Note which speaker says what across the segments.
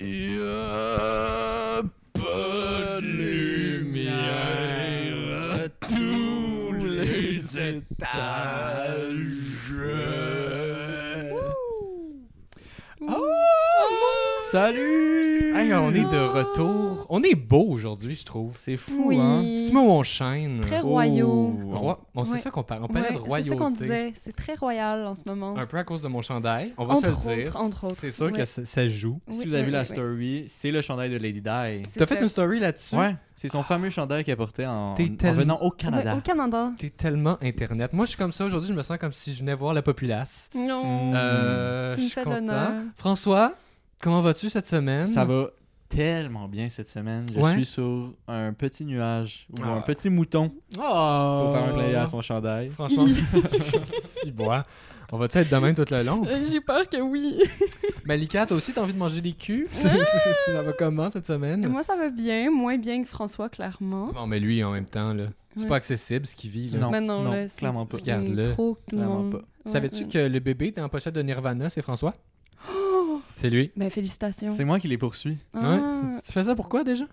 Speaker 1: Il y a pas de lumière à tous les étages.
Speaker 2: Salut!
Speaker 3: Hey, on est de retour. On est beau aujourd'hui, je trouve.
Speaker 2: C'est fou,
Speaker 4: oui.
Speaker 2: hein?
Speaker 3: C'est où on chaîne.
Speaker 4: Très royaux.
Speaker 2: Oh.
Speaker 3: Roi... On sait
Speaker 4: Ouais.
Speaker 3: ça qu'on parle. On
Speaker 4: Ouais,
Speaker 3: parlait de
Speaker 4: c'est ça qu'on
Speaker 3: royauté.
Speaker 4: disait. C'est très royal en ce moment.
Speaker 3: Un peu à cause de mon chandail. On va
Speaker 4: Entre
Speaker 3: se le dire.
Speaker 4: autres, entre autres.
Speaker 3: C'est sûr que
Speaker 4: Ouais.
Speaker 3: ça, ça joue.
Speaker 4: Oui,
Speaker 2: si vous avez
Speaker 4: oui,
Speaker 2: vu la
Speaker 4: oui, oui.
Speaker 2: story, c'est le chandail de Lady Di.
Speaker 4: C'est
Speaker 3: T'as fait
Speaker 4: ça.
Speaker 3: une story là-dessus?
Speaker 2: Ouais, c'est son fameux chandail qu'elle portait en,
Speaker 3: T'es
Speaker 2: en
Speaker 3: tellement-
Speaker 2: venant au
Speaker 4: Ouais,
Speaker 2: Canada.
Speaker 4: au Canada.
Speaker 3: T'es tellement internet. Moi, je suis comme ça aujourd'hui. Je me sens comme si je venais voir la populace.
Speaker 4: Non.
Speaker 2: Mm.
Speaker 3: Euh,
Speaker 4: Tu
Speaker 3: je
Speaker 4: me
Speaker 3: suis
Speaker 4: fais
Speaker 3: content.
Speaker 4: l'honneur.
Speaker 3: François, comment vas-tu cette semaine?
Speaker 2: Ça va tellement bien cette semaine. Je
Speaker 3: Mm. Ouais.
Speaker 2: suis sur un petit nuage ou
Speaker 1: Ah.
Speaker 2: un petit mouton pour
Speaker 3: Oh!
Speaker 2: faire un clin à son chandail.
Speaker 3: Franchement, si bois. On va-tu être demain tout le long?
Speaker 4: Euh, J'ai peur que oui.
Speaker 3: Malika, toi aussi, t'as envie de manger des culs? C'est- c'est- c'est- ça va comment cette semaine?
Speaker 4: Moi, ça va bien. Moins bien que François, clairement.
Speaker 3: Non, mais lui, en même temps, là, c'est
Speaker 4: Ouais.
Speaker 3: pas accessible ce qu'il vit. Là.
Speaker 2: Non,
Speaker 4: Mais non, là, c'est-
Speaker 2: clairement pas.
Speaker 4: Il est
Speaker 3: Regarde-le.
Speaker 4: Trop que tout le
Speaker 2: Clairement
Speaker 4: monde.
Speaker 2: pas.
Speaker 4: Ouais,
Speaker 3: Savais-tu
Speaker 4: ouais.
Speaker 3: que le bébé était en pochette de Nirvana, c'est François? c'est lui.
Speaker 4: Ben, félicitations.
Speaker 2: C'est moi qui les poursuis.
Speaker 4: Ah,
Speaker 3: Tu fais ça pourquoi déjà?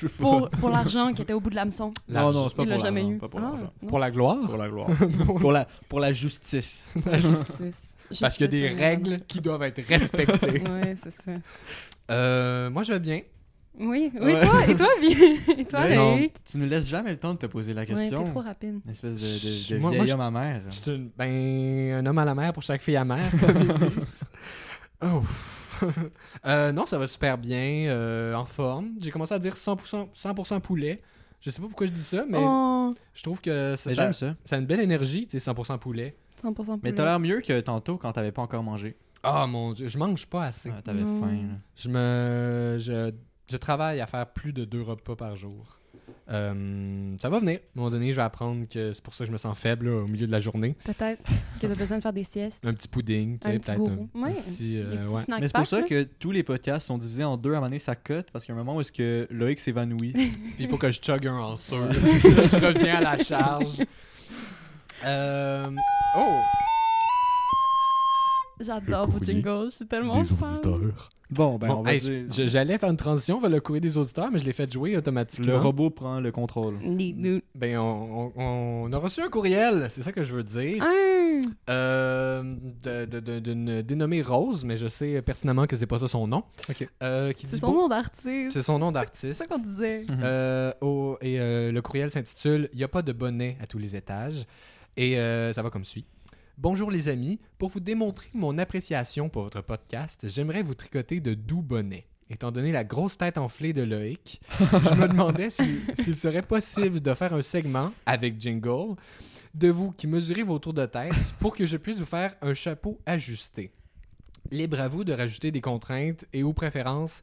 Speaker 2: Je sais pas.
Speaker 4: pour pour l'argent qui était au bout de l'hameçon.
Speaker 2: Non, non, c'est pas
Speaker 4: Il l'a
Speaker 2: pour
Speaker 4: jamais
Speaker 2: l'argent,
Speaker 4: eu.
Speaker 2: Pas pour
Speaker 4: Ah,
Speaker 2: l'argent.
Speaker 4: non.
Speaker 3: Pour la gloire?
Speaker 1: Pour la gloire.
Speaker 2: pour, la, pour la justice.
Speaker 4: La justice.
Speaker 3: Parce qu'il y a des
Speaker 4: Justice,
Speaker 3: règles qui doivent être respectées.
Speaker 4: évidemment. Ouais, c'est ça.
Speaker 3: Euh, moi, je vais bien.
Speaker 4: Oui, oui,
Speaker 2: Ouais.
Speaker 4: toi, et toi, Vi- et toi,
Speaker 2: Non,
Speaker 4: Eric.
Speaker 2: tu nous laisses jamais le temps de te poser la
Speaker 4: Ouais,
Speaker 2: question.
Speaker 4: t'es trop rapide.
Speaker 2: Une espèce de, de,
Speaker 3: Chut,
Speaker 2: de
Speaker 3: moi- moi,
Speaker 2: vieil
Speaker 3: je-
Speaker 2: homme amer.
Speaker 3: Je suis une- ben, un homme à la mer pour chaque fille amère, comme ils disent. Ouf. Euh, non, ça va super bien, euh, en forme. J'ai commencé à dire 100%, 100% poulet. Je sais pas pourquoi je dis ça, mais
Speaker 4: Oh,
Speaker 3: je trouve que ça,
Speaker 2: Mais
Speaker 3: ça-
Speaker 2: J'aime ça.
Speaker 3: ça a une belle énergie, tu sais, 100% poulet.
Speaker 4: 100%
Speaker 2: Mais
Speaker 4: poulet.
Speaker 2: t'as l'air mieux que tantôt quand t'avais pas encore mangé.
Speaker 3: Ah mon dieu, je mange pas assez.
Speaker 2: Ah, t'avais
Speaker 4: Non.
Speaker 2: faim. là.
Speaker 3: Je me je, je travaille à faire plus de deux repas par jour. Euh, ça va venir. À un moment donné, je vais apprendre que c'est pour ça que je me sens faible là, au milieu de la journée.
Speaker 4: Peut-être que t'as besoin de faire des siestes.
Speaker 3: Un petit pudding, tu sais,
Speaker 4: Un petit
Speaker 3: peut-être
Speaker 4: gourou.
Speaker 3: un, un
Speaker 4: Ouais,
Speaker 3: petit, euh,
Speaker 4: des petits
Speaker 3: ouais.
Speaker 4: snack
Speaker 2: Mais c'est
Speaker 4: packs,
Speaker 2: pour ça
Speaker 4: là.
Speaker 2: que tous les podcasts sont divisés en deux à un moment donné, ça cote, parce qu'il y a un moment où est-ce que Loïc s'évanouit.
Speaker 3: Puis il faut que je chug un en sûr. je reviens à la charge. Euh, oh!
Speaker 4: J'adore
Speaker 1: Le
Speaker 4: vos
Speaker 1: courrier
Speaker 4: jingles, je suis tellement fan.
Speaker 2: bon, ben
Speaker 3: Bon,
Speaker 2: on va
Speaker 3: hey,
Speaker 2: dire...
Speaker 3: je- J'allais faire une transition vers le courrier des auditeurs, mais je l'ai fait jouer automatiquement.
Speaker 2: Le robot prend le contrôle.
Speaker 4: Les deux.
Speaker 3: Ben, on, on- on a reçu un courriel, c'est ça que je veux dire.
Speaker 4: Ah. Un.
Speaker 3: Euh, de- de- de- d'une dénommée Rose, mais je sais pertinemment que c'est pas ça son nom.
Speaker 2: Ok.
Speaker 3: Euh, qui
Speaker 4: C'est
Speaker 3: dit
Speaker 4: son
Speaker 3: beau-
Speaker 4: nom d'artiste.
Speaker 3: C'est son nom
Speaker 4: C'est ça
Speaker 3: d'artiste.
Speaker 4: qu'on disait.
Speaker 3: Euh, au- et euh, le courriel s'intitule Il n'y a pas de bonnet à tous les étages. Et euh, ça va comme suit. Bonjour les amis, pour vous démontrer mon appréciation pour votre podcast, j'aimerais vous tricoter de doux bonnets. Étant donné la grosse tête enflée de Loïc, je me demandais si- s'il serait possible de faire un segment avec Jingle de vous qui mesurez vos tours de tête pour que je puisse vous faire un chapeau ajusté. Libre à vous de rajouter des contraintes et ou préférences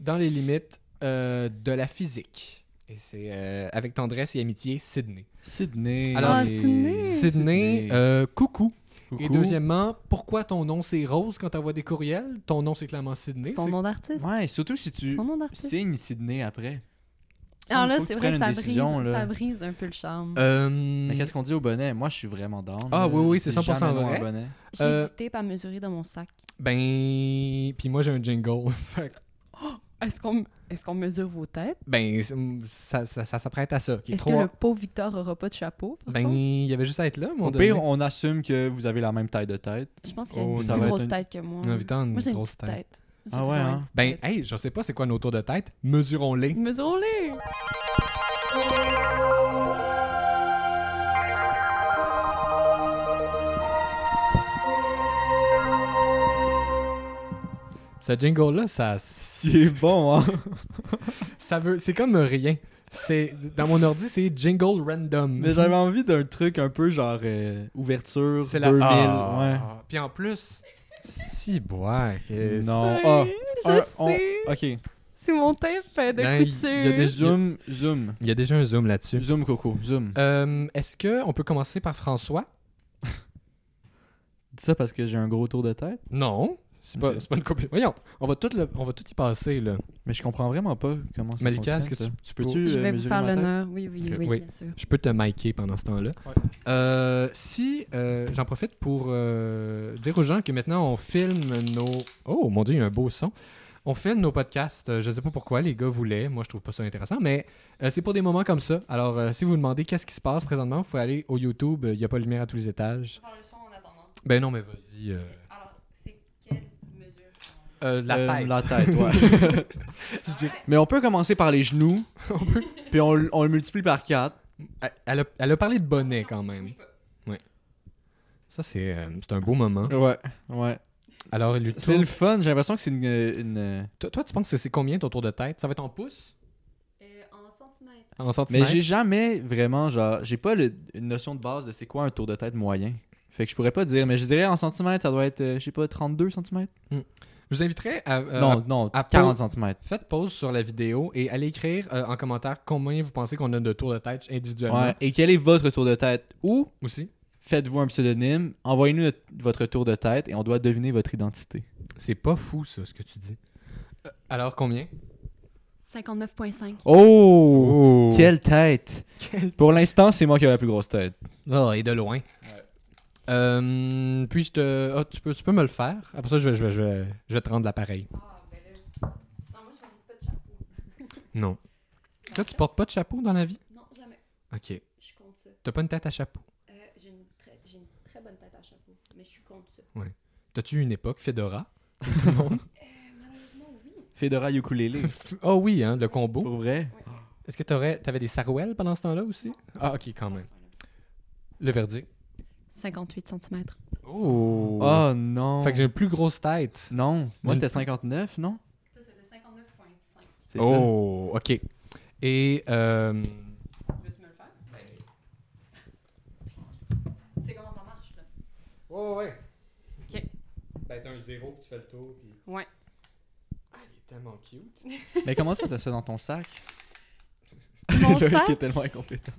Speaker 3: dans les limites euh, de la physique. Et c'est euh, avec tendresse et amitié, Sydney.
Speaker 2: Sydney.
Speaker 3: Alors,
Speaker 4: Ah, Sydney.
Speaker 3: Sydney, euh, coucou.
Speaker 2: Coucou.
Speaker 3: Et deuxièmement, pourquoi ton nom c'est Rose quand t'envoies des courriels Ton nom c'est clairement Sydney.
Speaker 4: Son
Speaker 3: C'est-
Speaker 4: nom d'artiste.
Speaker 2: Ouais, surtout si tu
Speaker 4: Son nom d'artiste.
Speaker 2: signes Sydney après.
Speaker 4: Alors Ah, là,
Speaker 2: Faut que
Speaker 4: c'est
Speaker 2: tu
Speaker 4: vrai que
Speaker 2: prennes
Speaker 4: ça
Speaker 2: une
Speaker 4: brise,
Speaker 2: décision, là.
Speaker 4: ça brise un peu le charme.
Speaker 3: Euh,
Speaker 2: Mais qu'est-ce qu'on dit au bonnet Moi, je suis vraiment down.
Speaker 3: Ah,
Speaker 2: là.
Speaker 3: oui, oui,
Speaker 2: Je
Speaker 3: c'est
Speaker 2: dis
Speaker 3: 100%
Speaker 2: jamais non à
Speaker 3: vrai.
Speaker 2: un bonnet.
Speaker 4: J'ai
Speaker 3: euh,
Speaker 4: du tape à mesurer dans mon sac.
Speaker 3: Ben, puis moi j'ai un jingle. Fait que,
Speaker 4: Est-ce qu'on est qu'on mesure vos têtes?
Speaker 3: ben, c'est- ça, ça, ça s'apprête à ça. qui est
Speaker 4: Est-ce
Speaker 3: trop-
Speaker 4: que le pauvre Victor aura pas de chapeau? par
Speaker 3: Ben,
Speaker 4: contre?
Speaker 3: il y avait juste à être là, mon
Speaker 2: Au pire, on assume que vous avez la même taille de tête.
Speaker 4: Je pense qu'il a
Speaker 3: Oh,
Speaker 4: une
Speaker 3: ça
Speaker 4: plus
Speaker 3: va
Speaker 4: grosse
Speaker 2: être une-
Speaker 4: tête que moi.
Speaker 3: On a une
Speaker 4: Moi, j'ai une
Speaker 3: grosse
Speaker 4: petite
Speaker 3: tête.
Speaker 4: tête. J'ai
Speaker 2: Ah ouais,
Speaker 4: vraiment
Speaker 2: hein?
Speaker 4: une petite
Speaker 3: Ben,
Speaker 4: tête.
Speaker 3: hey, je sais pas c'est quoi nos tours de tête. Mesurons-les.
Speaker 4: Mesurons-les!
Speaker 3: Ce jingle-là, ça,
Speaker 2: C'est bon, hein
Speaker 3: ça veut, c'est comme rien. C'est dans mon ordi, c'est jingle random.
Speaker 2: Mais j'avais envie d'un truc un peu genre euh, ouverture
Speaker 3: C'est
Speaker 2: 2000. Ouais.
Speaker 3: Ah. Puis en plus, si bois. que-
Speaker 2: Non.
Speaker 4: Ouais,
Speaker 2: Ah,
Speaker 4: je
Speaker 2: un-
Speaker 4: sais.
Speaker 2: on- Ok.
Speaker 4: C'est mon tape euh, de
Speaker 3: Ben, il-
Speaker 4: couture.
Speaker 2: Il y a des zoom, zoom.
Speaker 3: Il y a déjà un zoom là-dessus.
Speaker 2: Zoom, Coco, zoom.
Speaker 3: Euh, Est-ce que on peut commencer par François
Speaker 2: Dis ça parce que j'ai un gros tour de tête.
Speaker 3: Non, c'est pas,
Speaker 2: Ok.
Speaker 3: c'est pas une compli- Voyons, on va tout le- on va tout y passer là.
Speaker 2: Mais je comprends vraiment pas comment ça
Speaker 3: Malika, est-ce
Speaker 2: fonctionne,
Speaker 3: que tu,
Speaker 2: ça.
Speaker 3: tu peux
Speaker 2: Peux-tu
Speaker 4: Je
Speaker 2: euh,
Speaker 4: vais vous
Speaker 2: mesurer
Speaker 4: faire
Speaker 2: ma tête?
Speaker 4: l'honneur. Oui, oui,
Speaker 3: Ok.
Speaker 4: oui,
Speaker 3: Oui.
Speaker 4: bien sûr.
Speaker 3: Je peux te micer pendant ce temps-là.
Speaker 2: Ouais.
Speaker 3: Euh, si euh, j'en profite pour euh, dire aux gens que maintenant on filme nos. Oh mon dieu, il y a un beau son. On filme nos podcasts. Euh, Je ne sais pas pourquoi les gars voulaient. Moi, je trouve pas ça intéressant, mais euh, c'est pour des moments comme ça. Alors, euh, si vous vous demandez qu'est-ce qui se passe présentement, vous pouvez aller au YouTube. Il n'y a pas de lumière à tous les étages.
Speaker 4: Prends le son en attendant.
Speaker 3: Ben non, mais vas-y. euh,
Speaker 4: Alors, c'est quelle mesure
Speaker 3: euh, la
Speaker 2: Euh,
Speaker 3: tête.
Speaker 2: La tête, ouais. Je dirais- Mais on peut commencer par les genoux,
Speaker 3: On peut-
Speaker 2: puis on, l- on le multiplie par 4.
Speaker 3: Elle- Elle a, elle a parlé de bonnet quand même. Ouais. Ça, c'est euh, c'est un beau moment.
Speaker 2: Ouais, ouais.
Speaker 3: Alors, il lui
Speaker 2: C'est le
Speaker 3: tourne-
Speaker 2: fun, j'ai l'impression que c'est une, une-
Speaker 3: Toi, toi, tu penses que c'est combien ton tour de tête Ça va être en pouces
Speaker 4: Euh, En centimètres.
Speaker 3: En
Speaker 2: Mais
Speaker 3: centimètres
Speaker 2: j'ai jamais vraiment, genre, j'ai pas le- une notion de base de c'est quoi un tour de tête moyen. Fait que je pourrais pas dire, mais je dirais en centimètres, ça doit être, euh, je sais pas, 32 centimètres?
Speaker 3: Je vous inviterais à. euh,
Speaker 2: non, non,
Speaker 3: à
Speaker 2: 40 centimètres.
Speaker 3: Faites pause sur la vidéo et allez écrire euh, en commentaire combien vous pensez qu'on a de tours de tête individuellement
Speaker 2: Ouais. Et quel est votre tour de tête? Ou
Speaker 3: aussi.
Speaker 2: faites-vous un pseudonyme, envoyez-nous notre- votre tour de tête et on doit deviner votre identité.
Speaker 3: C'est pas fou, ça, ce que tu dis. Euh, alors, combien
Speaker 4: 59,5.
Speaker 2: Oh!
Speaker 3: Oh
Speaker 2: Quelle tête! Pour l'instant, c'est moi qui ai la plus grosse tête.
Speaker 3: et Oh, de loin. Euh, puis je te. ah, tu, peux, tu peux me le faire. Après ça, je vais, je vais, je vais, je vais te rendre l'appareil.
Speaker 4: Ah, ben là. Non, moi, je porte pas de chapeau.
Speaker 3: Non. Toi, tu portes pas de chapeau dans la vie
Speaker 4: Non, jamais.
Speaker 3: Ok.
Speaker 4: Je suis contre ça.
Speaker 3: T'as pas une tête à chapeau.
Speaker 4: Euh, J'ai une, très- j'ai une très bonne tête à chapeau, mais je suis contre ça.
Speaker 3: T'as-tu une époque Fedora comme tout le monde?
Speaker 4: Euh, malheureusement, oui.
Speaker 2: Fedora ukulélé.
Speaker 3: oh oui, hein, le combo.
Speaker 2: Pour vrai?
Speaker 3: Est-ce que t'aurais, t'avais des sarouels pendant ce temps-là aussi? Ah, ok, quand même. Le verdict.
Speaker 4: 58 cm.
Speaker 3: Oh!
Speaker 2: Oh non!
Speaker 3: Fait que j'ai une plus grosse tête.
Speaker 2: Non, moi
Speaker 3: J'ai-
Speaker 2: j'étais 59, non?
Speaker 4: Ça, c'est de 59,5.
Speaker 2: C'est
Speaker 3: Oh, ok. Et, euh,
Speaker 4: Veux-tu me le faire? C'est comment ça marche, là?
Speaker 3: Ouais, ouais.
Speaker 4: Ok.
Speaker 3: Ben, t'as un zéro, tu fais le tour, puis...
Speaker 4: Ouais.
Speaker 3: Ah, il est tellement cute.
Speaker 2: ça? Mais comment ça t'as ça dans ton sac?
Speaker 4: Mon
Speaker 2: Le
Speaker 4: sac,
Speaker 2: qui est tellement incompétent.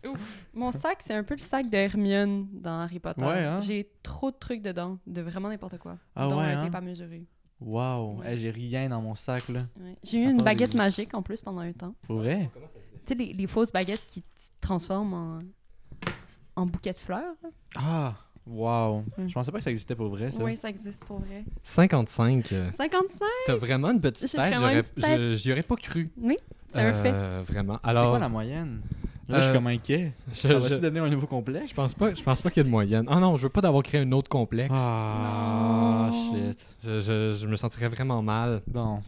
Speaker 4: mon sac, c'est un peu le sac de Hermione dans Harry Potter.
Speaker 2: Ouais, hein?
Speaker 4: J'ai trop de trucs dedans, de vraiment n'importe quoi.
Speaker 2: Ah
Speaker 4: dont
Speaker 2: ouais,
Speaker 4: a été
Speaker 2: hein?
Speaker 4: pas mesuré.
Speaker 2: Wow,
Speaker 4: Ouais.
Speaker 2: Hey, j'ai rien dans mon sac là.
Speaker 4: Ouais. J'ai eu
Speaker 2: À
Speaker 4: une
Speaker 2: part
Speaker 4: baguette
Speaker 2: des-
Speaker 4: magique en plus pendant un temps.
Speaker 2: Pour vrai?
Speaker 3: Comment ça se défait?
Speaker 4: Tu sais, les, les fausses baguettes qui se transforment en, en bouquet de fleurs. là.
Speaker 2: Ah! Wow!
Speaker 4: Mm.
Speaker 2: Je pensais pas que ça existait pour vrai ça.
Speaker 4: Oui, ça existe pour vrai.
Speaker 3: 55. euh,
Speaker 4: 55,
Speaker 3: T'as vraiment une petite
Speaker 4: J'ai
Speaker 3: tête,
Speaker 4: vraiment une
Speaker 3: j'aurais,
Speaker 4: petite tête.
Speaker 3: je- j'y aurais pas cru.
Speaker 4: c'est un fait.
Speaker 3: Euh, Vraiment.
Speaker 2: C'est
Speaker 3: Alors,
Speaker 2: quoi la moyenne? Là, je suis
Speaker 3: Euh,
Speaker 2: comme inquiet.
Speaker 3: je-
Speaker 2: Ça va-tu
Speaker 3: je-
Speaker 2: devenir un nouveau complexe?
Speaker 3: Je pense pas, je pense pas qu'il y a de moyenne. Ah non, je veux pas d'avoir créé un autre complexe.
Speaker 2: Ah,
Speaker 4: Non.
Speaker 2: shit.
Speaker 3: Je, je- je me sentirais vraiment mal.
Speaker 2: Bon.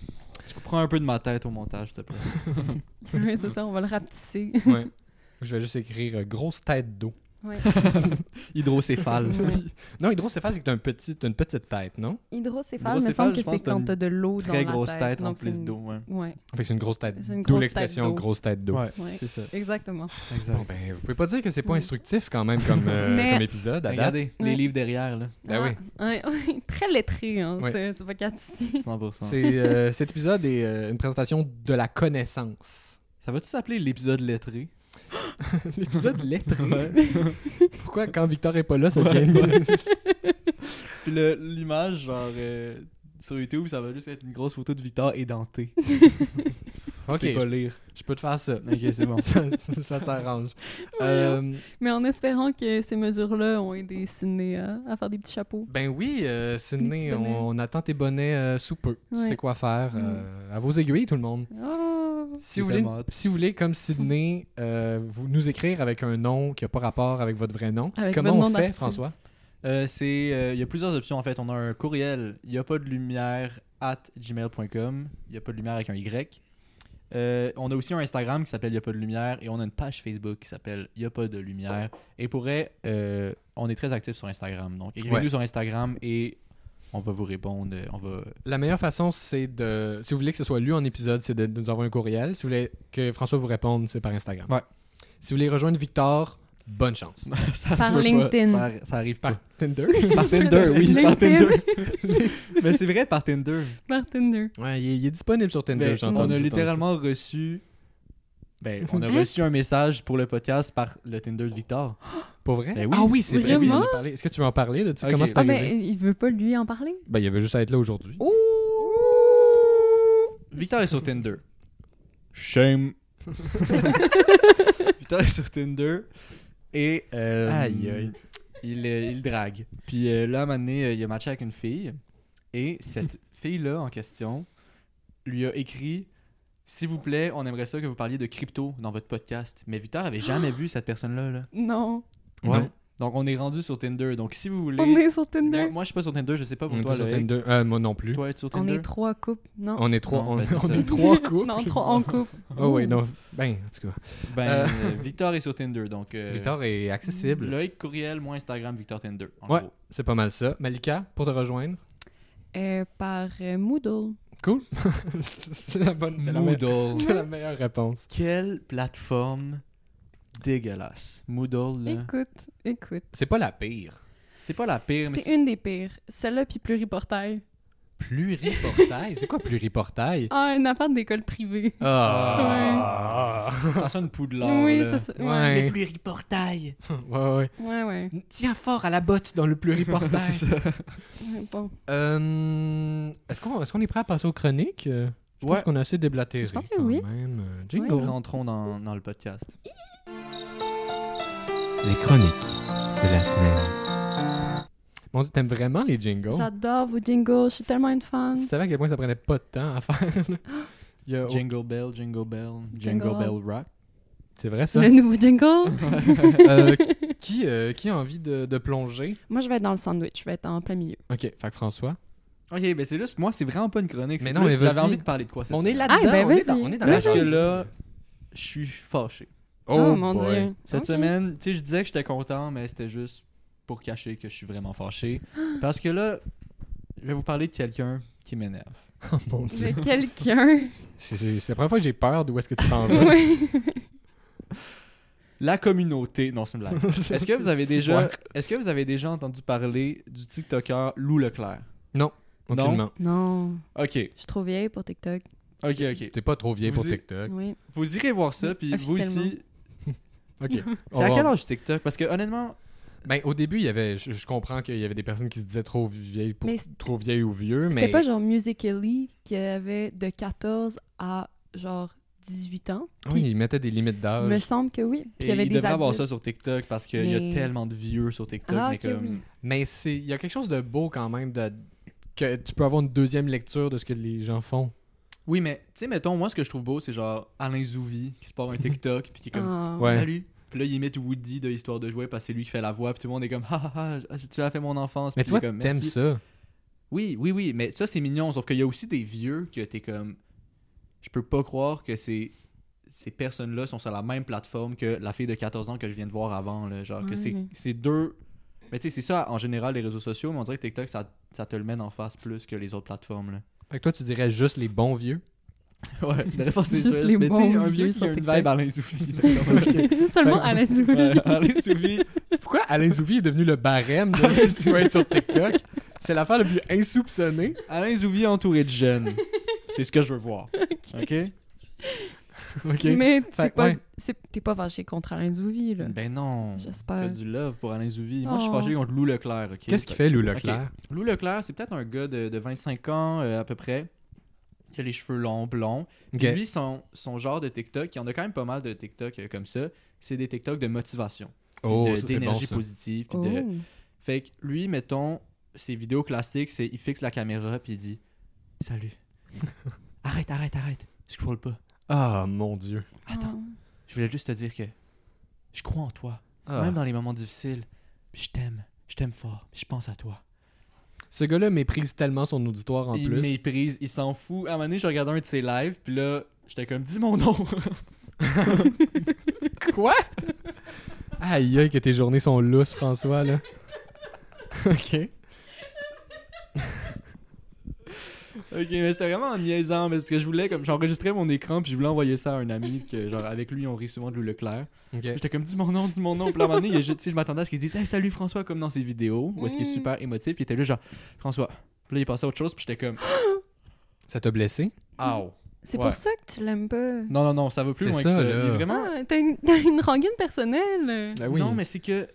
Speaker 2: Tu prends un peu de ma tête au montage, s'il te plaît.
Speaker 4: Oui, c'est ça, on va le rapetisser.
Speaker 3: Ouais. je vais juste écrire euh, grosse tête d'eau.
Speaker 4: Ouais.
Speaker 2: Hydrocéphale.
Speaker 3: Non, hydrocéphale, c'est que t'as un petit, t'as une petite tête, non?
Speaker 4: Hydrocéphale, il me
Speaker 2: Hydrocéphale,
Speaker 4: semble
Speaker 2: je
Speaker 4: que
Speaker 2: pense
Speaker 4: c'est
Speaker 2: que t'as
Speaker 4: quand
Speaker 2: une
Speaker 4: t'as de l'eau dans la
Speaker 2: Très
Speaker 4: tête.
Speaker 2: grosse tête en
Speaker 4: donc c'est
Speaker 2: plus
Speaker 4: une-
Speaker 2: d'eau, hein. ouais.
Speaker 4: Ouais,
Speaker 3: Fait que c'est une grosse tête
Speaker 4: C'est
Speaker 3: d'eau.
Speaker 4: une grosse
Speaker 3: l'expression
Speaker 4: tête d'eau.
Speaker 3: grosse tête d'eau.
Speaker 2: Ouais,
Speaker 4: ouais,
Speaker 2: c'est ça.
Speaker 4: exactement.
Speaker 2: Exact.
Speaker 3: Bon, ben, vous pouvez pas dire que c'est pas
Speaker 4: Mm.
Speaker 3: instructif quand même comme, euh,
Speaker 4: Mais-
Speaker 3: comme épisode à date.
Speaker 2: Regardez,
Speaker 4: Ouais.
Speaker 2: les livres derrière là.
Speaker 3: Ben
Speaker 4: Ah, ouais, ouais, très lettré, hein,
Speaker 3: Ouais.
Speaker 4: ce, ce podcast ici.
Speaker 2: 100%.
Speaker 3: C'est, euh, cet épisode est euh, une présentation de la connaissance.
Speaker 2: Ça va-tu s'appeler l'épisode lettré?
Speaker 3: L'épisode lettré. Pourquoi quand Victor est pas là, ça devient
Speaker 2: Puis le- l'image, genre, euh, sur YouTube, ça va juste être une grosse photo de Victor édenté.
Speaker 3: Ok,
Speaker 2: c'est pas
Speaker 3: je,
Speaker 2: lire.
Speaker 3: je peux te faire ça.
Speaker 2: Ok, c'est bon.
Speaker 3: ça, ça- ça s'arrange. Euh,
Speaker 4: Mais en espérant que ces mesures-là ont aidé Sydney à, à faire des petits chapeaux.
Speaker 3: ben oui, euh,
Speaker 4: Des
Speaker 3: Sydney,
Speaker 4: petits bonnets.
Speaker 3: on, on attend tes bonnets euh, sous peu. Tu
Speaker 4: Ouais. Mm.
Speaker 3: sais quoi faire. euh, à vos aiguilles, tout le monde.
Speaker 4: Oh,
Speaker 3: Si
Speaker 2: C'est
Speaker 3: vous, voulez,
Speaker 2: tellement hot.
Speaker 3: si vous voulez, comme Sydney, euh, vous nous écrire avec un nom qui n'a pas rapport avec votre vrai nom,
Speaker 4: avec
Speaker 3: comment
Speaker 4: votre nom
Speaker 3: on fait,
Speaker 4: d'artiste.
Speaker 3: François
Speaker 2: Euh, c'est, euh, il y a plusieurs options en fait. On a un courriel, il n'y a pas de lumière at gmail.com, il n'y a pas de lumière avec un Y. Euh, on a aussi un Instagram qui s'appelle Il a pas de lumière et on a une page Facebook qui s'appelle Il a pas de lumière. Et pour vrai, euh, on est très actifs sur Instagram. Donc écrivez-nous
Speaker 3: Ouais.
Speaker 2: sur Instagram et on va vous répondre. euh, On va...
Speaker 3: La meilleure façon, c'est de. Si vous voulez que ce soit lu en épisode, c'est de, de nous envoyer un courriel. Si vous voulez que François vous réponde, c'est par Instagram.
Speaker 2: Ouais.
Speaker 3: Si vous voulez rejoindre Victor, bonne chance.
Speaker 2: Ça se
Speaker 4: Par
Speaker 2: peut pas.
Speaker 4: LinkedIn.
Speaker 2: Ça, arri- ça arrive pas.
Speaker 3: Par Tinder.
Speaker 2: Par Tinder, oui. Par
Speaker 4: LinkedIn.
Speaker 2: Tinder. Mais c'est vrai, par Tinder.
Speaker 4: Par Tinder.
Speaker 3: Ouais, il, est- il est disponible sur Tinder,
Speaker 2: Mais
Speaker 3: j'ai
Speaker 2: Ben, on
Speaker 3: entendu
Speaker 2: a
Speaker 3: parler de
Speaker 2: littéralement reçu. Ben, on a
Speaker 4: Hein?
Speaker 2: reçu un message pour le podcast par le Tinder de Victor.
Speaker 3: ça. Pour vrai
Speaker 2: Ben oui.
Speaker 3: Ah oui, c'est vrai.
Speaker 4: Vraiment?
Speaker 3: oui, on en a parlé. Est-ce que tu veux en parler de
Speaker 2: Ok.
Speaker 3: comment c'est
Speaker 4: Ah,
Speaker 3: arrivé
Speaker 4: ben, il veut pas lui en parler?
Speaker 3: Ben, il avait juste à être là aujourd'hui.
Speaker 4: Ouh!
Speaker 2: Victor est sur Tinder. Shame. Victor est sur Tinder et euh,
Speaker 3: Aïe, aïe.
Speaker 2: Il, euh, il drague. Puis euh, là, à un moment donné, euh, il a matché avec une fille et cette fille-là en question lui a écrit S'il vous plaît, on aimerait ça que vous parliez de crypto dans votre podcast. Mais Victor avait jamais vu cette personne-là. là.
Speaker 4: Non,
Speaker 3: Ouais.
Speaker 2: Non. Donc, on est rendu sur Tinder. Donc, si vous voulez.
Speaker 4: on est sur
Speaker 2: Moi,
Speaker 4: Tinder.
Speaker 2: moi, je suis pas sur Tinder, je sais pas pour
Speaker 3: On est
Speaker 2: toi.
Speaker 3: tous sur
Speaker 2: Loïc.
Speaker 3: Tinder. Euh, moi non plus.
Speaker 2: Toi, tu es sur
Speaker 4: On
Speaker 2: Tinder.
Speaker 4: est trois couples. Non.
Speaker 3: On est trois.
Speaker 2: Non,
Speaker 3: on,
Speaker 2: ben, c'est
Speaker 3: on
Speaker 2: ça.
Speaker 3: est trois couples.
Speaker 4: Non, trois en couple.
Speaker 3: Oh oui, non. Ben, en tout cas.
Speaker 2: Ben,
Speaker 3: Euh.
Speaker 2: euh, Victor est sur Tinder. Donc, euh,
Speaker 3: Victor est accessible.
Speaker 2: Loïc Courriel, moi Instagram, Victor Tinder. En
Speaker 3: Ouais.
Speaker 2: gros.
Speaker 3: C'est pas mal ça. Malika, pour te rejoindre.
Speaker 4: Euh, par euh, Moodle.
Speaker 3: Cool. c'est la bonne. C'est la, meilleure-
Speaker 2: Moodle.
Speaker 3: c'est la meilleure réponse.
Speaker 2: Quelle plateforme dégueulasse. Moodle, là.
Speaker 4: Écoute, écoute.
Speaker 3: C'est pas la pire.
Speaker 2: C'est pas la pire, mais
Speaker 4: C'est une des pires. Celle-là, puis pluriportail.
Speaker 3: Pluriportail. c'est quoi pluriportail?
Speaker 4: Ah, une affaire d'école privée.
Speaker 3: Ah.
Speaker 2: ça sonne poudlard.
Speaker 4: oui,
Speaker 2: là.
Speaker 4: ça, ça. Ouais.
Speaker 3: Ouais.
Speaker 1: pluriportail.
Speaker 3: Ouais, ouais.
Speaker 4: Ouais, ouais.
Speaker 3: Tiens fort à la botte dans le pluriportail.
Speaker 2: C'est ça.
Speaker 4: Ouais, Bon.
Speaker 3: Euh, Est-ce qu'on est, qu'on est prêt à passer aux chroniques? Euh, Je pense
Speaker 2: Ouais.
Speaker 3: qu'on a assez déblatéré
Speaker 4: Je pense que
Speaker 3: quand
Speaker 4: oui.
Speaker 3: même. Euh, Jingle.
Speaker 4: Ouais.
Speaker 2: Rentrons dans, dans le podcast.
Speaker 3: Les chroniques de la semaine. Mon Dieu, t'aimes vraiment les jingles?
Speaker 4: J'adore vos jingles. Je suis tellement une fan.
Speaker 3: Tu savais à quel point ça prenait pas de temps à faire. là? Il y a-
Speaker 2: Jingle Bell, Jingle Bell, Jingle,
Speaker 4: Jingle.
Speaker 2: Bell Rock.
Speaker 3: C'est vrai ça?
Speaker 4: Le nouveau jingle.
Speaker 3: Euh, qui- qui, euh, qui a envie de, de plonger?
Speaker 4: Moi, je vais être dans le sandwich. Je vais être en plein milieu.
Speaker 3: Ok, fait que François.
Speaker 2: Ok, mais c'est juste, moi, c'est vraiment pas une chronique.
Speaker 3: Mais
Speaker 2: c'est
Speaker 3: non,
Speaker 2: plus,
Speaker 3: mais
Speaker 2: J'avais
Speaker 3: vas-y.
Speaker 2: envie de parler de quoi cette
Speaker 3: On est
Speaker 2: semaine.
Speaker 3: là-dedans.
Speaker 4: Ah, ben,
Speaker 3: on, est dans,
Speaker 4: vas-y.
Speaker 3: on est dans
Speaker 2: Parce
Speaker 3: la
Speaker 2: que là, je suis fâché.
Speaker 4: Oh, mon dieu.
Speaker 2: Cette
Speaker 4: Ok.
Speaker 2: semaine, tu sais, je disais que j'étais content, mais c'était juste pour cacher que je suis vraiment fâché. Parce que là, je vais vous parler de quelqu'un qui m'énerve.
Speaker 3: Oh, mon dieu.
Speaker 4: De quelqu'un.
Speaker 3: J'ai- j'ai- C'est la première fois que j'ai peur d'où est-ce que tu t'en vas.
Speaker 4: oui.
Speaker 2: La communauté. Non, c'est une blague. Est-ce que vous avez
Speaker 3: C'est
Speaker 2: déjà,
Speaker 3: clair.
Speaker 2: est-ce que vous avez déjà entendu parler du TikToker Lou Leclerc Non.
Speaker 3: Aucunement.
Speaker 4: Non,
Speaker 2: Ok,
Speaker 4: je suis trop vieille pour TikTok.
Speaker 2: ok, ok.
Speaker 3: T'es pas trop vieux pour
Speaker 2: Vous y-
Speaker 3: TikTok.
Speaker 4: Oui.
Speaker 2: Vous irez voir ça, puis vous
Speaker 4: Officiellement.
Speaker 2: aussi.
Speaker 3: Ok. On
Speaker 2: C'est à
Speaker 3: va-
Speaker 2: quel âge TikTok Parce que honnêtement,
Speaker 3: Ben, au début, il y avait, je, je comprends qu'il y avait des personnes qui se disaient trop vieilles pour
Speaker 4: Mais c-
Speaker 3: trop vieilles ou vieux,
Speaker 4: C'était
Speaker 3: mais
Speaker 4: pas genre Musical.ly qui avait de 14 à genre 18 ans.
Speaker 3: oui, ils mettaient des limites d'âge.
Speaker 4: Me semble que oui. Puis il y avait
Speaker 2: Ah, il
Speaker 4: des
Speaker 2: devrait avoir
Speaker 4: adultes.
Speaker 2: ça sur TikTok parce qu'il y
Speaker 4: Mais-
Speaker 2: a tellement de vieux sur TikTok.
Speaker 4: Ah,
Speaker 2: mais
Speaker 4: ok,
Speaker 2: comme...
Speaker 4: oui.
Speaker 3: Mais c'est, il y a quelque chose de beau quand même de que tu peux avoir une deuxième lecture de ce que les gens font.
Speaker 2: Oui, mais tu sais, mettons, moi, ce que je trouve beau, c'est genre Alain Zouvi qui se part un TikTok, puis qui est comme
Speaker 4: Ah.
Speaker 3: Ouais.
Speaker 2: Salut. Puis là, il imite Woody de Histoire de jouer parce que c'est lui qui fait la voix, puis tout le monde est comme Ah ah ah, tu as fait mon enfance.
Speaker 3: Mais
Speaker 2: Puis il
Speaker 3: toi,
Speaker 2: est comme,
Speaker 3: t'aimes
Speaker 2: Merci.
Speaker 3: ça.
Speaker 2: Oui, oui, oui, mais ça c'est mignon, sauf qu'il y a aussi des vieux que t'es comme. Je peux pas croire que ces, ces personnes-là sont sur la même plateforme que la fille de 14 ans que je viens de voir avant. Là, genre, que c'est
Speaker 4: Ouais.
Speaker 2: c'est deux. Mais tu sais, c'est ça en général les réseaux sociaux, mais on dirait que TikTok ça, ça te le mène en face plus que les autres plateformes. Là.
Speaker 3: Fait que toi, tu dirais juste les bons vieux.
Speaker 2: Ouais, de force,
Speaker 4: Juste
Speaker 2: triste,
Speaker 4: les
Speaker 2: mais tu sais,
Speaker 4: bons
Speaker 2: un vieux
Speaker 4: vieux
Speaker 2: qui a
Speaker 4: sur
Speaker 2: une vibe
Speaker 4: TikTok.
Speaker 2: Alain Soufi.
Speaker 4: Seulement à la souris.
Speaker 2: Ouais, Alain Soufi,
Speaker 3: Pourquoi Alain Zouvi est devenu le barème de si tu veux être sur TikTok? C'est l'affaire la plus insoupçonnée.
Speaker 2: Alain Zouvi entouré de jeunes. C'est ce que je veux voir. OK?
Speaker 3: OK.
Speaker 4: Mais
Speaker 3: Fait
Speaker 4: c'est
Speaker 3: que,
Speaker 4: pas-
Speaker 3: ouais.
Speaker 4: c'est- t'es pas fâché contre Alain Zouvi, là.
Speaker 2: Ben non. Fais
Speaker 4: J'espère.
Speaker 2: du love pour Alain Zouvi. Moi, je suis
Speaker 4: Euh. Oh.
Speaker 2: fâché contre Lou Leclerc. ok?
Speaker 3: Qu'est-ce qu'il fait, Lou Leclerc?
Speaker 2: Lou Leclerc, c'est peut-être un gars de, de 25 ans euh, à peu près. Il a les cheveux longs, blonds.
Speaker 3: OK.
Speaker 2: Puis Lui, son, son genre de TikTok, il y en a quand même pas mal de TikTok euh, comme ça, c'est des TikTok de motivation,
Speaker 3: Oh,
Speaker 2: de-
Speaker 3: ça, c'est bon,
Speaker 2: d'énergie
Speaker 3: ça.
Speaker 2: positive. puis
Speaker 4: Oh.
Speaker 2: de- Fait que lui, mettons, ses vidéos classiques, c'est il fixe la caméra puis il dit « Salut. arrête, arrête, arrête. Je crois pas.
Speaker 3: Ah, mon Dieu.
Speaker 4: Oh.
Speaker 2: Attends.
Speaker 4: Ah.
Speaker 2: Je voulais juste te dire que je crois en toi,
Speaker 3: Ah.
Speaker 2: même dans les moments difficiles. Puis je t'aime. Je t'aime fort. Puis je pense à toi. »
Speaker 3: Ce gars-là méprise tellement son auditoire en
Speaker 2: il
Speaker 3: plus.
Speaker 2: méprise, il s'en fout. À un moment donné, je regardais un de ses lives, puis là, j'étais comme, dis mon nom.
Speaker 3: Quoi? Aïe, aïe, que tes journées sont lousses, François, là. ok.
Speaker 2: ok, mais c'était vraiment en niaisant, mais parce que je voulais, comme, j'enregistrais mon écran, puis je voulais envoyer ça à un ami, que, genre, avec lui, on rit souvent de Lou Leclerc.
Speaker 3: Ok.
Speaker 2: J'étais comme, dis mon nom, dis mon nom. Puis à un moment donné, il a- tu sais, je m'attendais à ce qu'il dise, hey, salut François, comme dans ses vidéos, où est-ce qu'il est
Speaker 4: Mm.
Speaker 2: super émotif, puis il était là, genre, François. Puis là, il passait à autre chose, puis j'étais comme,
Speaker 3: Ça t'a blessé?
Speaker 2: ow.
Speaker 4: C'est
Speaker 2: Ouais.
Speaker 4: pour ça que tu l'aimes pas.
Speaker 2: Non, non, non, ça va plus
Speaker 3: C'est
Speaker 2: loin que
Speaker 3: ça,
Speaker 2: ça.
Speaker 3: là.
Speaker 2: Il est vraiment.
Speaker 4: Ah, t'as une, t'as une rengaine personnelle.
Speaker 3: Ben oui.
Speaker 2: Non, mais c'est que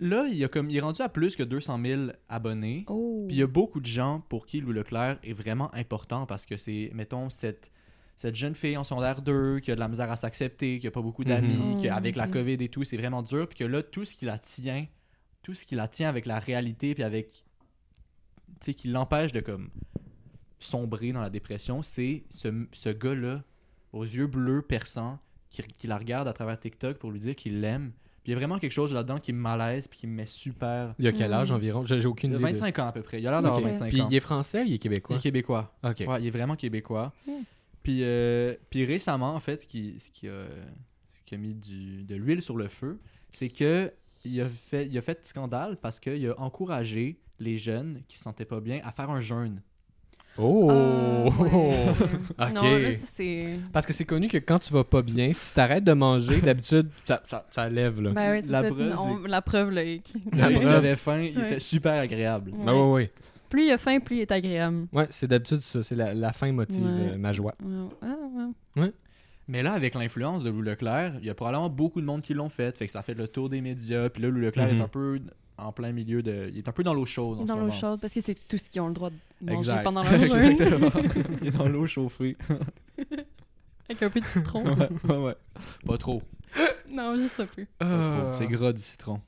Speaker 2: là, il, a comme, il est rendu à plus que 200 000 abonnés.
Speaker 4: Oh.
Speaker 2: Puis il y a beaucoup de gens pour qui Louis Leclerc est vraiment important parce que c'est, mettons, cette, cette jeune fille en secondaire 2 qui a de la misère à s'accepter, qui a pas beaucoup d'amis,
Speaker 4: Mhm.
Speaker 2: qui
Speaker 4: Oh,
Speaker 2: avec la
Speaker 4: ok.
Speaker 2: COVID et tout, c'est vraiment dur. Puis que là, tout ce qui la tient, tout ce qui la tient avec la réalité, puis avec. Tu sais, qui l'empêche de comme sombrer dans la dépression, c'est ce, ce gars-là, aux yeux bleus perçants, qui, qui la regarde à travers TikTok pour lui dire qu'il l'aime. Puis il y a vraiment quelque chose là-dedans qui me malaise puis qui me met super.
Speaker 3: Il y a quel âge
Speaker 4: Mm.
Speaker 3: environ J'ai j'ai
Speaker 2: Il a
Speaker 3: aucune idée. de-
Speaker 2: 25 ans à peu près. Il a l'air d'avoir
Speaker 4: Ok.
Speaker 2: 25
Speaker 3: Puis
Speaker 2: ans.
Speaker 3: il est français, il est
Speaker 2: Il
Speaker 3: québécois.
Speaker 2: est québécois.
Speaker 3: Ok.
Speaker 2: Ouais, il est vraiment québécois.
Speaker 4: Hmm.
Speaker 2: Puis, euh, puis récemment, en fait, ce qui, ce qui, a, ce qui a mis du, de l'huile sur le feu, c'est que il a, fait, il a fait scandale parce qu'il a encouragé les jeunes qui se sentaient pas bien à faire un jeûne.
Speaker 3: Oh
Speaker 4: Ah, ouais.
Speaker 3: Ok.
Speaker 4: Non, là, ça, c'est.
Speaker 3: Parce que c'est connu que quand tu vas pas bien, si t'arrêtes de manger, d'habitude, ça, ça, ça lève là.
Speaker 4: Ben ouais, c'est
Speaker 2: La
Speaker 4: ça.
Speaker 2: preuve,
Speaker 4: on- La preuve, là.
Speaker 3: La
Speaker 2: il
Speaker 3: preuve.
Speaker 2: avait faim, il
Speaker 4: Ouais.
Speaker 2: était super agréable.
Speaker 3: Ah ouais, ouais.
Speaker 4: Plus il a faim, plus il est agréable.
Speaker 3: Ouais, c'est d'habitude ça, c'est la, la fin motive
Speaker 4: Ouais.
Speaker 3: euh, ma joie.
Speaker 4: Ouais, ouais, ouais.
Speaker 2: Mais là, avec l'influence de Lou Leclerc, il y a probablement beaucoup de monde qui l'ont fait. Fait que ça a fait le tour des médias. Puis là, Lou Leclerc
Speaker 3: Mhm.
Speaker 2: est un peu en plein milieu de. Il est un peu dans l'eau chaude. en
Speaker 4: Dans
Speaker 2: ce
Speaker 4: l'eau
Speaker 2: moment.
Speaker 4: chaude, parce que c'est tout ce qu'ils ont le droit de manger
Speaker 2: Exact.
Speaker 4: pendant leur jeûne.
Speaker 2: Exactement. Il est dans l'eau chauffée.
Speaker 4: Avec un peu de citron.
Speaker 2: ouais, ouais, ouais. Pas trop.
Speaker 4: non, juste un peu.
Speaker 2: pas trop.
Speaker 3: Ah.
Speaker 2: C'est gras du citron.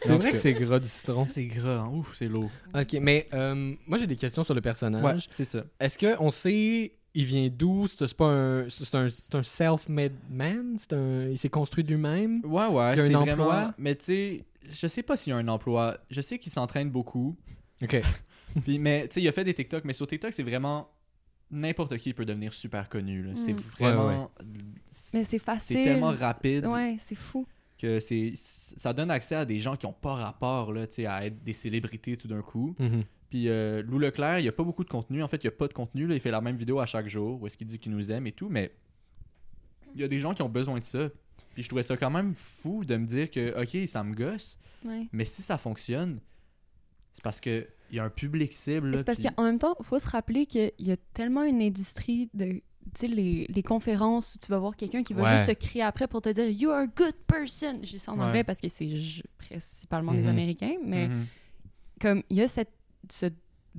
Speaker 3: C'est vrai que c'est gras du citron.
Speaker 2: C'est gras, hein. ouf, c'est lourd.
Speaker 3: Ok, mais euh, moi j'ai des questions sur le personnage.
Speaker 2: Ouais, c'est ça.
Speaker 3: Est-ce que on sait il vient d'où C'est c'est pas un c'est un, c'est un self-made man. C'est un il s'est construit de lui-même.
Speaker 2: Ouais, ouais,
Speaker 3: Il y a
Speaker 2: c'est
Speaker 3: un
Speaker 2: vraiment...
Speaker 3: emploi?
Speaker 2: Mais tu sais, je sais pas s'il y a un emploi. Je sais qu'il s'entraîne beaucoup.
Speaker 3: Ok.
Speaker 2: Puis, mais tu sais, il a fait des TikTok, mais sur TikTok, c'est vraiment n'importe qui peut devenir super connu. là. C'est
Speaker 4: Mm.
Speaker 2: vraiment.
Speaker 4: Mais c'est facile.
Speaker 2: C'est tellement rapide
Speaker 4: Ouais, c'est fou.
Speaker 2: que c'est ça donne accès à des gens qui ont pas rapport là, tu sais, à être des célébrités tout d'un coup.
Speaker 3: Mhm.
Speaker 2: Puis euh, Lou Leclerc, il n'y a pas beaucoup de contenu. En fait, il n'y a pas de contenu. là. Il fait la même vidéo à chaque jour où est-ce qu'il dit qu'il nous aime et tout. Mais il y a des gens qui ont besoin de ça. Puis je trouvais ça quand même fou de me dire que, OK, ça me gosse,
Speaker 4: Ouais.
Speaker 2: mais si ça fonctionne, c'est parce qu'il y a un public cible. là,
Speaker 4: C'est parce
Speaker 2: puis-
Speaker 4: qu'en même temps, il faut se rappeler qu'il y a tellement une industrie de. Tu sais, les, les conférences où tu vas voir quelqu'un qui va
Speaker 3: Ouais.
Speaker 4: juste te crier après pour te dire You're a good person. Je dis ça en
Speaker 2: Ouais.
Speaker 4: anglais parce que c'est ju- principalement
Speaker 3: Mhm.
Speaker 4: des Américains, mais
Speaker 2: Mhm.
Speaker 4: comme il y a cette, ce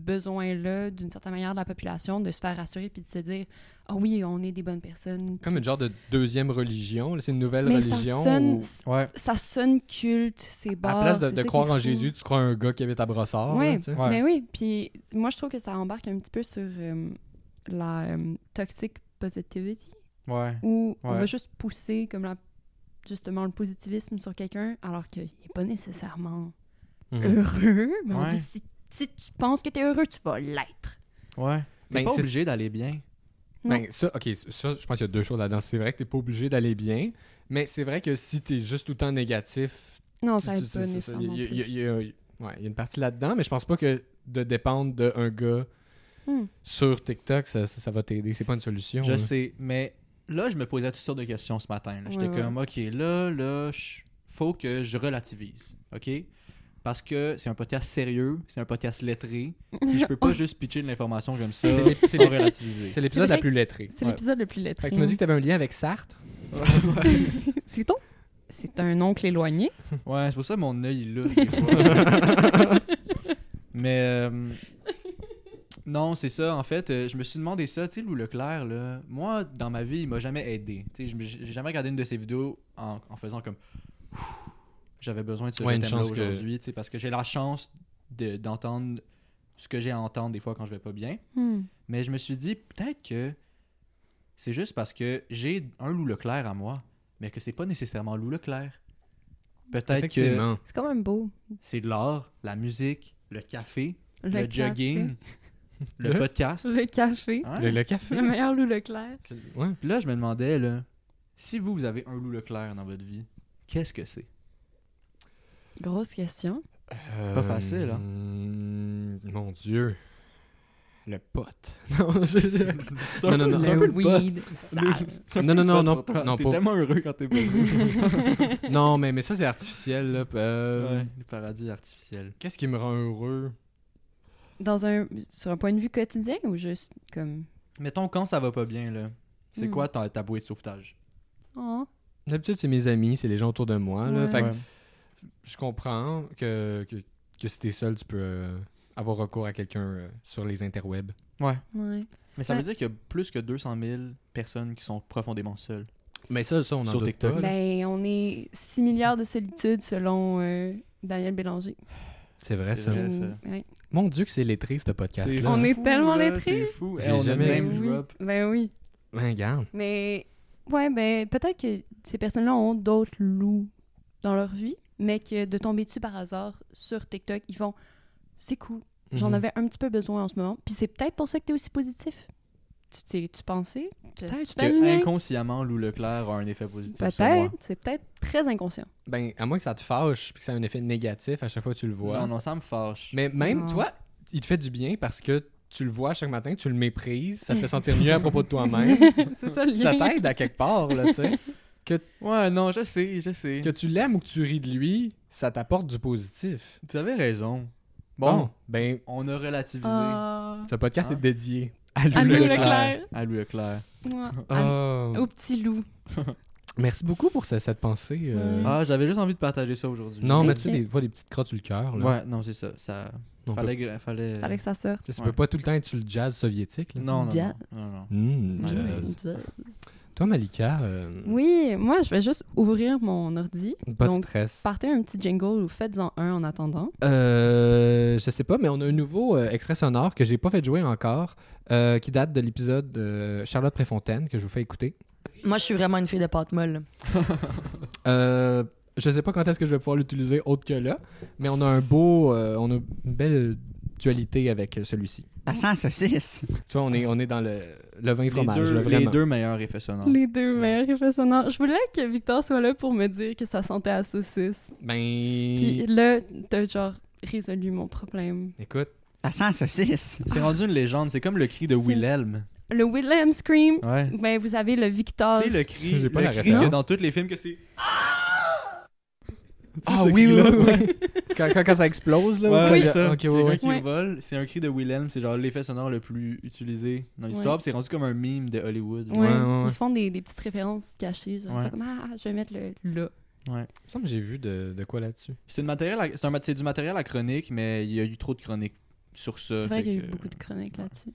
Speaker 4: besoin-là, d'une certaine manière, de la population de se faire rassurer puis de se dire Ah oui, on est des bonnes personnes.
Speaker 3: Comme une genre de deuxième religion. là, C'est une nouvelle
Speaker 4: Mais ça
Speaker 3: religion.
Speaker 4: sonne-
Speaker 3: ou- Ouais.
Speaker 4: Ça sonne culte, c'est
Speaker 3: À
Speaker 4: bas.
Speaker 3: la place de, de croire en Jésus, tu crois à un gars qui habite à Brossard.
Speaker 4: Ouais. Euh,
Speaker 3: là, tu sais.
Speaker 2: Ouais.
Speaker 4: Mais oui, puis moi je trouve que ça embarque un petit peu sur euh, la euh, toxic positivity
Speaker 2: Ouais.
Speaker 4: où on
Speaker 2: Ouais.
Speaker 4: va juste pousser comme la, justement le positivisme sur quelqu'un alors qu'il n'est pas nécessairement
Speaker 2: Mm-hmm.
Speaker 3: Mhm.
Speaker 4: heureux. Mais on
Speaker 2: Ouais.
Speaker 4: dit si, si tu penses que tu es heureux, tu vas l'être.
Speaker 2: Ouais. T'es
Speaker 3: Ben,
Speaker 2: pas
Speaker 3: c'est-
Speaker 2: obligé d'aller bien.
Speaker 3: Ben, ça, ok, ça, je pense qu'il y a deux choses là-dedans. C'est vrai que t'es pas obligé d'aller bien, mais c'est vrai que si t'es juste tout le temps négatif,
Speaker 4: Non,
Speaker 3: tu-
Speaker 4: ça
Speaker 3: tu-
Speaker 4: aide
Speaker 3: tu-
Speaker 4: pas
Speaker 3: c'est ça. il
Speaker 4: nécessairement.
Speaker 3: y, a- il y a-
Speaker 4: plus.
Speaker 3: il y a- ouais, il y a une partie là-dedans, mais je pense pas que de dépendre d'un gars
Speaker 4: Hmm.
Speaker 3: sur TikTok, ça, ça- ça va t'aider. C'est pas une solution.
Speaker 2: Je
Speaker 3: là.
Speaker 2: sais, mais là, je me posais toutes sortes de questions ce matin. là. J'étais
Speaker 4: Ouais, ouais.
Speaker 2: comme, OK, là, là, je- faut que je relativise, OK? Parce que c'est un podcast sérieux, c'est un podcast lettré, puis je peux pas juste pitcher de l'information comme ça
Speaker 3: C'est l'ép- c'est
Speaker 2: sans
Speaker 3: l'ép-
Speaker 2: relativiser.
Speaker 3: C'est l'épisode
Speaker 4: vrai
Speaker 3: la plus lettrée.
Speaker 4: C'est
Speaker 2: Ouais.
Speaker 4: l'épisode le plus
Speaker 3: Fait
Speaker 4: lettré.
Speaker 3: que tu m'as dit que t'avais un lien avec Sartre.
Speaker 2: ouais,
Speaker 4: c'est ton. C'est un oncle éloigné.
Speaker 2: ouais, c'est pour ça que mon œil il lousse des fois. Mais euh, non, c'est ça. En fait, euh, je me suis demandé ça, tu sais, Lou Leclerc, là, moi, dans ma vie, il m'a jamais aidé. Tu sais, je me- j'ai jamais regardé une de ses vidéos en, en faisant comme Ouh, j'avais besoin de ce
Speaker 3: Ouais, une
Speaker 2: thème là
Speaker 3: chance que-
Speaker 2: aujourd'hui, tu sais, parce que j'ai la chance de- d'entendre ce que j'ai à entendre des fois quand je vais pas bien.
Speaker 4: Hmm.
Speaker 2: Mais je me suis dit, peut-être que c'est juste parce que j'ai un Lou Leclerc à moi, mais que c'est pas nécessairement Lou Leclerc. Peut-être que
Speaker 3: Effectivement.
Speaker 4: C'est quand même beau.
Speaker 2: c'est l'art, la musique, le café,
Speaker 4: Le,
Speaker 2: le,
Speaker 4: café.
Speaker 2: jogging, le
Speaker 3: Le-
Speaker 2: podcast.
Speaker 4: Le café.
Speaker 2: Hein?
Speaker 3: Le, le café.
Speaker 4: Le meilleur Lou Leclerc.
Speaker 3: C'est- Ouais.
Speaker 2: Puis là, je me demandais, là, si vous, vous avez un Lou Leclerc dans votre vie, qu'est-ce que c'est?
Speaker 4: Grosse question.
Speaker 2: Pas facile, hein?
Speaker 3: Mm, Mon Dieu. Le pote. Non, je- je- Non, non, non.
Speaker 2: C'est un peu
Speaker 4: Le
Speaker 2: le
Speaker 4: weed. sale.
Speaker 3: non, non, non,
Speaker 2: pote
Speaker 3: non,
Speaker 2: pour toi.
Speaker 3: non,
Speaker 2: T'es
Speaker 3: pour-
Speaker 2: tellement heureux quand t'es pas
Speaker 3: non, mais, mais ça, c'est artificiel. là. Euh,
Speaker 2: Ouais, le paradis artificiel.
Speaker 3: Qu'est-ce qui me rend heureux?
Speaker 4: Dans un, sur un point de vue quotidien ou juste comme.
Speaker 2: Mettons, quand ça va pas bien, là, c'est
Speaker 4: Hmm.
Speaker 2: quoi ta, ta bouée de sauvetage?
Speaker 4: Oh.
Speaker 3: D'habitude, c'est mes amis, c'est les gens autour de moi. là.
Speaker 4: Ouais.
Speaker 3: Fait que je comprends que, que, que si t'es seul, tu peux euh, avoir recours à quelqu'un euh, sur les interwebs.
Speaker 2: ouais.
Speaker 4: Ouais.
Speaker 2: Mais ça veut
Speaker 4: Ouais.
Speaker 2: dire qu'il y a plus que 200 000 personnes qui sont profondément seules.
Speaker 3: Mais ça, ça on en
Speaker 2: Sur
Speaker 3: doute
Speaker 2: TikTok.
Speaker 3: pas, là.
Speaker 4: Ben, on est 6 milliards de solitude selon euh, Daniel Bélanger.
Speaker 3: C'est vrai,
Speaker 2: C'est
Speaker 3: ça.
Speaker 2: vrai.
Speaker 4: Ou- ouais.
Speaker 3: Mon Dieu, que c'est lettré, ce
Speaker 2: C'est
Speaker 3: podcast-là.
Speaker 4: On est
Speaker 2: fou,
Speaker 4: tellement
Speaker 2: là,
Speaker 4: lettrés.
Speaker 2: C'est fou.
Speaker 3: J'ai
Speaker 2: Eh, on
Speaker 3: jamais-
Speaker 2: a name
Speaker 4: Ben oui.
Speaker 2: drop.
Speaker 4: Ben oui.
Speaker 3: Ben, regarde.
Speaker 4: Mais, ouais, ben, peut-être que ces personnes-là ont d'autres loups dans leur vie, mais que de tomber dessus par hasard sur TikTok, ils font c'est cool, j'en
Speaker 3: Mhm.
Speaker 4: avais un petit peu besoin en ce moment. Puis c'est peut-être pour ça que t'es aussi positif. Tu t'es, tu pensais Tu- tu
Speaker 2: Peut-être
Speaker 4: fais
Speaker 2: que
Speaker 4: le lien?
Speaker 2: inconsciemment, Lou Leclerc a un effet positif sur moi.
Speaker 4: Peut-être, c'est peut-être très inconscient.
Speaker 3: Ben, à moins que ça te fâche puis que ça a un effet négatif à chaque fois que tu le vois.
Speaker 2: Non, non, ça me fâche.
Speaker 3: Mais même,
Speaker 4: Non.
Speaker 3: toi, il te fait du bien parce que tu le vois chaque matin, tu le méprises, ça te fait sentir mieux à propos de toi-même.
Speaker 4: c'est ça le
Speaker 3: ça
Speaker 4: lien.
Speaker 3: t'aide à quelque part, là, tu sais.
Speaker 2: Ouais, non, je sais, je sais.
Speaker 3: Que tu l'aimes ou que tu ris de lui, ça t'apporte du positif.
Speaker 2: Tu avais raison.
Speaker 3: Bon,
Speaker 2: Bon,
Speaker 3: ben,
Speaker 2: on a relativisé
Speaker 4: Ah.
Speaker 3: ce podcast
Speaker 2: Hein?
Speaker 3: est dédié à Lou
Speaker 4: À Lou
Speaker 3: Leclerc.
Speaker 4: Leclerc.
Speaker 2: à Lou Leclerc.
Speaker 4: Ouais.
Speaker 3: Oh.
Speaker 4: Au petit loup.
Speaker 3: Merci beaucoup pour ce- cette pensée. euh.
Speaker 4: Mm.
Speaker 2: Ah, j'avais juste envie de partager ça aujourd'hui.
Speaker 3: Non, mais
Speaker 4: Ok.
Speaker 3: tu sais, des fois, des petites crottes sur le cœur. là.
Speaker 2: Ouais, non, c'est ça. Ça
Speaker 3: On peut-
Speaker 2: fallait, fallait...
Speaker 4: Fallait que ça sorte.
Speaker 3: tu sais, ça
Speaker 2: Ouais.
Speaker 3: peut pas tout le temps être sur le jazz soviétique. là.
Speaker 2: Non, non, non,
Speaker 4: Jazz.
Speaker 2: non, non.
Speaker 3: Mm,
Speaker 2: Ouais.
Speaker 3: jazz. Toi, Malika, euh,
Speaker 4: Oui, moi, je vais juste ouvrir mon ordi.
Speaker 3: pas de
Speaker 4: Donc,
Speaker 3: stress.
Speaker 4: Partez un petit jingle ou faites-en un en attendant.
Speaker 3: Euh, je sais pas, mais on a un nouveau euh, extrait sonore que j'ai pas fait jouer encore, euh, qui date de l'épisode de Charlotte Préfontaine que je vous fais écouter.
Speaker 5: Moi, je suis vraiment une fille de pâte molle. là.
Speaker 3: Euh, je sais pas quand est-ce que je vais pouvoir l'utiliser autre que là, mais on a un beau, euh, on a une belle dualité avec euh, celui-ci.
Speaker 6: Ça sent la saucisse.
Speaker 3: Tu vois, on est, on est dans le, le vin
Speaker 2: Les,
Speaker 3: fromage,
Speaker 2: deux,
Speaker 3: là,
Speaker 2: les
Speaker 3: vraiment.
Speaker 2: deux meilleurs effets sonores.
Speaker 4: Les deux meilleurs effets sonores. Je voulais que Victor soit là pour me dire que ça sentait à saucisse.
Speaker 3: Ben,
Speaker 4: Puis là, t'as genre résolu mon problème.
Speaker 3: écoute,
Speaker 6: Ça sent la saucisse.
Speaker 2: C'est rendu une légende. C'est comme le cri de
Speaker 4: C'est-
Speaker 2: Wilhelm.
Speaker 4: Le Willem Scream,
Speaker 2: Ouais.
Speaker 4: ben vous avez le Victor.
Speaker 2: Tu sais, le cri,
Speaker 3: J'ai pas
Speaker 2: le
Speaker 3: la
Speaker 2: cri
Speaker 3: référence.
Speaker 2: que dans tous les films que c'est... Tu sais,
Speaker 3: Ah
Speaker 2: ce
Speaker 3: oui, oui,
Speaker 2: cri-là,
Speaker 3: oui,
Speaker 2: ouais.
Speaker 3: quand, quand, quand ça explose, là. ou
Speaker 2: Ouais,
Speaker 3: quand
Speaker 2: oui,
Speaker 3: il y a-
Speaker 2: ça.
Speaker 3: Ok, ouais,
Speaker 2: Quelqu'un
Speaker 3: ouais.
Speaker 2: qui
Speaker 4: Ouais.
Speaker 2: vole, c'est genre l'effet sonore, c'est genre l'effet sonore le plus utilisé dans l'histoire.
Speaker 4: Ouais.
Speaker 2: puis C'est rendu comme un mime de Hollywood.
Speaker 4: Ouais,
Speaker 3: Ouais, ouais, ouais.
Speaker 4: Ils se font des, des petites références cachées. Genre,
Speaker 2: Ouais.
Speaker 4: fait comme, ah, je vais mettre le là.
Speaker 3: Il me semble que j'ai vu de, de quoi là-dessus.
Speaker 2: C'est une matériel à- c'est un mat- c'est du matériel à chronique, mais il y a eu trop de chroniques sur ça.
Speaker 4: C'est vrai
Speaker 2: fait
Speaker 4: qu'il y a eu
Speaker 2: que-
Speaker 4: beaucoup de chroniques là-dessus,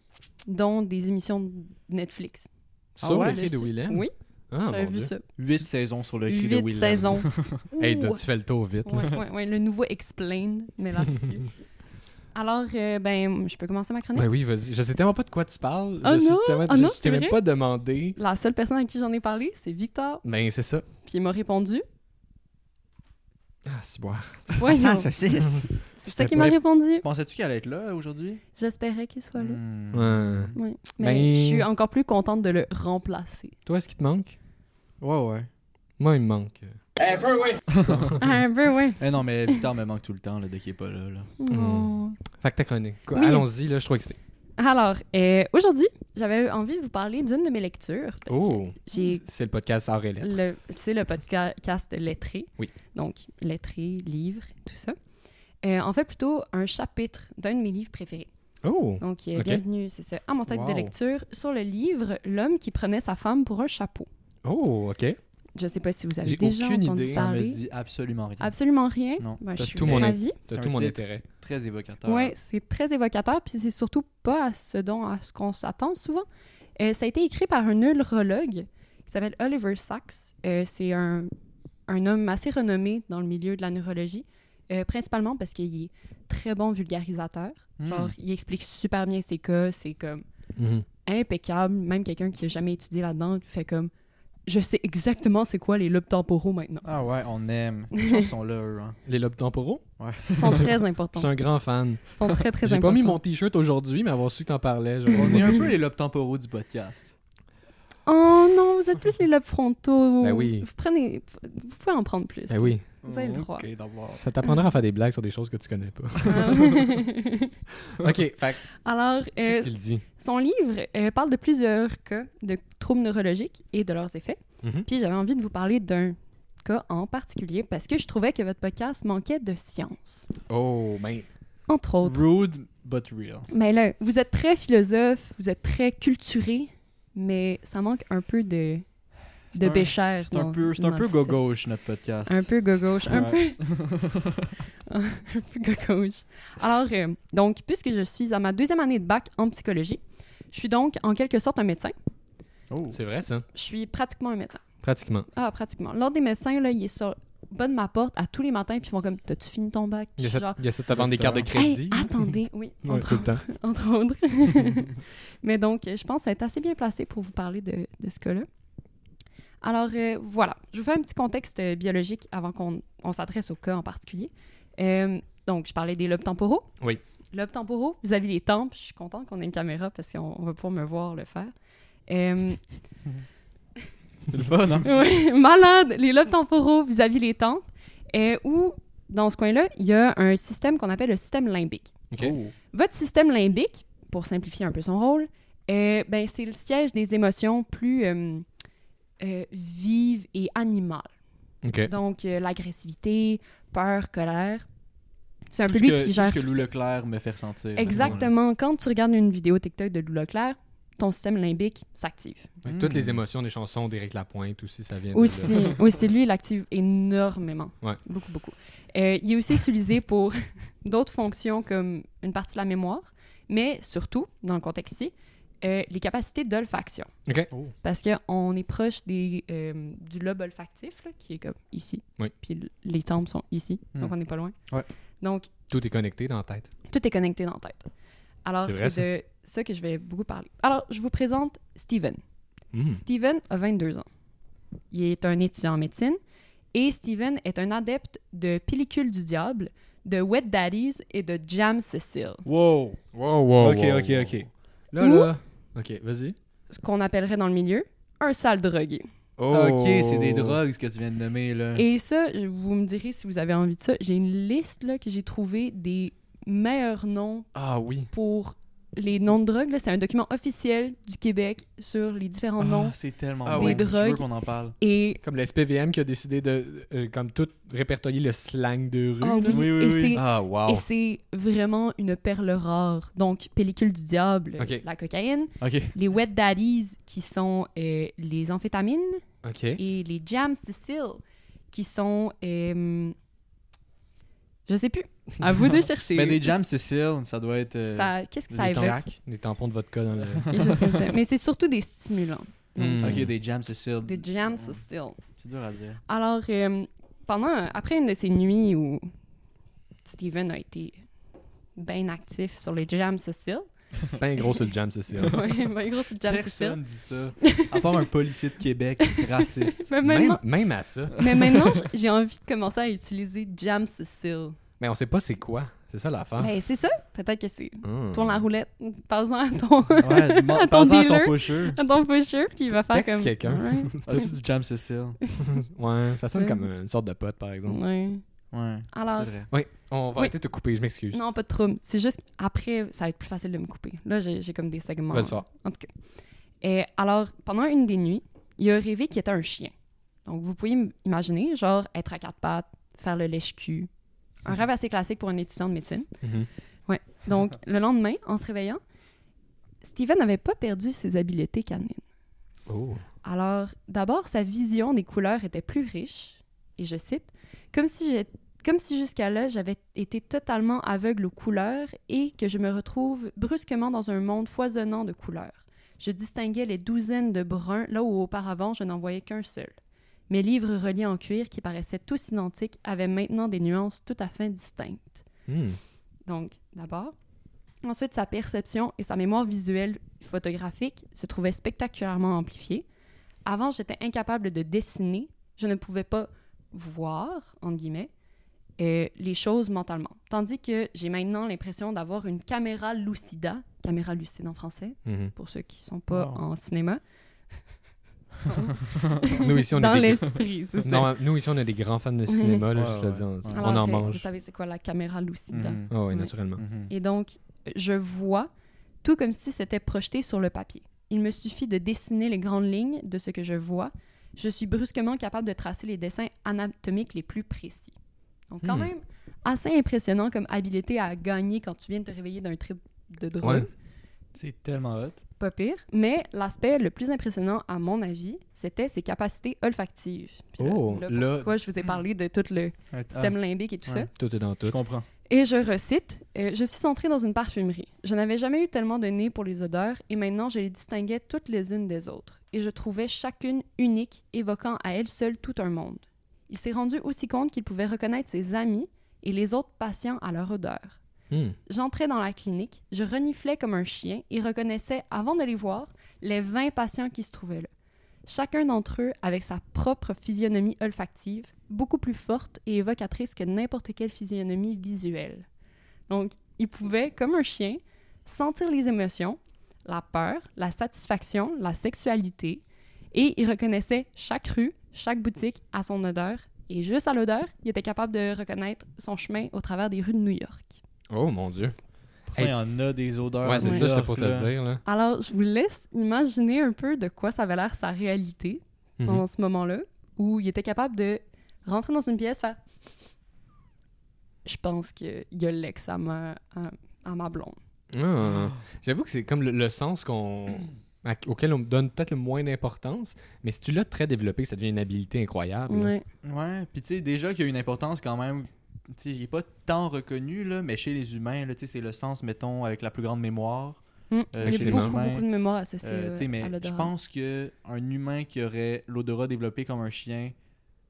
Speaker 4: dont des émissions de Netflix.
Speaker 2: Ah
Speaker 3: Sur
Speaker 2: ouais,
Speaker 3: le cri de
Speaker 4: Dessus.
Speaker 3: Willem?
Speaker 4: Oui,
Speaker 3: Ah,
Speaker 4: j'avais
Speaker 3: mon
Speaker 4: vu
Speaker 3: Dieu.
Speaker 4: ça.
Speaker 2: Huit saisons sur le cri de
Speaker 4: Huit
Speaker 2: Wilhelm.
Speaker 4: saisons.
Speaker 3: Hey,
Speaker 4: Ouh.
Speaker 3: toi, tu fais le tour vite. là.
Speaker 4: ouais, ouais, ouais, le nouveau Explained, mais là-dessus. Alors, euh, ben, je peux commencer ma chronique.
Speaker 3: Ben oui, vas-y. Je sais tellement pas de quoi tu parles.
Speaker 4: Ah
Speaker 3: je suis
Speaker 4: non,
Speaker 3: tellement-
Speaker 4: ah
Speaker 3: je
Speaker 4: non,
Speaker 3: je
Speaker 4: c'est
Speaker 3: t'ai même
Speaker 4: vrai?
Speaker 3: pas demandé.
Speaker 4: La seule personne à qui j'en ai parlé, c'est Victor.
Speaker 3: Ben, c'est ça.
Speaker 4: Puis il m'a répondu.
Speaker 3: Ah, c'est boire.
Speaker 4: Ouais,
Speaker 6: Ça
Speaker 4: non.
Speaker 6: sent la saucisse.
Speaker 4: C'est ça qu'il m'a répondu.
Speaker 2: Pensais-tu qu'elle allait être là aujourd'hui?
Speaker 4: J'espérais qu'il soit là.
Speaker 2: Hmm.
Speaker 3: Ouais.
Speaker 4: Ouais.
Speaker 3: Ben-
Speaker 4: Mais je suis encore plus contente de le remplacer.
Speaker 3: Toi, est-ce qu'il te manque?
Speaker 2: Ouais, ouais.
Speaker 3: Moi, il me manque. euh.
Speaker 4: un peu, ouais.
Speaker 2: Eh non, mais Victor me manque tout le temps là, dès qu'il est pas là. là.
Speaker 4: Oh.
Speaker 3: Fait que ta chronique. quoi.
Speaker 4: Oui.
Speaker 3: Allons-y, là, je trouve que c'était.
Speaker 4: Alors, euh, aujourd'hui, j'avais envie de vous parler d'une de mes lectures. Parce
Speaker 3: Oh!
Speaker 4: que j'ai
Speaker 3: C'est le podcast Aurélie.
Speaker 4: Le- C'est le podcast lettré.
Speaker 3: Oui.
Speaker 4: Donc, lettré, livre, tout ça. Euh, en fait, plutôt un chapitre d'un de mes livres préférés.
Speaker 3: Oh!
Speaker 4: Donc, euh,
Speaker 3: Ok.
Speaker 4: bienvenue, c'est ça, à mon sac de
Speaker 3: Wow.
Speaker 4: lecture sur le livre L'homme qui prenait sa femme pour un chapeau.
Speaker 3: Oh, OK.
Speaker 4: Je sais pas si vous
Speaker 3: J'ai
Speaker 4: avez déjà
Speaker 3: aucune
Speaker 4: entendu
Speaker 3: idée.
Speaker 2: Ça me
Speaker 4: parler.
Speaker 2: dit absolument rien.
Speaker 4: Absolument rien.
Speaker 2: Non.
Speaker 4: Ben, je
Speaker 3: T'as
Speaker 4: suis
Speaker 3: tout mon in-
Speaker 4: ravie.
Speaker 3: T'as
Speaker 2: C'est
Speaker 3: tout
Speaker 2: un
Speaker 3: mon
Speaker 2: titre.
Speaker 3: intérêt.
Speaker 2: Très évocateur.
Speaker 4: Ouais, c'est très évocateur, puis c'est surtout pas à ce dont à ce qu'on s'attend souvent. Euh, ça a été écrit par un neurologue qui s'appelle Oliver Sacks. Euh, c'est un, un homme assez renommé dans le milieu de la neurologie, euh, principalement parce qu'il est très bon vulgarisateur.
Speaker 2: Hmm.
Speaker 4: Genre, il explique super bien ses cas, c'est comme
Speaker 3: Mhm.
Speaker 4: impeccable. Même quelqu'un qui a jamais étudié là-dedans fait comme je sais exactement c'est quoi les lobes temporaux maintenant.
Speaker 2: Ah ouais, on aime. Les gens sont là, eux. hein.
Speaker 3: Les lobes temporaux?
Speaker 4: Ils sont très
Speaker 3: Je
Speaker 4: importants.
Speaker 3: suis un grand fan.
Speaker 4: Ils sont très très
Speaker 3: J'ai
Speaker 4: importants.
Speaker 3: pas mis mon t-shirt aujourd'hui, mais avoir su que t'en parlais, j'aurais-
Speaker 2: On est un peu les lobes temporaux du podcast.
Speaker 4: Oh non, vous êtes plus les lobes frontaux.
Speaker 3: Ben oui.
Speaker 4: Vous, prenez, vous pouvez en prendre plus.
Speaker 3: Ben oui.
Speaker 4: Vous avez le droit.
Speaker 2: Ok, d'abord.
Speaker 3: Ça t'apprendra à faire des blagues sur des choses que tu connais pas. OK, fait que
Speaker 4: Alors, euh,
Speaker 3: qu'est-ce qu'il dit?
Speaker 4: son livre euh, parle de plusieurs cas de troubles neurologiques et de leurs effets.
Speaker 3: Mhm.
Speaker 4: Puis j'avais envie de vous parler d'un cas en particulier parce que je trouvais que votre podcast manquait de science,
Speaker 3: Oh, ben,
Speaker 4: entre autres.
Speaker 2: Rude, but real.
Speaker 4: Mais là, vous êtes très philosophe, vous êtes très culturé, mais ça manque un peu de, de
Speaker 2: un-
Speaker 4: béchère.
Speaker 2: C'est un
Speaker 4: dans-
Speaker 2: peu, c'est un
Speaker 4: dans
Speaker 2: peu
Speaker 4: le
Speaker 2: gauche notre podcast.
Speaker 4: Un peu gauche, un peu,
Speaker 2: Ouais.
Speaker 4: un peu gauche. Alors, euh, donc, puisque je suis à ma deuxième année de bac en psychologie, je suis donc en quelque sorte un médecin.
Speaker 2: Oh.
Speaker 3: c'est vrai, ça.
Speaker 4: Je suis pratiquement un médecin.
Speaker 3: Pratiquement.
Speaker 4: Ah, pratiquement. L'ordre des médecins, là, il est sur bonnent ma porte à tous les matins puis ils font comme T'as-tu fini ton bac
Speaker 3: Il y a
Speaker 4: Puis je suis
Speaker 3: cette,
Speaker 4: genre,
Speaker 3: il y a cette avant des cartes de crédit.
Speaker 4: Hey, attendez, oui,
Speaker 3: Ouais,
Speaker 4: entre,
Speaker 3: tout le temps.
Speaker 4: entre autres. Mais donc, euh, je pense être assez bien placé pour vous parler de, de ce cas-là. Alors, euh, voilà. Je vous fais un petit contexte euh, biologique avant qu'on on s'adresse au cas en particulier. Euh, donc, je parlais des lobes temporaux.
Speaker 3: Oui.
Speaker 4: Lobes temporaux, vous avez les tempes. Je suis contente qu'on ait une caméra parce qu'on on va pouvoir me voir le faire. Euh,
Speaker 2: C'est le fun, hein?
Speaker 4: oui, malade, les lobes temporaux vis-à-vis les tempes. Euh, Ou, dans ce coin-là, il y a un système qu'on appelle le système limbique.
Speaker 3: Ok.
Speaker 4: Votre système limbique, pour simplifier un peu son rôle, euh, ben, c'est le siège des émotions plus euh, euh, vives et animales.
Speaker 3: Ok.
Speaker 4: Donc, euh, l'agressivité, peur, colère. C'est un
Speaker 2: Tout
Speaker 4: peu
Speaker 2: ce
Speaker 4: lui
Speaker 2: que-
Speaker 4: qui
Speaker 2: tout
Speaker 4: gère.
Speaker 2: ce que
Speaker 4: tout
Speaker 2: Lou
Speaker 4: ça.
Speaker 2: Leclerc me fait ressentir.
Speaker 4: Exactement. Quand tu regardes une vidéo TikTok de Lou Leclerc, ton système limbique s'active.
Speaker 3: Fait que
Speaker 2: Hmm.
Speaker 3: Toutes les émotions des chansons d'Éric Lapointe aussi, ça vient
Speaker 4: Aussi,
Speaker 3: de là.
Speaker 4: aussi, lui, il active énormément.
Speaker 3: Ouais.
Speaker 4: Beaucoup, beaucoup. Euh, il est aussi utilisé pour d'autres fonctions comme une partie de la mémoire, mais surtout, dans le contexte ici, euh, les capacités d'olfaction.
Speaker 3: OK.
Speaker 2: Oh.
Speaker 4: Parce qu'on est proche des, euh, du lobe olfactif, là, qui est comme ici.
Speaker 3: Oui.
Speaker 4: Puis l- les tempes sont ici,
Speaker 2: Hmm.
Speaker 4: donc on n'est pas loin.
Speaker 2: Ouais.
Speaker 4: Donc,
Speaker 3: Tout est connecté dans la tête.
Speaker 4: tout est connecté dans la tête. Alors,
Speaker 3: C'est vrai,
Speaker 4: c'est de ça que je vais beaucoup parler. Alors, je vous présente Steven.
Speaker 3: Hmm.
Speaker 4: Steven a 22 ans. Il est un étudiant en médecine et Steven est un adepte de Pellicule du Diable, de Wet Daddies et de Jam Cecil,
Speaker 2: Oh, Wow!
Speaker 3: Wow, wow,
Speaker 2: Ok,
Speaker 3: wow,
Speaker 2: ok,
Speaker 3: wow.
Speaker 2: ok.
Speaker 3: Là,
Speaker 4: Ou-
Speaker 3: là. Ok, vas-y.
Speaker 4: ce qu'on appellerait dans le milieu un sale drogué.
Speaker 2: Ok, c'est des
Speaker 3: Oh.
Speaker 2: drogues ce que tu viens de nommer, là.
Speaker 4: Et ça, je- vous me direz si vous avez envie de ça. J'ai une liste là, que j'ai trouvée des meilleurs noms
Speaker 3: Ah oui.
Speaker 4: pour les noms de drogue. là. C'est un document officiel du Québec sur les différents
Speaker 2: Ah,
Speaker 4: noms.
Speaker 2: c'est tellement
Speaker 3: Ah
Speaker 2: bon.
Speaker 4: ouais. Des
Speaker 2: Je veux
Speaker 4: drogues.
Speaker 2: qu'on en parle.
Speaker 4: Et,
Speaker 3: Comme le SPVM qui a décidé de, euh, comme tout, répertorier le slang de rue.
Speaker 4: ah
Speaker 3: là.
Speaker 4: oui,
Speaker 2: Oui, oui,
Speaker 4: et
Speaker 2: oui.
Speaker 4: c'est
Speaker 3: Ah, wow.
Speaker 4: Et c'est vraiment une perle rare. Donc, pellicule du diable,
Speaker 3: Ok.
Speaker 4: la cocaïne,
Speaker 2: Ok.
Speaker 4: les wet daddies, qui sont euh, les amphétamines,
Speaker 3: Ok.
Speaker 4: et les jam Cecil, qui sont. euh, je sais plus. À vous de chercher.
Speaker 2: Mais Ben, des jams Cécile, ça doit être. euh,
Speaker 4: Ça- Qu'est-ce que
Speaker 2: des
Speaker 4: ça
Speaker 3: Des,
Speaker 2: tampons.
Speaker 4: évoque?
Speaker 3: tampons, des tampons de vodka dans le.
Speaker 4: Des choses comme ça. Mais c'est surtout des stimulants.
Speaker 3: Hmm.
Speaker 2: Ok, des jams Cécile.
Speaker 4: Des jam Cecil.
Speaker 2: C'est dur à dire.
Speaker 4: Alors, euh, pendant, après une de ces nuits où Steven a été bien actif sur les jam Cecil,
Speaker 3: Ben gros sur le jam, c'est ça.
Speaker 4: ouais, ben gros, c'est jam Cecil.
Speaker 2: Personne dit ça. À part un policier de Québec raciste.
Speaker 4: Mais
Speaker 3: Même,
Speaker 4: maintenant,
Speaker 3: même à ça.
Speaker 4: mais maintenant, j- j'ai envie de commencer à utiliser Jam Cecil.
Speaker 3: Mais on sait pas c'est quoi. C'est ça l'affaire.
Speaker 4: Ben, c'est ça. Peut-être que c'est.
Speaker 3: Ah. Hmm.
Speaker 4: Tourne la roulette, parle-en à ton,
Speaker 2: Ouais,
Speaker 4: À
Speaker 2: demande-
Speaker 4: ton
Speaker 2: pense-en à ton
Speaker 4: dealer.
Speaker 2: pusher.
Speaker 4: à ton pusher, puis il va faire
Speaker 3: Texte
Speaker 4: comme.
Speaker 3: quelqu'un.
Speaker 4: Ouais,
Speaker 2: As-tu du jam Cécile?
Speaker 3: Ouais, ça sonne
Speaker 4: Ouais.
Speaker 3: comme une sorte de pote, par exemple.
Speaker 4: ouais.
Speaker 2: Ouais.
Speaker 4: Alors,
Speaker 2: C'est vrai.
Speaker 3: Oui, on va
Speaker 4: Oui.
Speaker 3: arrêter de te couper, je m'excuse.
Speaker 4: non, pas de trouble. C'est juste après, ça va être plus facile de me couper. Là, j'ai j'ai comme des segments.
Speaker 3: Va le soir.
Speaker 4: En tout cas. Et alors, pendant une des nuits, il a rêvé qu'il était un chien. Donc, vous pouvez im- imaginer, genre, être à quatre pattes, faire le lèche-cul. Un rêve assez classique pour un étudiant de médecine. Donc, le lendemain, en se réveillant, Steven n'avait pas perdu ses habiletés canines.
Speaker 3: Oh.
Speaker 4: Alors, d'abord, sa vision des couleurs était plus riche, et je cite, comme si j'ai- Comme si jusqu'à là, j'avais été totalement aveugle aux couleurs et que je me retrouve brusquement dans un monde foisonnant de couleurs. Je distinguais les douzaines de bruns là où auparavant je n'en voyais qu'un seul. Mes livres reliés en cuir qui paraissaient tous identiques avaient maintenant des nuances tout à fait distinctes.
Speaker 3: Hmm.
Speaker 4: Donc, d'abord. Ensuite, sa perception et sa mémoire visuelle photographique se trouvaient spectaculairement amplifiées. Avant, j'étais incapable de dessiner. Je ne pouvais pas voir, entre guillemets, euh, les choses mentalement. Tandis que j'ai maintenant l'impression d'avoir une caméra lucida, caméra lucide en français,
Speaker 3: Mhm.
Speaker 4: pour ceux qui ne sont pas
Speaker 2: Wow.
Speaker 4: en cinéma,
Speaker 3: Nous, ici, on
Speaker 4: dans
Speaker 3: est des...
Speaker 4: l'esprit, c'est ça.
Speaker 3: Non, nous, ici, on est des grands fans de cinéma, là,
Speaker 2: Ouais,
Speaker 3: je te le dis,
Speaker 2: ouais.
Speaker 3: on,
Speaker 2: Alors,
Speaker 3: on en
Speaker 4: euh,
Speaker 3: mange.
Speaker 4: Vous savez, c'est quoi la caméra lucida?
Speaker 2: Mhm.
Speaker 3: Ah ouais,
Speaker 4: Ouais.
Speaker 3: naturellement.
Speaker 2: Mhm.
Speaker 4: Et donc, je vois tout comme si c'était projeté sur le papier. Il me suffit de dessiner les grandes lignes de ce que je vois. Je suis brusquement capable de tracer les dessins anatomiques les plus précis. Donc, quand
Speaker 3: Hmm.
Speaker 4: même, assez impressionnant comme habilité à gagner quand tu viens de te réveiller d'un trip de drogue.
Speaker 3: Ouais.
Speaker 2: C'est tellement hot.
Speaker 4: Pas pire. Mais l'aspect le plus impressionnant, à mon avis, c'était ses capacités olfactives. Puis là-
Speaker 3: Oh,
Speaker 4: là,
Speaker 3: là, Ah.
Speaker 4: pourquoi je vous ai parlé de tout le système limbique et tout ça.
Speaker 2: Ouais.
Speaker 3: tout est dans
Speaker 2: Je
Speaker 3: tout.
Speaker 2: comprends.
Speaker 4: Et je recite, euh, Je suis entrée dans une parfumerie. Je n'avais jamais eu tellement de nez pour les odeurs et maintenant je les distinguais toutes les unes des autres. Et je trouvais chacune unique, évoquant à elle seule tout un monde. Il s'est rendu aussi compte qu'il pouvait reconnaître ses amis et les autres patients à leur odeur.
Speaker 3: Hmm.
Speaker 4: J'entrais dans la clinique, je reniflais comme un chien et reconnaissais, avant de les voir, les 20 patients qui se trouvaient là. Chacun d'entre eux avec sa propre physionomie olfactive, beaucoup plus forte et évocatrice que n'importe quelle physionomie visuelle. Donc, il pouvait, comme un chien, sentir les émotions, la peur, la satisfaction, la sexualité, et il reconnaissait chaque rue, chaque boutique à son odeur, et juste à l'odeur, il était capable de reconnaître son chemin au travers des rues de New York.
Speaker 3: Oh mon dieu.
Speaker 2: Pourtant, Il y en a des odeurs.
Speaker 3: Ouais, c'est ça, j'étais
Speaker 2: pour
Speaker 3: pour te dire. Là.
Speaker 4: Alors, je vous laisse imaginer un peu de quoi ça avait l'air sa réalité
Speaker 3: Mhm.
Speaker 4: pendant ce moment-là, où il était capable de rentrer dans une pièce, faire Je pense qu'il y a l'ex à ma, à, à ma blonde.
Speaker 3: Ah. J'avoue que c'est comme le, le sens qu'on à- auquel on donne peut-être le moins d'importance, mais si tu l'as très développé, ça devient une habilité incroyable. Ah, ben là.
Speaker 4: Ouais.
Speaker 2: Ouais, puis tu sais, déjà qu'il y a une importance quand même. Tu sais, il n'est pas tant reconnu, là, mais chez les humains, là, tu sais, c'est le sens, mettons, avec la plus grande mémoire.
Speaker 4: Mm.
Speaker 2: Euh,
Speaker 4: il y a
Speaker 3: chez les
Speaker 4: beaucoup,
Speaker 2: humains,
Speaker 4: beaucoup de mémoire associée
Speaker 2: Euh, tu sais,
Speaker 4: euh,
Speaker 2: mais
Speaker 4: à
Speaker 2: je
Speaker 4: l'odorat.
Speaker 2: pense que un humain qui aurait l'odorat développé comme un chien,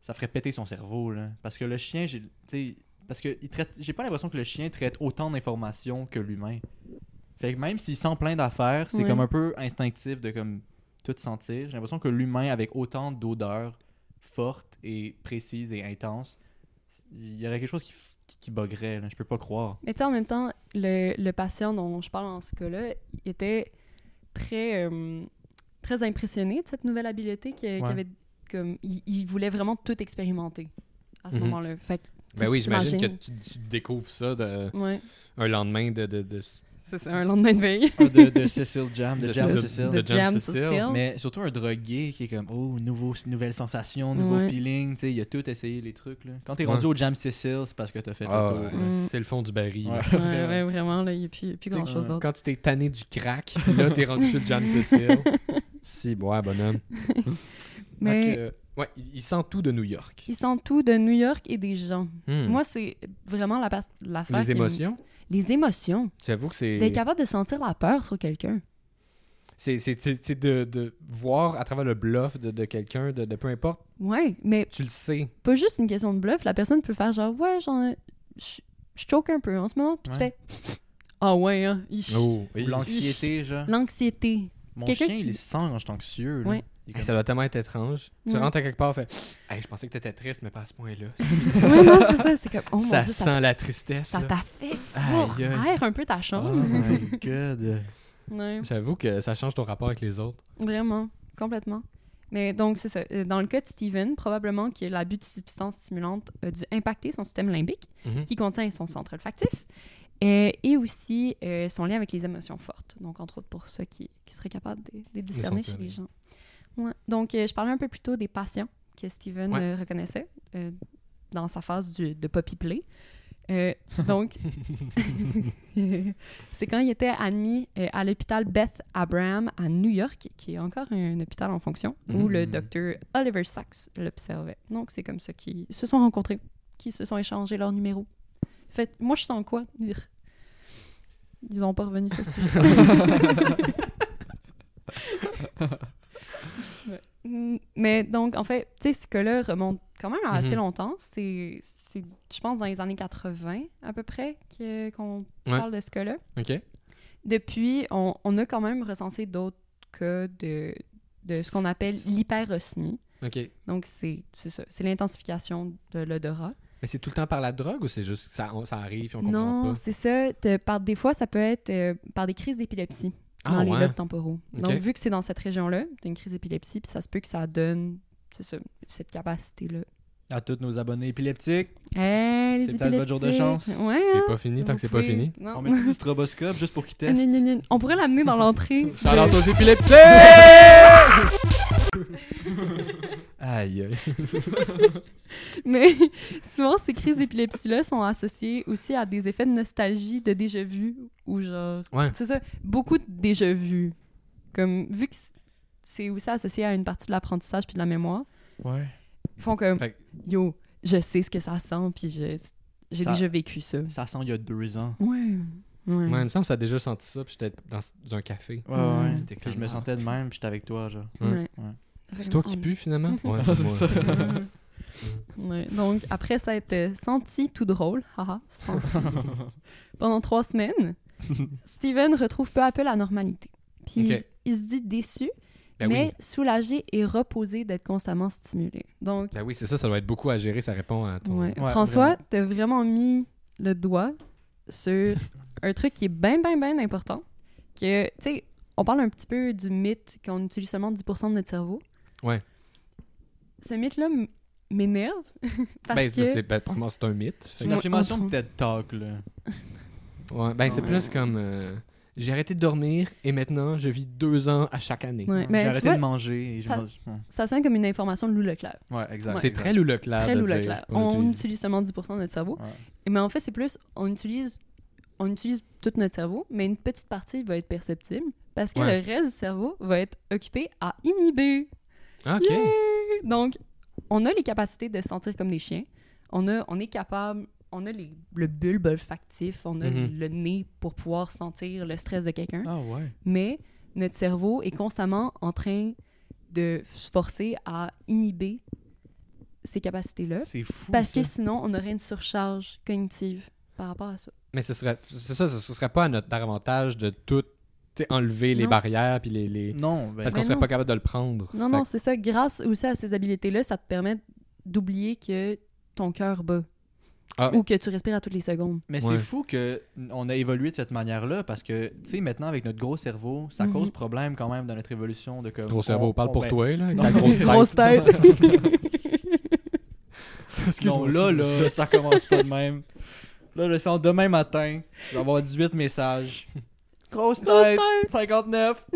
Speaker 2: ça ferait péter son cerveau là. Parce que le chien, j'ai, tu sais, parce que il traite, j'ai pas l'impression que le chien traite autant d'informations que l'humain. Fait que même s'il sent plein d'affaires, c'est
Speaker 4: Ouais.
Speaker 2: comme un peu instinctif de comme tout sentir. J'ai l'impression que l'humain avec autant d'odeurs fortes et précises et intenses, il y aurait quelque chose qui f- qui buggerait là. Je peux pas croire.
Speaker 4: Mais tu sais, en même temps, le, le patient dont je parle en ce cas-là, il était très, euh, très impressionné de cette nouvelle habileté qu'il qu'il
Speaker 2: Ouais.
Speaker 4: avait. Comme, il, il voulait vraiment tout expérimenter à ce
Speaker 3: Mhm.
Speaker 4: moment-là. Fait que, tu sais,
Speaker 3: Ben oui,
Speaker 4: tu
Speaker 3: j'imagine que
Speaker 4: t'imagines.
Speaker 3: tu, tu découvres ça de-
Speaker 4: Ouais,
Speaker 3: un lendemain de, de, de,
Speaker 4: ça, c'est un lendemain de veille.
Speaker 2: Ah, De, de Cécile Jam, de,
Speaker 3: de
Speaker 2: Jam
Speaker 3: Cécile-
Speaker 2: Cécile.
Speaker 3: de
Speaker 4: De
Speaker 3: Jam
Speaker 4: Jam
Speaker 3: Cécile.
Speaker 4: Cécile.
Speaker 2: Mais surtout un drogué qui est comme oh nouveau, nouvelle sensation, nouveau
Speaker 4: Ouais.
Speaker 2: feeling, tu sais, il a tout essayé les trucs là. Quand t'es rendu au Jam Cécile, c'est parce que t'as fait
Speaker 3: Ah,
Speaker 2: le tour.
Speaker 4: ouais.
Speaker 3: c'est le fond du baril.
Speaker 2: Ouais.
Speaker 3: là.
Speaker 4: ouais, ouais, vraiment, là, il n'y a plus,
Speaker 2: T'sais,
Speaker 4: plus grand-chose
Speaker 2: euh,
Speaker 4: d'autre.
Speaker 3: Quand tu t'es tanné du crack, puis là, t'es rendu sur le Jam Cécile. si, bon, bonhomme.
Speaker 4: Mais
Speaker 3: Fait que, euh, ouais, il il sent tout de New York.
Speaker 4: ils sont tout de New York et des gens.
Speaker 3: Hmm.
Speaker 4: Moi, c'est vraiment la part- l'affaire.
Speaker 3: les
Speaker 4: qui me-
Speaker 3: émotions,
Speaker 4: Les émotions.
Speaker 3: j'avoue que c'est...
Speaker 4: D'être capable de sentir la peur sur quelqu'un.
Speaker 3: C'est, c'est, c'est- c'est de, de voir à travers le bluff de, de quelqu'un, de, de peu importe,
Speaker 4: Ouais, mais
Speaker 3: tu le sais.
Speaker 4: pas juste une question de bluff. La personne peut faire genre, ouais, j'en- je je choke un peu en ce moment. Puis tu
Speaker 2: Ouais.
Speaker 4: fais, ah ouais, hein. ich.
Speaker 3: Oh,
Speaker 2: Ou l'anxiété, genre.
Speaker 4: L'anxiété.
Speaker 2: Mon
Speaker 4: Quelqu'un
Speaker 2: chien,
Speaker 4: qui-
Speaker 2: il sent quand je suis anxieux. là.
Speaker 4: Ouais.
Speaker 2: Il est
Speaker 3: Hey,
Speaker 2: comme-
Speaker 3: ça doit tellement être étrange. Tu
Speaker 4: Ouais.
Speaker 3: rentres à quelque part, fait hey, Je pensais que t'étais triste, mais pas à ce point-là.
Speaker 4: ouais, non, c'est ça. C'est comme, oh mon
Speaker 3: ça
Speaker 4: Dieu,
Speaker 3: sent
Speaker 4: ça-
Speaker 3: la tristesse.
Speaker 4: ça
Speaker 3: là.
Speaker 4: t'affecte.
Speaker 3: Aïe,
Speaker 4: Ouf,
Speaker 3: aïe.
Speaker 4: Aère un peu ta
Speaker 2: Oh
Speaker 4: chambre.
Speaker 2: my god.
Speaker 4: Ouais.
Speaker 3: J'avoue que ça change ton rapport avec les autres.
Speaker 4: Vraiment, complètement. Mais donc, c'est ça. Euh, Dans le cas de Steven, probablement que l'abus de substances stimulantes a dû impacter son système limbique,
Speaker 3: Mhm.
Speaker 4: qui contient son centre olfactif, euh, et aussi euh, son lien avec les émotions fortes. Donc, entre autres, pour ceux qui, qui seraient capables de, de les discerner chez
Speaker 3: sentir,
Speaker 4: les gens. Ouais. Donc, euh, je parlais un peu plus tôt des patients que Steven
Speaker 3: Ouais.
Speaker 4: euh, reconnaissait euh, dans sa phase du- de poppy play. Euh, donc, c'est quand il était admis euh, à l'hôpital Beth Abraham à New York, qui est encore un hôpital en fonction, où le
Speaker 3: Mhm.
Speaker 4: docteur Oliver Sacks l'observait. Donc, c'est comme ça qu'ils se sont rencontrés, qu'ils se sont échangés leurs numéros. En fait, moi, je sens quoi dire Ils n'ont pas revenu sur ce sujet. Ouais. Mm, Mais donc, en fait, tu sais, ce cas-là remonte quand même à assez
Speaker 3: Mhm.
Speaker 4: longtemps. C'est, c'est, je pense, dans les années 80 à peu près que- qu'on
Speaker 3: Ouais.
Speaker 4: parle de ce cas-là.
Speaker 3: OK?
Speaker 4: Depuis, on, on a quand même recensé d'autres cas de, de ce qu'on appelle l'hyperosmie.
Speaker 3: OK.
Speaker 4: Donc, c'est, c'est ça, c'est l'intensification de l'odorat.
Speaker 3: Mais c'est tout le temps par la drogue ou c'est juste que ça, on- ça arrive et on comprend
Speaker 4: Non,
Speaker 3: pas?
Speaker 4: c'est ça. Te- par, des fois, ça peut être euh, par des crises d'épilepsie dans
Speaker 3: Ah
Speaker 4: les
Speaker 3: ouais?
Speaker 4: lobes temporaux.
Speaker 3: Ok.
Speaker 4: Donc, vu que c'est dans cette région-là, t'as une crise d'épilepsie, puis ça se peut que ça donne c'est ça, cette capacité-là.
Speaker 2: À tous nos abonnés épileptiques,
Speaker 4: Hey, Eh, les
Speaker 2: C'est peut-être votre jour de
Speaker 4: épileptiques!
Speaker 2: chance.
Speaker 4: Ouais,
Speaker 3: C'est
Speaker 4: hein?
Speaker 3: pas fini tant
Speaker 4: Vous
Speaker 3: que c'est pas
Speaker 4: pouvez-
Speaker 3: fini.
Speaker 4: Non.
Speaker 2: on met du stroboscope juste pour qu'ils
Speaker 4: Non, non,
Speaker 2: testent.
Speaker 4: non, non. On pourrait l'amener dans l'entrée.
Speaker 3: Charlotte
Speaker 4: de-
Speaker 3: aux épileptiques! aïe, aïe.
Speaker 4: Mais souvent, ces crises d'épilepsie-là sont associées aussi à des effets de nostalgie, de déjà-vu, ou genre...
Speaker 3: Ouais.
Speaker 4: C'est ça, beaucoup de déjà-vu. Comme, vu que c'est aussi associé à une partie de l'apprentissage puis de la mémoire,
Speaker 2: Ouais.
Speaker 4: ils font comme,
Speaker 3: Fait
Speaker 4: yo, je sais ce que ça sent, puis je- j'ai
Speaker 2: Ça-
Speaker 4: déjà vécu ça.
Speaker 2: Ça sent il y a deux ans.
Speaker 4: Ouais. Ouais.
Speaker 3: Moi, il me semble que ça a déjà senti ça, puis j'étais dans, dans un café.
Speaker 2: Ouais,
Speaker 4: Mm.
Speaker 2: ouais.
Speaker 3: T'es
Speaker 2: Puis je
Speaker 3: comme,
Speaker 2: me
Speaker 3: ah.
Speaker 2: sentais de même, puis j'étais avec toi, genre.
Speaker 3: Ouais.
Speaker 4: Ouais.
Speaker 2: Ouais.
Speaker 3: C'est toi qui
Speaker 4: Oh.
Speaker 3: Ben pue finalement? Ouais, c'est moi.
Speaker 4: Ouais, donc, après s'être euh, senti tout drôle, haha, senti, pendant trois semaines, Steven retrouve peu à peu la normalité. Puis il-
Speaker 3: Ok.
Speaker 4: il, se dit déçu,
Speaker 3: Ben
Speaker 4: mais
Speaker 3: oui.
Speaker 4: soulagé et reposé d'être constamment stimulé. Donc,
Speaker 3: Ben oui, c'est ça, ça doit être beaucoup à gérer, ça répond à ton...
Speaker 4: ouais.
Speaker 2: Ouais,
Speaker 4: François,
Speaker 2: vraiment.
Speaker 4: t'as vraiment mis le doigt sur un truc qui est bien, bien, bien important. Que, tu sais, on parle un petit peu du mythe qu'on utilise seulement 10% de notre cerveau.
Speaker 3: Ouais.
Speaker 4: Ce mythe-là m- m'énerve. parce
Speaker 3: ben,
Speaker 4: que...
Speaker 3: c'est, ben, probablement, c'est un mythe.
Speaker 2: C'est une
Speaker 4: Ouais,
Speaker 2: affirmation
Speaker 4: entre-
Speaker 2: de TED Talk, là.
Speaker 3: Ouais, ben, c'est
Speaker 4: Ouais.
Speaker 3: plus comme... euh, j'ai arrêté de dormir et maintenant, je vis deux ans à chaque année.
Speaker 4: Ouais, mais
Speaker 2: J'ai
Speaker 4: tu
Speaker 2: arrêté
Speaker 4: vois,
Speaker 2: de manger. Et je
Speaker 4: ça-
Speaker 2: mange- ouais.
Speaker 4: Ça sonne comme une information de Lou Leclerc.
Speaker 2: Ouais, exact.
Speaker 3: Ah, ben, C'est très Lou Leclerc
Speaker 4: Très
Speaker 3: de
Speaker 4: Lou
Speaker 3: dire
Speaker 4: Leclerc.
Speaker 3: qu'on
Speaker 4: On
Speaker 3: utilise-
Speaker 4: utilise seulement 10% de notre cerveau.
Speaker 2: Ouais.
Speaker 4: Mais en fait, c'est plus, on utilise, on utilise tout notre cerveau, mais une petite partie va être perceptible parce que
Speaker 3: Ouais.
Speaker 4: le reste du cerveau va être occupé à inhiber.
Speaker 3: Ah, OK.
Speaker 4: Yay! Donc, on a les capacités de se sentir comme des chiens. On, a, on est capable, on a les- le bulbe olfactif, on a
Speaker 3: Mhm.
Speaker 4: le nez pour pouvoir sentir le stress de quelqu'un
Speaker 2: Ah ouais.
Speaker 4: mais notre cerveau est constamment en train de se forcer à inhiber ces capacités-là
Speaker 2: C'est fou.
Speaker 4: parce que
Speaker 2: ça.
Speaker 4: sinon on aurait une surcharge cognitive par rapport à ça.
Speaker 3: Mais ce serait, c'est ça, ce ce serait pas à notre avantage de tout t'sais, enlever les
Speaker 4: Non.
Speaker 3: barrières puis les, les-
Speaker 2: Non, ben,
Speaker 3: parce qu'on
Speaker 4: Mais
Speaker 3: serait
Speaker 4: non.
Speaker 3: pas capable de le prendre.
Speaker 4: Non,
Speaker 3: Fait
Speaker 4: non, c'est ça. Grâce aussi à ces habiletés-là, ça te permet d'oublier que ton cœur bat
Speaker 3: Ah.
Speaker 4: ou que tu respires à toutes les secondes.
Speaker 2: mais
Speaker 3: Ouais.
Speaker 2: c'est fou que on a évolué de cette manière-là parce que, tu sais, maintenant, avec notre gros cerveau, ça
Speaker 4: Mhm.
Speaker 2: cause problème quand même dans notre évolution. De comme,
Speaker 3: que- Gros cerveau,
Speaker 2: on-
Speaker 3: parle
Speaker 2: on-
Speaker 3: pour
Speaker 2: ben,
Speaker 3: toi, là, avec
Speaker 2: non.
Speaker 3: ta grosse tête.
Speaker 4: Grosse tête.
Speaker 2: Non, là, là, ça commence pas de même. Là, le sens demain matin, je vais avoir 18 messages. Grosse tête, 59,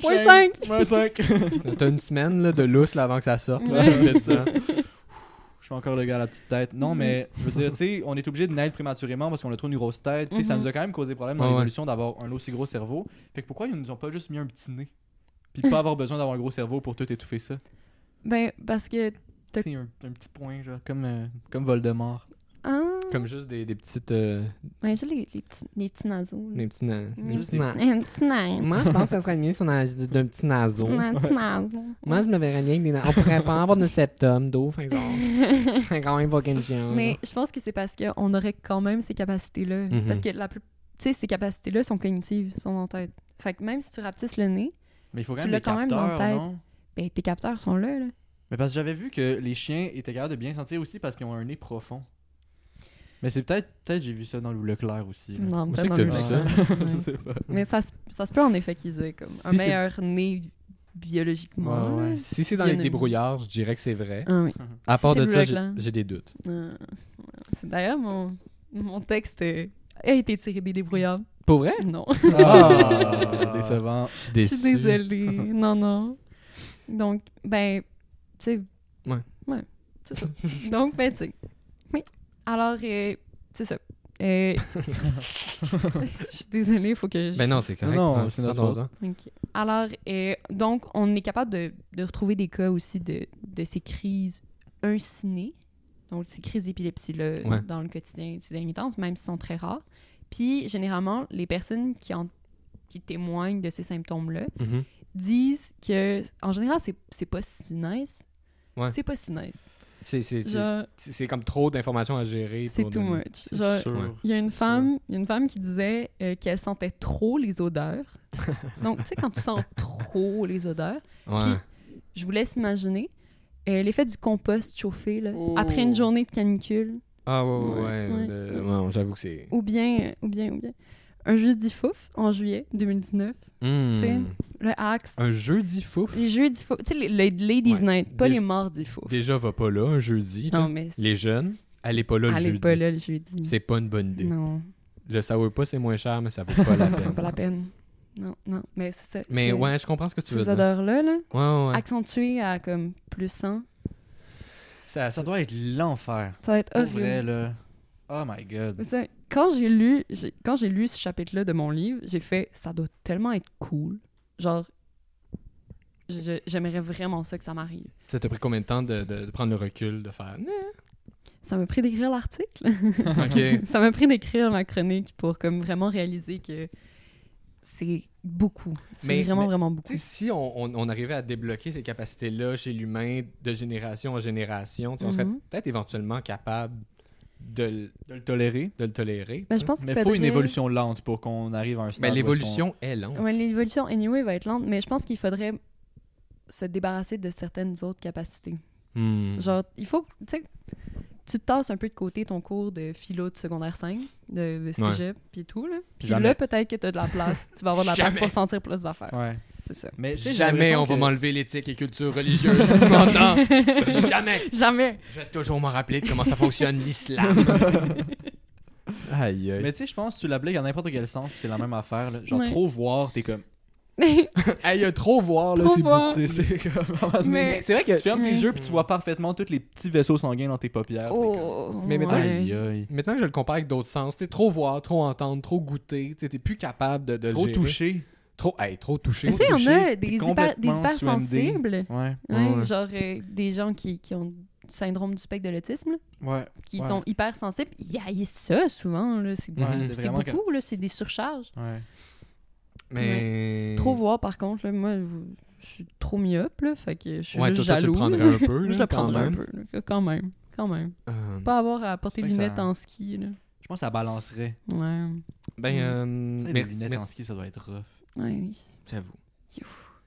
Speaker 4: Point
Speaker 2: shame,
Speaker 4: cinq.
Speaker 2: Point 5.
Speaker 3: T'as une semaine là, de lousse là, avant que ça sorte. Là,
Speaker 4: Ouais.
Speaker 3: Faites-en.
Speaker 2: Je suis encore le gars à la petite tête. Non, mais je veux dire, tu sais, on est obligé de naître prématurément parce qu'on a trop une grosse tête. Tu sais, ça
Speaker 4: Mhm.
Speaker 2: nous a quand même causé problème
Speaker 3: Ah Ouais,
Speaker 2: dans
Speaker 3: ouais.
Speaker 2: l'évolution d'avoir un aussi gros cerveau. Fait que pourquoi ils nous ont pas juste mis un petit nez? Puis de pas avoir besoin d'avoir un gros cerveau pour tout étouffer ça.
Speaker 4: Ben, parce que.
Speaker 2: Tu sais, un, un petit point, genre, comme, euh, comme Voldemort.
Speaker 4: Ah,
Speaker 3: Comme juste des, des petites. euh,
Speaker 4: ouais, juste les, les petits, les petits naseaux. là.
Speaker 3: des petits na- des
Speaker 4: Mm.
Speaker 3: petits na-
Speaker 4: Un petit nain.
Speaker 3: Moi, je pense que ça serait mieux si on avait d'un petit naseau.
Speaker 4: Un petit naseau.
Speaker 3: Moi, je me verrais bien avec des naseaux. On pourrait pas avoir de septum, d'eau, fin Quand même, fucking chiant.
Speaker 4: Mais je pense que c'est parce qu'on aurait quand même ces capacités-là.
Speaker 3: Mhm.
Speaker 4: Parce que la plus... tu sais, ces capacités-là sont cognitives, sont en tête. Fait que même si tu rapetisses le nez,
Speaker 2: Mais il faut quand
Speaker 4: Tu
Speaker 2: même
Speaker 4: l'as
Speaker 2: des
Speaker 4: quand même dans
Speaker 2: capteurs,
Speaker 4: la tête.
Speaker 2: non?
Speaker 4: ben, tes capteurs sont là. là.
Speaker 2: Mais parce que j'avais vu que les chiens étaient capables de bien sentir aussi parce qu'ils ont un nez profond. Mais c'est peut-être, peut-être j'ai vu ça dans Lou Leclerc aussi. là.
Speaker 4: Non,
Speaker 3: Où
Speaker 4: pas
Speaker 3: c'est que
Speaker 4: dans
Speaker 3: t'as
Speaker 4: le
Speaker 3: vu
Speaker 4: sang.
Speaker 2: Je
Speaker 4: Ouais.
Speaker 2: sais pas.
Speaker 4: Mais ça, se- ça se peut en effet qu'ils aient comme un
Speaker 3: Si c'est-
Speaker 4: meilleur nez biologiquement.
Speaker 2: Ouais, ouais.
Speaker 4: là.
Speaker 3: Si c'est dans
Speaker 4: S'il y
Speaker 3: les
Speaker 4: en a-
Speaker 3: débrouillards, je dirais que c'est vrai.
Speaker 4: Ah oui.
Speaker 3: À
Speaker 4: Si
Speaker 3: part
Speaker 4: c'est
Speaker 3: de
Speaker 4: le
Speaker 3: ça, j'ai
Speaker 4: règlement.
Speaker 3: j'ai des doutes.
Speaker 4: Euh, C'est d'ailleurs mon... mon texte euh, a été tiré des débrouillards.
Speaker 3: Pour vrai?
Speaker 4: Non.
Speaker 2: Ah, décevant.
Speaker 3: Je suis
Speaker 4: Je
Speaker 3: déçu.
Speaker 4: suis désolée. non, non. Donc, ben, tu sais.
Speaker 3: Ouais.
Speaker 4: Ouais, c'est ça. Donc, ben, tu sais. Oui. Alors, euh, c'est ça. Euh, je suis désolée, il faut que je.
Speaker 3: Ben non, c'est correct.
Speaker 2: Non,
Speaker 3: prends-
Speaker 2: c'est notre
Speaker 3: prends ton
Speaker 2: faute.
Speaker 3: temps.
Speaker 4: Ok. Alors, euh, donc, on est capable de, de retrouver des cas aussi de, de ces crises incinées, donc ces crises d'épilepsie-là
Speaker 3: Ouais.
Speaker 4: dans le quotidien ces derniers temps, même s'ils sont très rares. Puis, généralement, les personnes qui, en, qui témoignent de ces symptômes-là,
Speaker 3: Mhm.
Speaker 4: disent que en général c'est c'est pas si nice.
Speaker 3: Ouais.
Speaker 4: C'est pas si nice.
Speaker 3: C'est- c'est- c'est-
Speaker 4: Genre
Speaker 3: c'est- C'est comme trop d'informations à gérer.
Speaker 4: c'est
Speaker 3: pour
Speaker 4: too
Speaker 3: donner-
Speaker 4: much. Genre
Speaker 3: Ouais.
Speaker 4: il y a une
Speaker 2: C'est sûr.
Speaker 4: femme, il y a une femme qui disait euh, qu'elle sentait trop les odeurs. Donc tu sais quand tu sens trop les odeurs,
Speaker 3: Ouais.
Speaker 4: Puis- je vous laisse imaginer euh, l'effet du compost chauffé là,
Speaker 2: Oh.
Speaker 4: après une journée de canicule
Speaker 3: Ah ouais, ouais, ouais.
Speaker 4: Ouais, ouais.
Speaker 3: le- non, J'avoue que c'est...
Speaker 4: ou bien euh, ou bien ou bien un jeudi fouf en juillet 2019,
Speaker 3: Hmm.
Speaker 4: sais, le axe.
Speaker 3: Un jeudi fouf.
Speaker 4: Les jeudis fouf, tu sais les, les ladies
Speaker 3: Ouais.
Speaker 4: night, pas
Speaker 3: Des-
Speaker 4: les mardis fouf.
Speaker 3: Déjà, va pas là un jeudi.
Speaker 4: Non
Speaker 3: là.
Speaker 4: mais c'est-
Speaker 3: Les jeunes, allez pas là le
Speaker 4: allez
Speaker 3: jeudi.
Speaker 4: pas là le jeudi.
Speaker 3: C'est pas une bonne idée.
Speaker 4: Non.
Speaker 3: Le ça vaut pas, c'est moins cher, mais ça vaut pas la
Speaker 4: Ça vaut
Speaker 3: peine.
Speaker 4: pas la peine. Non, non, mais c'est ça.
Speaker 3: Mais
Speaker 4: c'est-
Speaker 3: ouais, je comprends ce que tu veux
Speaker 4: Ces
Speaker 3: dire.
Speaker 4: odeurs-là, là,
Speaker 3: Ouais, ouais, ouais.
Speaker 4: accentuées à comme plus 100,
Speaker 3: Ah, Ça,
Speaker 2: Ça doit être l'enfer.
Speaker 4: ça va être
Speaker 2: Pour
Speaker 4: horrible.
Speaker 2: vrai, là. Oh my
Speaker 4: Mais
Speaker 2: god.
Speaker 4: ça, quand j'ai lu, j'ai- quand j'ai lu ce chapitre-là de mon livre, j'ai fait, ça doit tellement être cool. Genre, je- j'aimerais vraiment ça que ça m'arrive.
Speaker 3: ça t'a pris combien de temps de, de- de prendre le recul, de faire...
Speaker 4: Ça m'a pris d'écrire l'article.
Speaker 3: OK.
Speaker 4: ça m'a pris d'écrire ma chronique pour comme vraiment réaliser que c'est beaucoup. C'est
Speaker 3: Mais-
Speaker 4: vraiment,
Speaker 3: mais-
Speaker 4: vraiment
Speaker 3: Tu sais,
Speaker 4: beaucoup.
Speaker 3: si on, on- on arrivait à débloquer ces capacités-là chez l'humain de génération en génération, tu sais, on serait
Speaker 4: Mhm.
Speaker 3: peut-être éventuellement capable de, l-
Speaker 2: de le tolérer.
Speaker 3: de le tolérer. tu
Speaker 4: Ben, je
Speaker 3: sais.
Speaker 4: pense qu'il
Speaker 2: Mais il faut une
Speaker 4: faudrait-
Speaker 2: évolution lente pour qu'on arrive à un stade.
Speaker 3: Ben,
Speaker 2: où est-ce
Speaker 3: l'évolution hein. est lente.
Speaker 4: Ouais, l'évolution, anyway, va être lente, mais je pense qu'il faudrait se débarrasser de certaines autres capacités.
Speaker 3: Hmm.
Speaker 4: Genre, il faut, tu sais, tu te tasses un peu de côté ton cours de philo de secondaire 5, de, de
Speaker 3: Ouais.
Speaker 4: cégep, puis tout, là. Puis
Speaker 2: Jamais.
Speaker 4: là, peut-être que tu as de la place. tu vas avoir de la place
Speaker 3: Jamais.
Speaker 4: pour sentir plus d'affaires.
Speaker 2: qu'on- Ouais.
Speaker 4: C'est ça.
Speaker 2: Mais tu sais, j'ai
Speaker 3: Jamais
Speaker 2: l'impression
Speaker 3: on va
Speaker 2: que-
Speaker 3: m'enlever l'éthique et culture religieuse, tu m'entends? Jamais!
Speaker 4: Jamais.
Speaker 3: Je vais toujours me rappeler de comment ça fonctionne l'islam. aïe,
Speaker 2: Mais tu sais, je pense que tu l'appliques à n'importe quel sens, puis c'est la même affaire. là. Genre,
Speaker 4: Ouais.
Speaker 2: trop voir, t'es comme. Ah,
Speaker 3: Aïe, trop voir, là,
Speaker 4: Trop
Speaker 3: c'est
Speaker 4: voir.
Speaker 3: beaucoup.
Speaker 2: Tu sais, c'est comme. à un moment donné,
Speaker 4: Mais-
Speaker 3: C'est vrai que...
Speaker 2: Tu fermes tes
Speaker 4: Ouais.
Speaker 2: yeux, puis tu vois parfaitement tous les petits vaisseaux sanguins dans tes paupières. t'es comme,
Speaker 4: oh,
Speaker 3: Mais mettons-
Speaker 4: ouais.
Speaker 2: Aïe, aïe.
Speaker 3: Maintenant que je le compare avec d'autres sens, t'es trop voir, trop entendre, trop goûter, tu sais, t'es plus capable de, de le
Speaker 2: Trop
Speaker 3: gérer.
Speaker 2: touché.
Speaker 3: Trop, hey, trop touché.
Speaker 4: Mais tu sais, il y en a
Speaker 2: T'es
Speaker 4: des hyper, des
Speaker 2: complètement sous MD.
Speaker 4: sensibles.
Speaker 2: Ouais.
Speaker 4: Ouais,
Speaker 3: Ouais.
Speaker 4: Genre euh, des gens qui, qui ont du syndrome du spectre de l'autisme, là,
Speaker 2: Ouais.
Speaker 4: qui
Speaker 2: Ouais.
Speaker 4: sont hyper sensibles. Ils haïssent ça souvent. là, C'est
Speaker 3: Ouais,
Speaker 4: c'est
Speaker 2: vraiment que-
Speaker 4: beaucoup, là, c'est des surcharges.
Speaker 2: Ouais.
Speaker 3: Mais...
Speaker 4: Trop voir, par contre, là, moi, je, je suis trop myope, là, fait que je suis
Speaker 3: Ouais,
Speaker 4: juste
Speaker 3: toi, toi, tu le
Speaker 4: jalouse.
Speaker 3: prendrais un peu,
Speaker 4: Moi, je
Speaker 3: là,
Speaker 4: le
Speaker 3: quand
Speaker 4: prendrais un
Speaker 3: même.
Speaker 4: peu, là, quand même. Quand même.
Speaker 3: Euh,
Speaker 4: Pas avoir à porter
Speaker 2: C'est
Speaker 4: des
Speaker 2: vrai que
Speaker 4: lunettes
Speaker 2: ça-
Speaker 4: en ski, là.
Speaker 2: Je pense que ça balancerait.
Speaker 4: Ouais.
Speaker 3: ben, euh,
Speaker 2: Tu sais,
Speaker 3: mer-
Speaker 2: des lunettes
Speaker 3: mer-
Speaker 2: en ski, ça doit être rough.
Speaker 4: Ouais.
Speaker 3: J'avoue.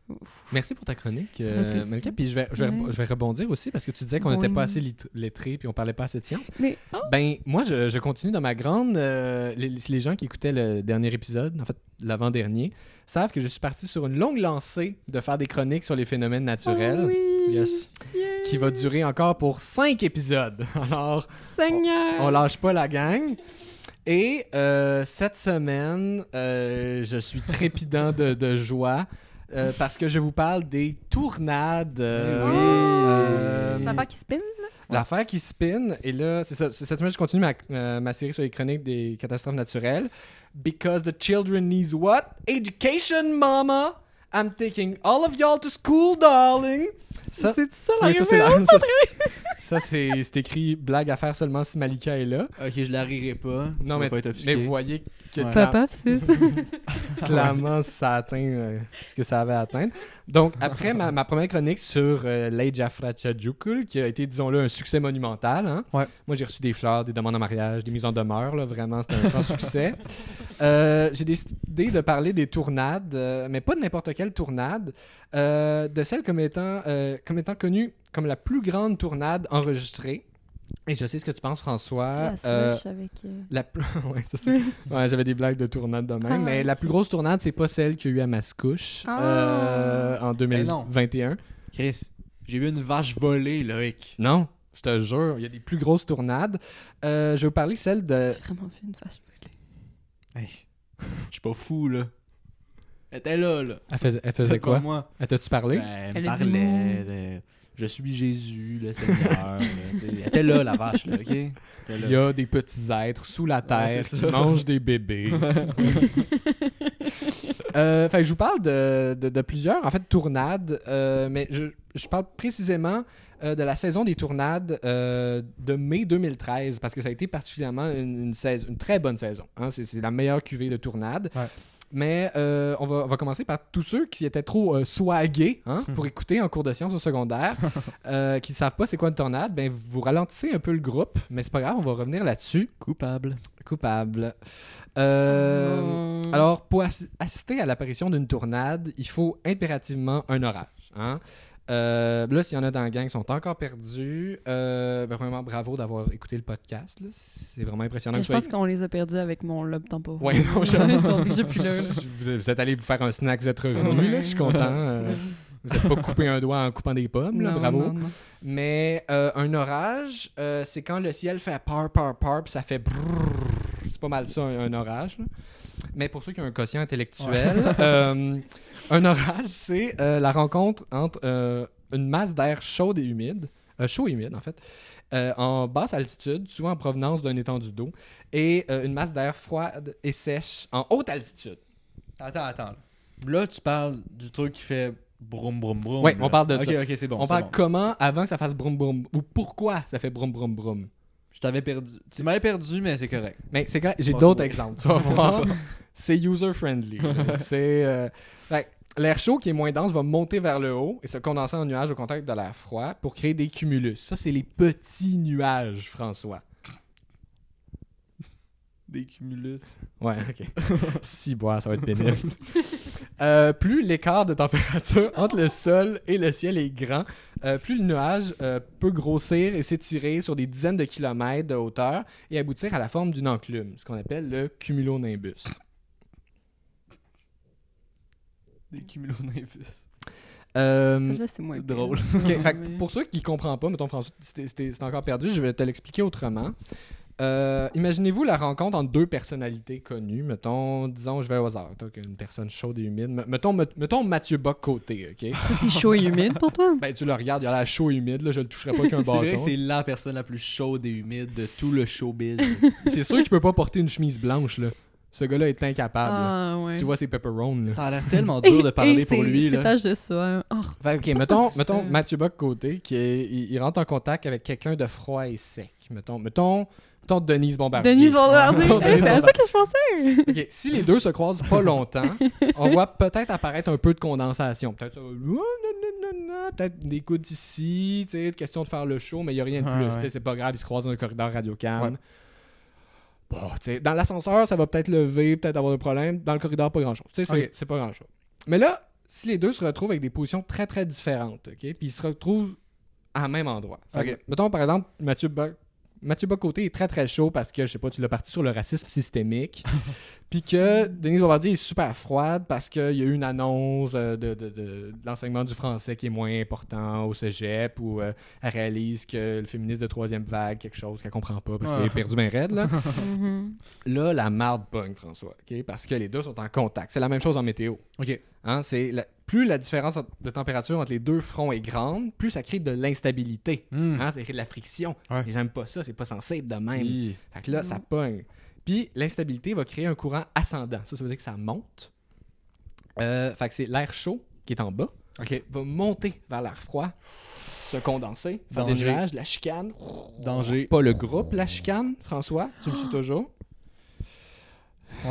Speaker 4: Ouf.
Speaker 3: Merci pour ta chronique,
Speaker 4: fait
Speaker 3: euh,
Speaker 4: plaisir.
Speaker 3: Malika. Puis je vais, je, vais,
Speaker 4: Ouais.
Speaker 3: je vais rebondir aussi parce que tu disais qu'on
Speaker 4: On
Speaker 3: n'était pas
Speaker 4: est-
Speaker 3: assez lit- lettrés puis on parlait pas assez de science.
Speaker 4: Mais, oh,
Speaker 3: Ben, moi, je, je continue dans ma grande. euh, les, les gens qui écoutaient le dernier épisode, en fait, l'avant-dernier, savent que je suis parti sur une longue lancée de faire des chroniques sur les phénomènes naturels.
Speaker 4: oh oui!
Speaker 2: Yes.
Speaker 4: Yay!
Speaker 3: Qui va durer encore pour cinq épisodes. Alors,
Speaker 4: Seigneur!
Speaker 3: on lâche pas la gang. Et euh, cette semaine, euh, je suis trépidant de, de joie euh, parce que je vous parle des tournades. euh,
Speaker 4: Eh
Speaker 2: Oui.
Speaker 3: Euh,
Speaker 4: Oh! Papa qui spin?
Speaker 3: L'affaire qui spin, et là, c'est ça, c'est- cette semaine, je continue ma, euh, ma série sur les chroniques des catastrophes naturelles. Because the children needs what? Education, mama! I'm taking all of y'all to school, darling! Ça-
Speaker 4: C'est ça, la
Speaker 3: Oui, ça, c'est la-
Speaker 4: référence?
Speaker 3: ça, c'est- ça, c'est c'est écrit blague à faire seulement si Malika est là.
Speaker 2: Ok, je la rirai pas.
Speaker 3: Non, mais,
Speaker 2: pas être
Speaker 3: mais
Speaker 2: offusqué.
Speaker 3: vous voyez que
Speaker 2: Ouais.
Speaker 3: cla-
Speaker 4: Papa, c'est ça.
Speaker 3: clairement, ça atteint euh, ce que ça avait à atteindre. Donc, après ma, ma première chronique sur euh, Lei Jafrachadjukul, qui a été, disons-le, un succès monumental. hein.
Speaker 2: Ouais.
Speaker 3: Moi, j'ai reçu des fleurs, des demandes en mariage, des mises en demeure. là. vraiment, c'était un franc succès. Euh, j'ai décidé de parler des tournades, euh, mais pas de n'importe quelle tournade, euh, de celle comme étant, euh, comme étant connue comme la plus grande tournade enregistrée. Et je sais ce que tu penses, François. Euh,
Speaker 4: avec...
Speaker 3: la plus- ouais, ça, c'est- ouais, j'avais des blagues de tournade de même,
Speaker 4: Ah,
Speaker 3: mais la
Speaker 4: ok.
Speaker 3: plus grosse tournade, c'est pas celle qu'il y a eu à Mascouche
Speaker 4: Ah.
Speaker 3: euh, en
Speaker 2: Ben
Speaker 3: 2021.
Speaker 2: Chris, j'ai vu une vache voler, Loïc.
Speaker 3: non, je te jure, il y a des plus grosses tournades. Euh, je vais vous parler de celle de.
Speaker 4: J'ai vraiment vu une vache volée.
Speaker 2: Hey, Je suis pas fou, là. Elle était là, là.
Speaker 3: Elle faisait, elle faisait
Speaker 2: Pas
Speaker 3: quoi
Speaker 2: moi.
Speaker 3: Elle t'a-tu parlé
Speaker 2: Ben, elle me
Speaker 4: Elle a dit
Speaker 2: parlait
Speaker 4: non.
Speaker 2: de... Je suis Jésus, le Seigneur. là, tu sais. elle était là, la vache, là, ok? Elle était là.
Speaker 3: Il y a des petits êtres sous la terre
Speaker 2: c'est
Speaker 3: qui
Speaker 2: ça.
Speaker 3: mangent des bébés. Euh, fait que je vous parle de, de- de plusieurs, en fait, tournades, euh, mais je, je parle précisément euh, de la saison des tournades euh, de mai 2013, parce que ça a été particulièrement une, une saison, une très bonne saison. hein. C'est c'est la meilleure cuvée de tournades.
Speaker 2: Ouais.
Speaker 3: Mais euh, on, va, on va commencer par tous ceux qui étaient trop euh, swagués hein, pour écouter en cours de sciences au secondaire, euh, qui ne savent pas c'est quoi une tornade. Ben, vous ralentissez un peu le groupe, mais c'est pas grave, on va revenir là-dessus.
Speaker 2: Coupable.
Speaker 3: Coupable. Euh,
Speaker 4: Mm.
Speaker 3: alors, pour assi- assister à l'apparition d'une tournade, il faut impérativement un orage. hein. Euh, là, s'il y en a dans la gang qui sont encore perdus, euh, ben, premièrement, bravo d'avoir écouté le podcast. là. C'est vraiment impressionnant. que
Speaker 4: je
Speaker 3: vous soyez-
Speaker 4: pense qu'on les a perdus avec mon lobe temporaire.
Speaker 3: Ouais, non, je-
Speaker 4: Ils sont déjà plus là. là.
Speaker 3: vous, vous êtes allé vous faire un snack, vous êtes revenu. Je suis content. euh, vous n'êtes pas coupé un doigt en coupant des pommes. là,
Speaker 4: Non,
Speaker 3: bravo.
Speaker 4: non, non.
Speaker 3: Mais euh, un orage, euh, c'est quand le ciel fait par, par, par, puis ça fait brrrr. C'est pas mal ça, un, un orage. là. Mais pour ceux qui ont un quotient intellectuel, euh, un orage, c'est euh, la rencontre entre euh, une masse d'air chaude et humide, euh, chaud et humide en fait, euh, en basse altitude, souvent en provenance d'une étendue d'eau, et euh, une masse d'air froide et sèche en haute altitude.
Speaker 2: Attends, attends. Là, tu parles du truc qui fait broum, broum, broum.
Speaker 3: Ouais,
Speaker 2: là.
Speaker 3: on parle de
Speaker 2: Ok,
Speaker 3: ça.
Speaker 2: Ok, c'est bon.
Speaker 3: On
Speaker 2: c'est
Speaker 3: parle
Speaker 2: bon.
Speaker 3: comment avant que ça fasse brum brum, ou pourquoi ça fait brum brum brum.
Speaker 2: Je t'avais perdu. Tu m'avais perdu, mais c'est correct.
Speaker 3: Mais c'est correct, j'ai
Speaker 2: Pas
Speaker 3: d'autres
Speaker 2: trouvé.
Speaker 3: exemples, tu vas voir. c'est user-friendly. là. c'est. euh, fait que L'air chaud qui est moins dense va monter vers le haut et se condenser en nuages au contact de l'air froid pour créer des cumulus. Ça, c'est les petits nuages, François.
Speaker 2: Des cumulus.
Speaker 3: Ouais, ok. si boire, ça va être pénible. Euh, plus l'écart de température entre le sol et le ciel est grand, euh, plus le nuage euh, peut grossir et s'étirer sur des dizaines de kilomètres de hauteur et aboutir à la forme d'une enclume, ce qu'on appelle le cumulonimbus.
Speaker 2: Des cumulonimbus.
Speaker 3: Euh,
Speaker 4: Celle-là, c'est moins
Speaker 2: Mm. Drôle.
Speaker 4: pire.
Speaker 3: Ok, fait que
Speaker 4: Mais-
Speaker 3: pour ceux qui ne comprennent pas, mettons François, c'est encore perdu, je vais te l'expliquer autrement. Euh, Imaginez-vous la rencontre entre deux personnalités connues. Mettons, disons, je vais au hasard, donc une personne chaude et humide. Me- Mettons, me- mettons Mathieu Bock côté, ok?
Speaker 4: Ça, c'est chaud et humide pour toi.
Speaker 3: Ben, tu le regardes, il a l'air chaud et humide, là, je le toucherai pas qu'un
Speaker 2: C'est vrai que
Speaker 3: bâton.
Speaker 2: c'est la personne la plus chaude et humide de tout le showbiz.
Speaker 3: C'est sûr qu'il peut pas porter une chemise blanche, là. Ce gars-là est incapable. là.
Speaker 4: Ah, ouais.
Speaker 3: Tu vois ses pepperones, là.
Speaker 2: Ça a l'air tellement dur de parler pour lui.
Speaker 4: C'est
Speaker 2: Là.
Speaker 4: tâche de soi. Oh,
Speaker 3: Fait, ok, mettons,
Speaker 4: ça?
Speaker 3: mettons Mathieu Bock côté, qui est- il, il rentre en contact avec quelqu'un de froid et sec. Mettons, mettons, mettons Denise Bombardier.
Speaker 4: Denise
Speaker 2: Ah,
Speaker 4: Bombardier.
Speaker 3: Mettons
Speaker 4: Hey,
Speaker 3: Denise
Speaker 4: c'est à ça que je pensais.
Speaker 3: Ok, si les deux se croisent pas longtemps, on voit peut-être apparaître un peu de condensation. Peut-être euh, ouah, nanana, peut-être des coudes ici, tu sais, question de faire le show, mais il n'y a rien de
Speaker 2: Ouais,
Speaker 3: plus.
Speaker 2: ouais.
Speaker 3: tu sais, C'est pas grave, ils se croisent dans le corridor radio
Speaker 2: Ouais.
Speaker 3: Bon, tu sais, dans l'ascenseur, ça va peut-être lever, peut-être avoir un problème. Dans le corridor, pas grand-chose. Tu sais, c'est
Speaker 2: Ok.
Speaker 3: c'est pas grand-chose. Mais là, si les deux se retrouvent avec des positions très, très différentes, OK, puis ils se retrouvent à même endroit. Fait que,
Speaker 2: Ok.
Speaker 3: mettons, par exemple, Mathieu Bock Mathieu Bocoté est très très chaud parce que, je sais pas, tu l'as parti sur le racisme systémique. Puis que Denise Bombardier est super froide parce qu'il y a eu une annonce euh, de, de- de- de l'enseignement du français qui est moins important au cégep ou euh, elle réalise que le féministe de troisième vague, quelque chose qu'elle comprend pas parce qu'elle est
Speaker 2: Ah.
Speaker 3: perdue bien raide. Là,
Speaker 4: Mhm.
Speaker 3: là la marde pogne, François, ok? parce que les deux sont en contact. C'est la même chose en météo.
Speaker 2: Ok.
Speaker 3: Hein, c'est la- Plus la différence entre- de température entre les deux fronts est grande, plus ça crée de l'instabilité.
Speaker 2: Hmm.
Speaker 3: Hein, ça crée de la friction.
Speaker 2: Ouais.
Speaker 3: Et j'aime pas ça, c'est pas censé être de même.
Speaker 2: Oui.
Speaker 3: Fait que là, ça pogne. Puis l'instabilité va créer un courant ascendant. Ça, ça veut dire que ça monte. Euh, fait que c'est l'air chaud qui est en bas,
Speaker 2: Ok.
Speaker 3: va monter vers l'air froid, se condenser, faire des
Speaker 2: Danger.
Speaker 3: nuages, la chicane.
Speaker 2: Danger.
Speaker 3: Pas le groupe, la chicane, François, tu me suis toujours. Ben,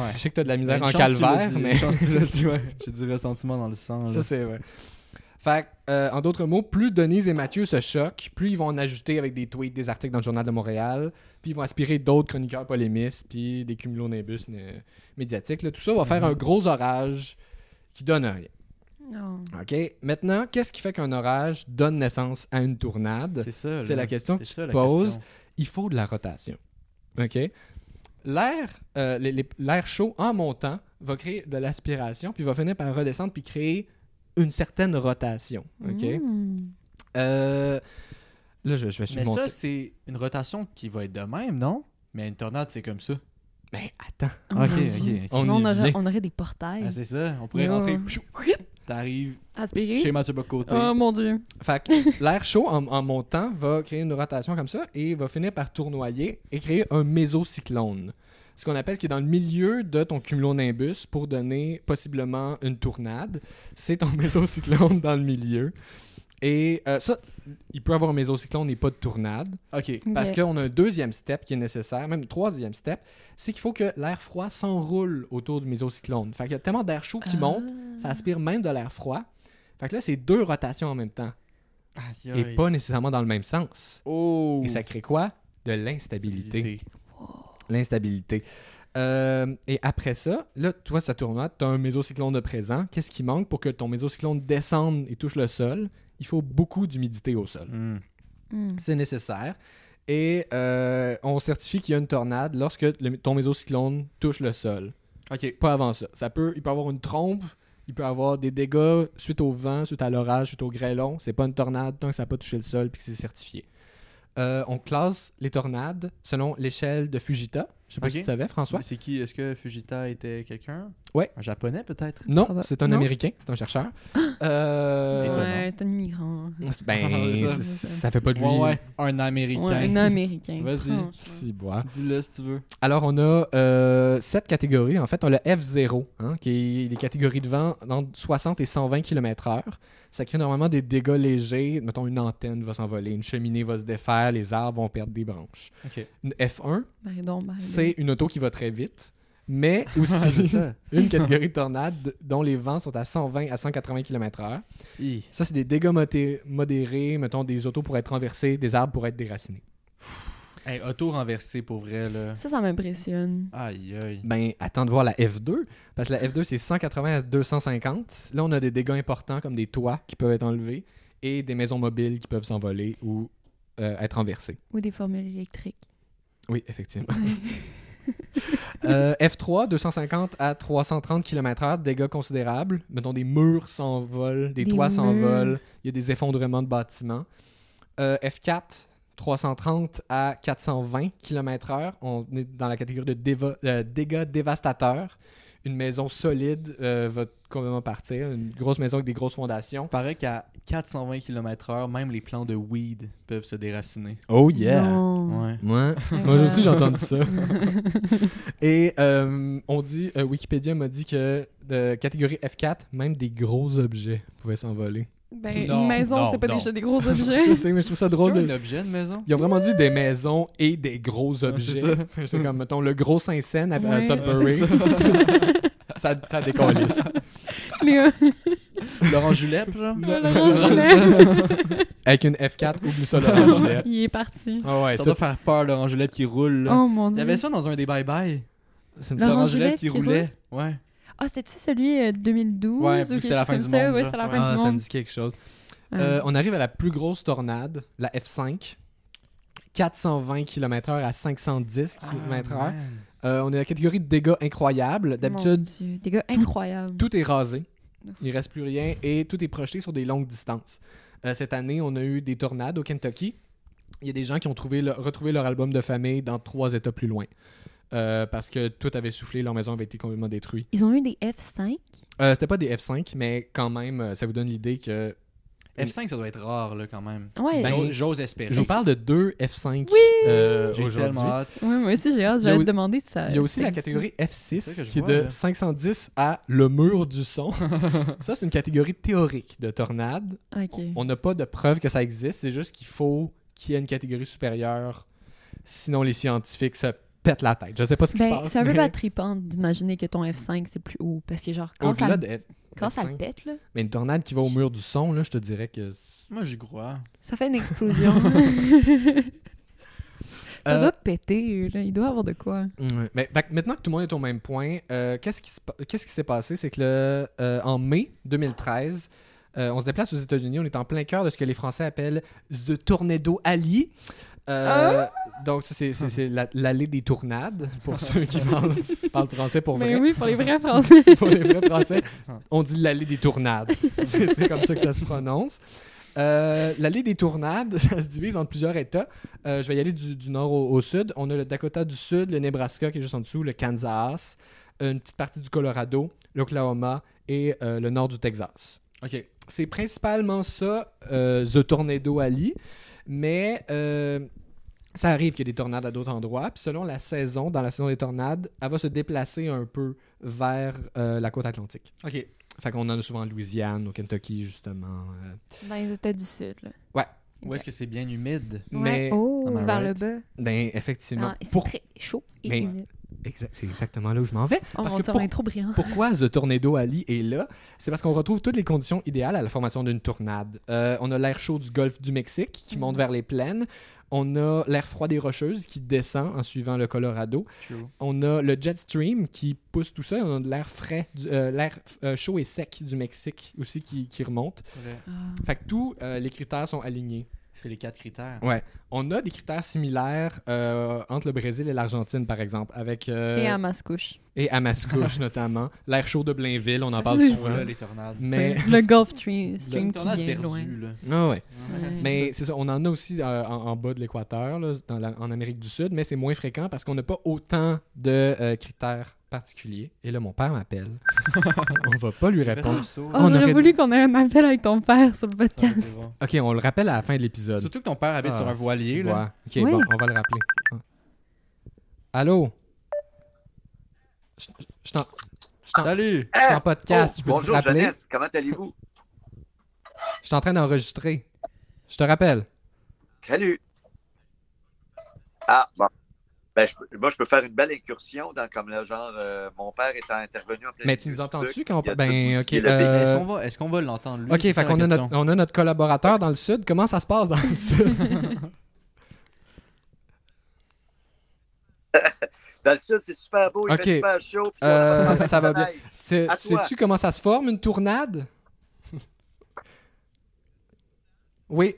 Speaker 2: Ouais.
Speaker 3: Ah. Je sais que t'as de la
Speaker 2: Mais
Speaker 3: misère
Speaker 2: Ben, une
Speaker 3: en
Speaker 2: chance que tu l'as
Speaker 3: calvaire,
Speaker 2: dit,
Speaker 3: mais.
Speaker 2: une chance que tu l'as dit, ouais. J'ai du ressentiment dans le sang. là.
Speaker 3: Ça, c'est vrai. Fait que, euh, en d'autres mots, plus Denise et Mathieu se choquent, plus ils vont en ajouter avec des tweets, des articles dans le Journal de Montréal, puis ils vont aspirer d'autres chroniqueurs polémistes, puis des cumulonimbus euh, médiatiques. là. Tout ça va faire un gros orage qui donne rien.
Speaker 4: Non.
Speaker 3: OK? Maintenant, qu'est-ce qui fait qu'un orage donne naissance à une tournade?
Speaker 2: C'est ça.
Speaker 3: C'est
Speaker 2: là.
Speaker 3: la question que
Speaker 2: C'est
Speaker 3: tu
Speaker 2: ça,
Speaker 3: te
Speaker 2: la
Speaker 3: poses.
Speaker 2: question.
Speaker 3: Il faut de la rotation. OK? L'air euh, les- les- l'air chaud en montant va créer de l'aspiration, puis va finir par redescendre, puis créer une certaine rotation. OK?
Speaker 4: Mhm.
Speaker 3: Euh, là, je, je vais
Speaker 2: Mais
Speaker 3: suivre mon
Speaker 2: ça,
Speaker 3: te-
Speaker 2: c'est une rotation qui va être de même, non? Mais une tornade, c'est comme ça.
Speaker 3: Ben, attends.
Speaker 4: Oh,
Speaker 2: ok,
Speaker 4: mon Dieu.
Speaker 2: ok, ok.
Speaker 3: On
Speaker 4: Sinon,
Speaker 3: y
Speaker 4: on, aurait,
Speaker 3: vient.
Speaker 4: on aurait des portails.
Speaker 2: Ah, c'est ça. On pourrait
Speaker 4: Ouais,
Speaker 2: rentrer.
Speaker 4: ouais.
Speaker 2: Pfiou. T'arrives
Speaker 4: Aspirer.
Speaker 2: chez Mathieu Bocoté.
Speaker 4: Oh mon dieu.
Speaker 3: Fait que l'air chaud en, en montant va créer une rotation comme ça et va finir par tournoyer et créer un mésocyclone. Ce qu'on appelle qui est dans le milieu de ton cumulonimbus pour donner possiblement une tournade. C'est ton mésocyclone dans le milieu. Et euh, ça, il peut avoir un mésocyclone et pas de tournade.
Speaker 2: Ok.
Speaker 3: Parce
Speaker 4: Ok.
Speaker 3: qu'on a un deuxième step qui est nécessaire, même troisième step, c'est qu'il faut que l'air froid s'enroule autour du mésocyclone. Fait qu'il y a tellement d'air chaud qui monte, ça aspire même de l'air froid. Fait que là, c'est deux rotations en même temps. Et pas nécessairement dans le même sens.
Speaker 2: Oh.
Speaker 3: Et ça crée quoi? De l'instabilité. L'instabilité. Euh, et après ça, là, toi, ça tourne, tu as un mésocyclone de présent. Qu'est-ce qui manque pour que ton mésocyclone descende et touche le sol? Il faut beaucoup d'humidité au sol.
Speaker 2: Hmm.
Speaker 4: Mhm.
Speaker 3: C'est nécessaire. Et euh, on certifie qu'il y a une tornade lorsque le- ton mésocyclone touche le sol.
Speaker 2: Ok.
Speaker 3: Pas avant ça. ça peut, il peut avoir une trompe, il peut avoir des dégâts suite au vent, suite à l'orage, suite au grêlon. C'est pas une tornade tant que ça n'a pas touché le sol puis que c'est certifié. Euh, on classe les tornades selon l'échelle de Fujita. Je sais pas
Speaker 2: Ok.
Speaker 3: si tu savais, François.
Speaker 2: Mais Ah, C'est qui Est-ce que Fujita était quelqu'un
Speaker 3: Ouais.
Speaker 2: Un japonais peut-être
Speaker 3: Non,
Speaker 4: Ça va.
Speaker 3: c'est un
Speaker 4: Non.
Speaker 3: Américain, c'est un chercheur. Euh,
Speaker 4: Ouais, t'es un immigrant.
Speaker 3: Ben,
Speaker 2: C'est
Speaker 3: c'est-
Speaker 2: ça.
Speaker 3: ça. fait pas de lui.
Speaker 2: Ouais, ouais. Un américain.
Speaker 4: Ouais, un américain.
Speaker 2: Vas-y.
Speaker 4: franchement.
Speaker 3: Si, bois.
Speaker 2: Dis-le si tu veux.
Speaker 3: Alors, on a euh, sept catégories. En fait, on a le F0, hein, qui est des catégories de vent entre 60 et 120 km/h. Ça crée normalement des dégâts légers. Mettons, une antenne va s'envoler, une cheminée va se défaire, les arbres vont perdre des branches.
Speaker 2: Ok.
Speaker 3: Une F1,
Speaker 4: Marie ben donc, Marie donc.
Speaker 3: c'est une auto qui va très vite. mais
Speaker 2: Ouais, Ah, c'est
Speaker 3: aussi
Speaker 2: ça.
Speaker 3: une catégorie tornade dont les vents sont à 120 à 180 km/h.
Speaker 2: Hi.
Speaker 3: Ça, c'est des dégâts modé- modérés, mettons des autos pour être renversés, des arbres pour être déracinés.
Speaker 2: Hey, auto renversé pour vrai, là.
Speaker 7: Ça, ça m'impressionne.
Speaker 2: Aïe, aïe.
Speaker 3: Ben, attends de voir la F2, parce que la F2, c'est 180 à 250. Là, on a des dégâts importants comme des toits qui peuvent être enlevés et des maisons mobiles qui peuvent s'envoler ou euh, être renversées.
Speaker 7: Ou des formules électriques.
Speaker 3: Oui, effectivement.
Speaker 2: Oh,
Speaker 3: Euh, F3, 250 à 330 km/h, dégâts considérables. Mettons, des murs s'envolent, des,
Speaker 7: Des
Speaker 3: toits
Speaker 7: murs.
Speaker 3: s'envolent, il y a des effondrements de bâtiments. Euh, F4, 330 à 420 km/h. On est dans la catégorie de déva- euh, dégâts dévastateurs. Une maison solide euh, va complètement partir, une grosse maison avec des grosses fondations.
Speaker 2: Paraît qu'à 420 km/h, même les plants de weed peuvent se déraciner.
Speaker 3: Oh
Speaker 7: Non.
Speaker 2: Ouais.
Speaker 3: Ouais. Moi
Speaker 7: Incroyable.
Speaker 3: aussi, j'ai entendu ça. Et euh, on dit, euh, Wikipédia m'a dit que de catégorie F4, même des gros objets pouvaient s'envoler.
Speaker 7: Ben,
Speaker 2: Non,
Speaker 7: une maison,
Speaker 2: non,
Speaker 7: c'est pas
Speaker 2: non.
Speaker 7: déjà des gros
Speaker 3: Je
Speaker 7: objets.
Speaker 3: sais, mais je trouve ça
Speaker 2: Hein? C'est
Speaker 3: drôle.
Speaker 2: drôle.
Speaker 3: de-
Speaker 2: un objet de maison?
Speaker 3: Ils ont vraiment dit des maisons et des gros objets.
Speaker 2: C'est
Speaker 3: C'est comme, mettons, le gros Saint-Saëns à, à
Speaker 7: Ouais.
Speaker 2: Euh,
Speaker 3: Sudbury. ça, ça décalisse.
Speaker 7: Les-
Speaker 2: Laurent Julep, genre?
Speaker 7: Laurent Julep.
Speaker 3: Avec une F4, oublie ça, Laurent Gillette.
Speaker 7: Il est parti.
Speaker 3: Ah ouais,
Speaker 2: Ça
Speaker 3: ça,
Speaker 2: doit faire peur, Laurent Julep qui roule, là.
Speaker 7: Oh mon
Speaker 2: Il y
Speaker 7: dieu.
Speaker 2: avait ça dans un des bye-bye.
Speaker 3: ça me
Speaker 7: Laurent
Speaker 2: Laurent
Speaker 7: Julep
Speaker 2: Julep
Speaker 7: qui
Speaker 2: qui roulait. Ouais.
Speaker 7: Ah, c'était-tu celui euh, de 2012 ou
Speaker 2: Ouais, puis
Speaker 7: quelque
Speaker 2: c'est la
Speaker 7: chose
Speaker 2: fin
Speaker 7: comme
Speaker 2: du
Speaker 7: ça?
Speaker 2: monde,
Speaker 7: Ouais,
Speaker 2: là.
Speaker 7: c'est la fin du
Speaker 3: Ah,
Speaker 7: Ah.
Speaker 3: ça me
Speaker 7: monde.
Speaker 3: dit quelque chose.
Speaker 7: Ouais.
Speaker 3: Euh, on arrive à la plus grosse tornade, la F5. 420 km/h à 510
Speaker 2: Ah,
Speaker 3: km/h. Euh, on est à la catégorie de dégâts incroyables. D'habitude,
Speaker 7: Mon Dieu, Des gars incroyables.
Speaker 3: tout est rasé. Il reste plus rien et tout est projeté sur des longues distances. Euh, cette année, on a eu des tornades au Kentucky. Il y a des gens qui ont trouvé le- retrouvé leur album de famille dans trois États plus loin. Euh, parce que tout avait soufflé, leur maison avait été complètement détruite.
Speaker 7: Ils ont eu des F5.
Speaker 3: Euh, C'était pas des F5, mais quand même, euh, ça vous donne l'idée que.
Speaker 2: F5, ça doit être rare, là, quand même.
Speaker 7: Ouais,
Speaker 3: Ben,
Speaker 7: j'ai-
Speaker 2: J'ose- J'ose espérer.
Speaker 3: Je vous parle de deux F5 euh,
Speaker 2: J'ai
Speaker 3: aujourd'hui.
Speaker 2: tellement hâte.
Speaker 7: ouais, moi aussi j'ai hâte,
Speaker 3: Il y a
Speaker 7: j'allais
Speaker 3: au-
Speaker 7: te demander si ça.
Speaker 3: Il y a aussi
Speaker 7: ça
Speaker 3: la
Speaker 7: existe.
Speaker 3: catégorie
Speaker 2: C'est ça
Speaker 3: F6
Speaker 2: que je
Speaker 3: qui est
Speaker 2: vois,
Speaker 3: de
Speaker 2: là.
Speaker 3: 510 à le mur du son. ça, c'est une catégorie théorique de tornade.
Speaker 7: Ok.
Speaker 3: On n'a pas de preuve que ça existe, c'est juste qu'il faut qu'il y ait une catégorie supérieure. Sinon, les scientifiques se pètent la tête. Je sais pas ce qui se
Speaker 7: Ben,
Speaker 3: passe.
Speaker 7: c'est un peu
Speaker 3: mais
Speaker 7: pas trippant d'imaginer que ton F5 c'est plus haut. Parce que genre, quand,
Speaker 3: Au-delà
Speaker 7: ça,
Speaker 3: de F-
Speaker 7: quand ça le
Speaker 3: F5.
Speaker 7: pète, là,
Speaker 3: Mais une tornade qui va au mur du son, là, je te dirais que.
Speaker 2: Moi, j'y crois.
Speaker 7: ça fait une explosion. ça
Speaker 3: Euh,
Speaker 7: doit péter, là. il doit avoir de quoi.
Speaker 3: Ouais. Mais fait que maintenant que tout le monde est au même point, euh, qu'est-ce qui se pa- qu'est-ce qui s'est passé? C'est que le, euh, en mai 2013, euh, on se déplace aux États-Unis, on est en plein cœur de ce que les Français appellent The Tornado Alley. Euh,
Speaker 7: Ah!
Speaker 3: Donc, ça, c'est c'est- c'est la- l'allée des tournades, pour ceux qui parlent, parlent français pour vrai.
Speaker 7: Mais Ben oui, pour les vrais Français.
Speaker 3: Pour les vrais Français, on dit l'allée des tournades. C'est c'est comme ça que ça se prononce. Euh, l'allée des tournades, ça se divise en plusieurs États. Euh, je vais y aller du, du nord au, au sud. On a le Dakota du Sud, le Nebraska qui est juste en dessous, le Kansas, une petite partie du Colorado, l'Oklahoma et euh, le nord du Texas.
Speaker 2: OK.
Speaker 3: C'est principalement ça, euh, The Tornado Alley, mais euh, ça arrive qu'il y ait des tornades à d'autres endroits. Puis selon la saison, dans la saison des tornades, elle va se déplacer un peu vers euh, la côte atlantique.
Speaker 2: OK.
Speaker 3: Fait qu'on en a souvent en Louisiane, au Kentucky, justement. euh.
Speaker 7: Dans les États du Sud. Là.
Speaker 2: Où est-ce que c'est bien humide?
Speaker 3: Mais,
Speaker 7: oh,
Speaker 2: Am I
Speaker 7: vers
Speaker 2: right?
Speaker 7: le bas.
Speaker 3: ben, effectivement,
Speaker 7: Ah, c'est
Speaker 3: pour-
Speaker 7: très chaud et
Speaker 3: Mais-
Speaker 7: humide.
Speaker 3: Exact- c'est exactement là où je m'en vais.
Speaker 7: Oh
Speaker 3: parce
Speaker 7: mon
Speaker 3: que
Speaker 7: dieu,
Speaker 3: pour-
Speaker 7: on est trop brillant.
Speaker 3: Pourquoi The Tornado Alley est là? C'est parce qu'on retrouve toutes les conditions idéales à la formation d'une tornade. Euh, on a l'air chaud du golfe du Mexique qui
Speaker 7: Mhm.
Speaker 3: monte vers les plaines. On a l'air froid des Rocheuses qui descend en suivant le Colorado. On a le jet stream qui pousse tout ça. On a de l'air frais, du- euh, l'air euh, chaud et sec du Mexique aussi qui, qui remonte.
Speaker 2: Vrai.
Speaker 7: Ah.
Speaker 3: Fait que tous euh, les critères sont alignés.
Speaker 2: C'est les quatre critères.
Speaker 3: Ouais. On a des critères similaires euh, entre le Brésil et l'Argentine, par exemple, avec euh,
Speaker 7: Et à Mascouche.
Speaker 3: et Amascouche notamment. L'air chaud de Blainville, on en parle souvent.
Speaker 2: Voilà les tornades.
Speaker 3: Mais
Speaker 7: Ah, C'est Le Gulf Stream,
Speaker 2: C'est une
Speaker 7: stream qui
Speaker 2: tornade
Speaker 7: vient loin.
Speaker 2: perdue, là.
Speaker 3: Ah ouais.
Speaker 7: Ouais.
Speaker 3: Mais c'est ça, on en a aussi euh, en, en bas de l'équateur, là, dans la- en Amérique du Sud, mais c'est moins fréquent parce qu'on n'a pas autant de euh, critères particuliers. Et là, mon père m'appelle. on va pas lui répondre.
Speaker 7: Oh,
Speaker 3: On aurait
Speaker 7: j'aurais voulu
Speaker 3: dû-
Speaker 7: qu'on ait un appel avec ton père sur le
Speaker 2: Ah,
Speaker 7: podcast.
Speaker 2: c'est bon.
Speaker 3: Ok, on le rappelle à la fin de l'épisode.
Speaker 2: Surtout que ton père habite sur
Speaker 3: Ah,
Speaker 2: un voilier,
Speaker 3: six
Speaker 2: là.
Speaker 3: mois. Ok,
Speaker 7: Oui.
Speaker 3: bon, on va le rappeler. Ah. Allô? Je je t'en je
Speaker 2: Ah.
Speaker 3: t'en-
Speaker 2: Salut!
Speaker 3: je suis en podcast,
Speaker 8: Oh,
Speaker 3: je peux te
Speaker 8: bonjour
Speaker 3: rappeler?
Speaker 8: jeunesse, comment allez-vous?
Speaker 3: Je suis en train d'enregistrer. Je te rappelle.
Speaker 8: Salut. Ah, bon. Ben, je peux- moi, je peux faire une belle incursion dans comme le genre euh, mon père étant intervenu en plein
Speaker 3: Mais
Speaker 8: milieu
Speaker 3: tu nous
Speaker 8: du
Speaker 3: entends-tu
Speaker 8: truc,
Speaker 3: quand on
Speaker 8: il Eh, y a
Speaker 3: parle- Ben,
Speaker 8: tout
Speaker 3: ok.
Speaker 8: bousillé le
Speaker 3: euh,
Speaker 2: Est-ce qu'on va, est-ce qu'on va l'entendre, lui?
Speaker 3: Ok,
Speaker 2: C'est
Speaker 3: fait
Speaker 2: ça la
Speaker 3: qu'on a
Speaker 2: question.
Speaker 3: notre, on a notre collaborateur dans le sud. Comment ça se passe dans le sud?
Speaker 8: Dans le sud, c'est super beau, il
Speaker 3: Ok.
Speaker 8: fait super chaud. puis
Speaker 3: Euh,
Speaker 8: on a-
Speaker 3: ça va bien. Tu,
Speaker 8: À
Speaker 3: tu
Speaker 8: toi.
Speaker 3: sais-tu comment ça se forme, une tournade? oui.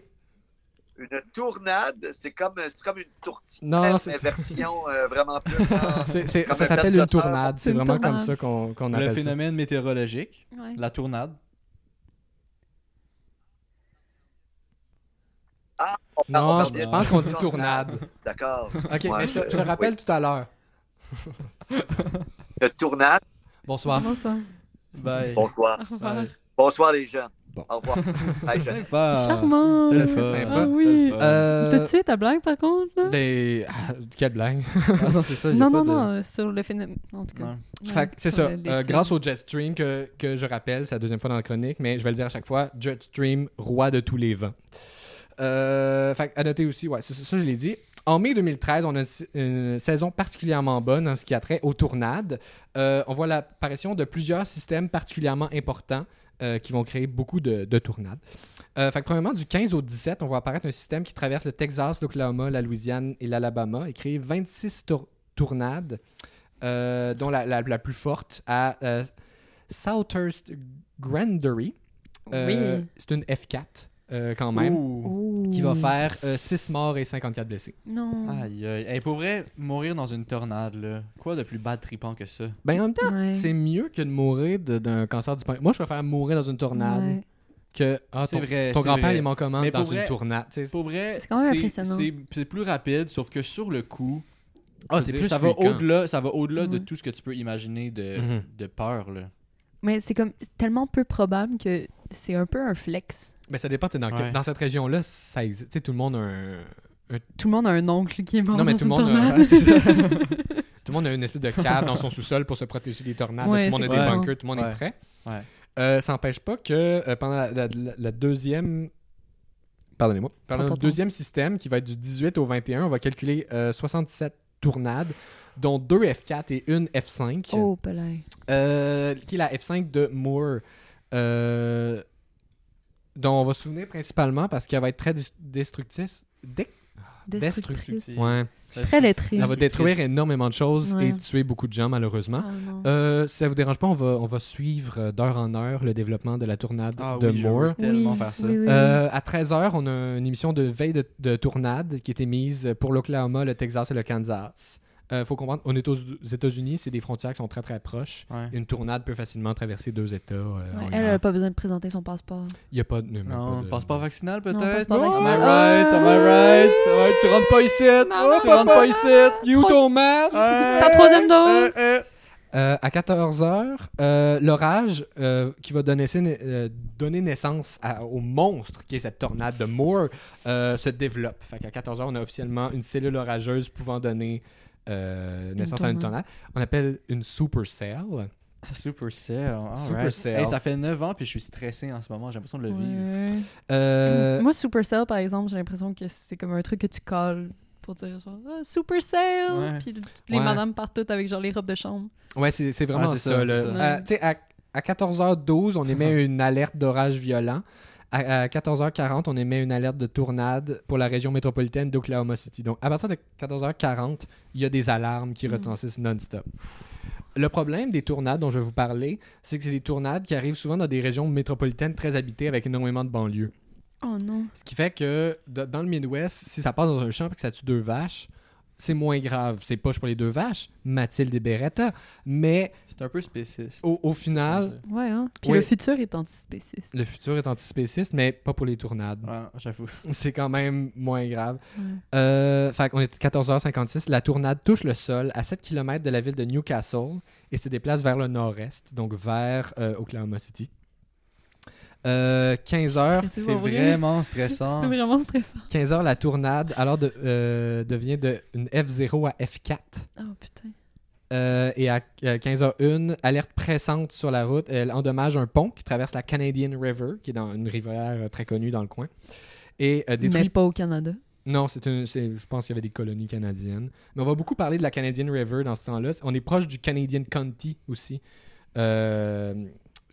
Speaker 8: Une tournade, c'est comme, c'est comme une tourtière,
Speaker 3: Non, non, c'est-
Speaker 8: mais version euh, vraiment plus... en-
Speaker 3: C'est- c'est-
Speaker 8: Comme
Speaker 3: ça
Speaker 8: un
Speaker 3: s'appelle une
Speaker 8: percuteur.
Speaker 3: tournade. C'est
Speaker 7: Une
Speaker 3: vraiment
Speaker 7: tournade.
Speaker 3: comme ça qu'on qu'on
Speaker 2: Le
Speaker 3: appelle ça.
Speaker 2: phénomène météorologique,
Speaker 7: Ouais.
Speaker 2: la tournade.
Speaker 8: Ah, on
Speaker 3: Non,
Speaker 8: parle
Speaker 3: je,
Speaker 8: bien
Speaker 3: je
Speaker 8: de
Speaker 3: pense qu'on dit tournade.
Speaker 8: D'accord.
Speaker 3: Ok,
Speaker 8: Ouais,
Speaker 3: mais je te, je te
Speaker 8: oui.
Speaker 3: rappelle tout à l'heure.
Speaker 8: Une tournade,
Speaker 3: Bonsoir.
Speaker 7: Bonsoir.
Speaker 2: Bye.
Speaker 8: bonsoir.
Speaker 7: Au revoir.
Speaker 2: Ouais.
Speaker 8: Bonsoir les jeunes.
Speaker 3: Bon.
Speaker 8: Au revoir. Bye, jeunes.
Speaker 2: Sympa.
Speaker 7: Ah. Charmant.
Speaker 2: C'était le
Speaker 3: C'est
Speaker 2: fun.
Speaker 3: sympa.
Speaker 7: Ah oui.
Speaker 3: Euh,
Speaker 7: T'as tué ta blague, par contre, là?
Speaker 3: des... ah, quelle blague.
Speaker 2: Ah non, c'est ça. y a
Speaker 7: Non,
Speaker 2: pas
Speaker 7: non,
Speaker 2: de-
Speaker 7: non, euh, sur le phénomène. En tout cas.
Speaker 2: Non.
Speaker 7: Ouais,
Speaker 3: Fait que c'est
Speaker 7: sur
Speaker 3: ça.
Speaker 7: le- les
Speaker 3: euh,
Speaker 7: signes.
Speaker 3: grâce au Jetstream que, que je rappelle, c'est la deuxième fois dans la chronique, mais je vais le dire à chaque fois Jetstream, roi de tous les vents. Euh, fait que à noter aussi, ouais, ça, ça, ça, je l'ai dit. En mai 2013, on a une si- une saison particulièrement bonne en ce qui a trait aux tournades. Euh, on voit l'apparition de plusieurs systèmes particulièrement importants euh, qui vont créer beaucoup de, de tournades. Euh, fait que premièrement, du 15 au 17, on voit apparaître un système qui traverse le Texas, l'Oklahoma, la Louisiane et l'Alabama et crée 26 tour- tournades euh, dont la, la- la plus forte à euh, Southhurst Grandery. Euh,
Speaker 7: Oui.
Speaker 3: C'est une F4 euh, quand même,
Speaker 2: Ouh.
Speaker 3: qui va faire Ah, 6 morts et 54 blessés.
Speaker 7: Non.
Speaker 2: Aïe, aïe. Hey, pour vrai, mourir dans une tornade, là. Quoi de plus bad tripant que ça?
Speaker 3: Ben en même temps,
Speaker 7: Ouais.
Speaker 3: c'est mieux que de mourir de- d'un cancer du pancréas. Moi, je préfère mourir dans une tornade
Speaker 7: Ouais.
Speaker 3: que ah,
Speaker 2: C'est
Speaker 3: ton,
Speaker 2: vrai.
Speaker 3: ton
Speaker 2: c'est
Speaker 3: grand-père
Speaker 2: vrai.
Speaker 3: est mort comment
Speaker 2: Mais
Speaker 3: dans
Speaker 2: pour
Speaker 3: une
Speaker 2: vrai-
Speaker 3: tournade. tu sais.
Speaker 2: Pour vrai,
Speaker 7: C'est quand même impressionnant.
Speaker 2: c'est- c'est plus rapide, sauf que sur le coup,
Speaker 3: Ah,
Speaker 2: je veux dire, ça, va
Speaker 3: fréquent.
Speaker 2: au-delà, ça va au-delà de
Speaker 7: Ouais.
Speaker 2: tout ce que tu peux imaginer de,
Speaker 3: Mhm.
Speaker 2: de peur. Là.
Speaker 7: Mais c'est comme tellement peu probable que c'est un peu un flex.
Speaker 3: Mais ça dépend, t'es dans,
Speaker 2: Ouais.
Speaker 3: dans cette région-là, ça existe. Tu sais, tout le monde a un,
Speaker 7: Tout le monde a un oncle qui est mort
Speaker 3: Non, mais
Speaker 7: dans
Speaker 3: tout
Speaker 7: une
Speaker 3: le monde a-
Speaker 7: tornade.
Speaker 3: Ah, c'est ça. Tout le monde a une espèce de cave dans son sous-sol pour se protéger des tornades.
Speaker 7: Ouais,
Speaker 3: tout le monde a
Speaker 2: c'est
Speaker 3: des
Speaker 2: clair.
Speaker 3: bunkers, tout le monde
Speaker 2: Ouais.
Speaker 3: est prêt.
Speaker 2: Ouais.
Speaker 3: Euh, ça n'empêche pas que euh, pendant la, la- la- la deuxième. Pardonnez-moi. Pendant
Speaker 7: Prends
Speaker 3: le
Speaker 7: ton temps.
Speaker 3: deuxième système qui va être du 18 au 21, on va calculer euh, 77 tournades, dont 2 F4 et une F5,
Speaker 7: Oh, palais.
Speaker 3: euh, qui est la F5 de Moore. euh, dont on va se souvenir principalement parce qu'elle va être très dis- destructrice. dé-
Speaker 7: Destructrice.
Speaker 2: Destructrice.
Speaker 3: Ouais.
Speaker 7: Très lettrée.
Speaker 3: Elle va détruire énormément de choses
Speaker 7: Ouais.
Speaker 3: et tuer beaucoup de gens, malheureusement.
Speaker 7: Ah, non.
Speaker 3: Euh, si ça vous dérange pas, on va, on va suivre euh, d'heure en heure le développement de la tournade
Speaker 2: Ah
Speaker 3: de
Speaker 2: oui, je
Speaker 3: Moore.
Speaker 2: veux tellement faire ça.
Speaker 7: oui, oui, oui.
Speaker 3: Euh, à 13h, on a une émission de veille de, de tournade qui est émise pour l'Oklahoma, le Texas et le Kansas. Il faut comprendre, on est aux, aux États-Unis, c'est des frontières qui sont très très proches.
Speaker 2: Ouais.
Speaker 3: Une tournade peut facilement traverser deux États. euh, en
Speaker 7: Ouais,
Speaker 3: une
Speaker 7: elle
Speaker 3: heure.
Speaker 7: n'a pas besoin de présenter son passeport.
Speaker 3: Il n'y a pas de. même
Speaker 2: Non,
Speaker 3: de-
Speaker 2: passeport vaccinal peut-être.
Speaker 7: passeport
Speaker 2: Oh,
Speaker 7: vaccinal.
Speaker 2: Am I right? Am I right? Ouais, tu rentres pas ici.
Speaker 7: non,
Speaker 2: tu
Speaker 7: non,
Speaker 2: rentres
Speaker 7: non.
Speaker 2: pas ici.
Speaker 3: You
Speaker 7: Trois-
Speaker 3: ton masque!
Speaker 2: Ta
Speaker 7: Ta troisième dose.
Speaker 3: Euh, à 14h, l'orage euh, qui va donner, sin- euh, donner naissance à- au monstre qui est cette tornade de Moore euh, se développe. Fait qu'à 14h, on a officiellement une cellule orageuse pouvant donner euh, naissance à une
Speaker 7: tornade.
Speaker 3: tornade. On appelle une supercell.
Speaker 2: Supercell. alright.
Speaker 3: Supercell.
Speaker 2: Hey, ça fait 9 ans puis je suis stressé en ce moment. J'ai l'impression de le vivre.
Speaker 7: Ouais.
Speaker 3: Euh,
Speaker 7: Moi, Supercell, par exemple, j'ai l'impression que c'est comme un truc que tu colles pour dire genre Ah, Supercell.
Speaker 2: Ouais.
Speaker 7: Puis toutes les
Speaker 3: Ouais.
Speaker 7: madames partent toutes avec genre les robes de chambre.
Speaker 3: ouais, c'est c'est vraiment
Speaker 2: Ouais, c'est
Speaker 3: ça.
Speaker 2: ça,
Speaker 3: le-
Speaker 2: c'est
Speaker 7: ça.
Speaker 3: Euh, tu sais, à, à 14h12, on émet une alerte d'orage violent. À, à 14h40, on émet une alerte de tournade pour la région métropolitaine d'Oklahoma City. Donc, à partir de 14h40, il y a des alarmes qui
Speaker 7: Mm.
Speaker 3: retentissent non-stop. Le problème des tournades dont je vais vous parler, c'est que c'est des tournades qui arrivent souvent dans des régions métropolitaines très habitées avec énormément de banlieues.
Speaker 7: Oh non.
Speaker 3: Ce qui fait que d- dans le Midwest, si ça passe dans un champ et que ça tue deux vaches, c'est moins grave. C'est poche pour les deux vaches, Mathilde et Beretta. Mais
Speaker 2: C'est un peu spéciste.
Speaker 3: au- au final,
Speaker 7: Ouais, hein. Puis
Speaker 3: Oui.
Speaker 7: le futur est antispéciste.
Speaker 3: Le futur est antispéciste, mais pas pour les tournades.
Speaker 2: Ouais, j'avoue.
Speaker 3: C'est quand même moins grave.
Speaker 7: Ouais.
Speaker 3: Euh, fait qu'on est 14h56. La tournade touche le sol à 7 km de la ville de Newcastle et se déplace vers le nord-est, donc vers euh, Oklahoma City. Euh, 15h,
Speaker 7: Stressée
Speaker 2: C'est
Speaker 7: pour vrai.
Speaker 2: vraiment stressant.
Speaker 7: C'est vraiment stressant.
Speaker 3: 15h, la tournade alors de- euh, devient de une F0 à F4.
Speaker 7: Oh putain.
Speaker 3: Euh, et à euh, 15h01, alerte pressante sur la route. Elle endommage un pont qui traverse la Canadian River, qui est dans une rivière euh, très connue dans le coin, et euh, détruit
Speaker 7: Mais pas au Canada.
Speaker 3: Non, c'est un- c'est- je pense qu'il y avait des colonies canadiennes. Mais on va beaucoup parler de la Canadian River dans ce temps-là. On est proche du Canadian County aussi, euh,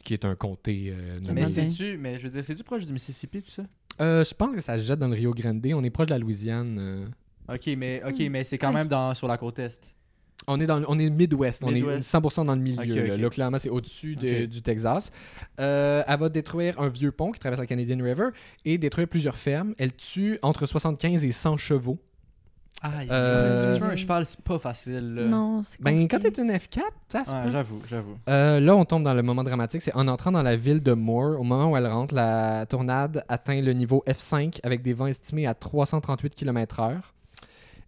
Speaker 3: qui est un comté. euh,
Speaker 7: Mais
Speaker 2: Mais
Speaker 3: nommé.
Speaker 7: c'est-
Speaker 2: c'est-tu, mais je veux dire, c'est-tu proche du Mississippi, tout ça?
Speaker 3: Euh, je pense que ça se jette dans le Rio Grande. On est proche de la Louisiane. euh.
Speaker 2: Ok, mais, ok,
Speaker 7: Hmm.
Speaker 2: mais c'est quand même dans, sur la côte est.
Speaker 3: On est dans, le- on est Midwest, on est
Speaker 2: Midwest.
Speaker 3: 100% dans le milieu.
Speaker 2: Ok,
Speaker 3: Là,
Speaker 2: ok.
Speaker 3: Là, clairement, c'est au-dessus de-
Speaker 2: Ok.
Speaker 3: du Texas. Euh, elle va détruire un vieux pont qui traverse la Canadian River et détruire plusieurs fermes. Elle tue entre 75 et 100 chevaux.
Speaker 2: Aïe,
Speaker 3: Euh,
Speaker 2: tuer un cheval, c'est pas facile. là.
Speaker 7: Non, c'est
Speaker 3: Ben,
Speaker 7: compliqué.
Speaker 3: quand t'es une F4, ça se
Speaker 2: Ouais,
Speaker 3: peut.
Speaker 2: j'avoue, j'avoue.
Speaker 3: Euh, là, on tombe dans le moment dramatique. C'est en entrant dans la ville de Moore, au moment où elle rentre, la tornade atteint le niveau F5 avec des vents estimés à 338 km/h.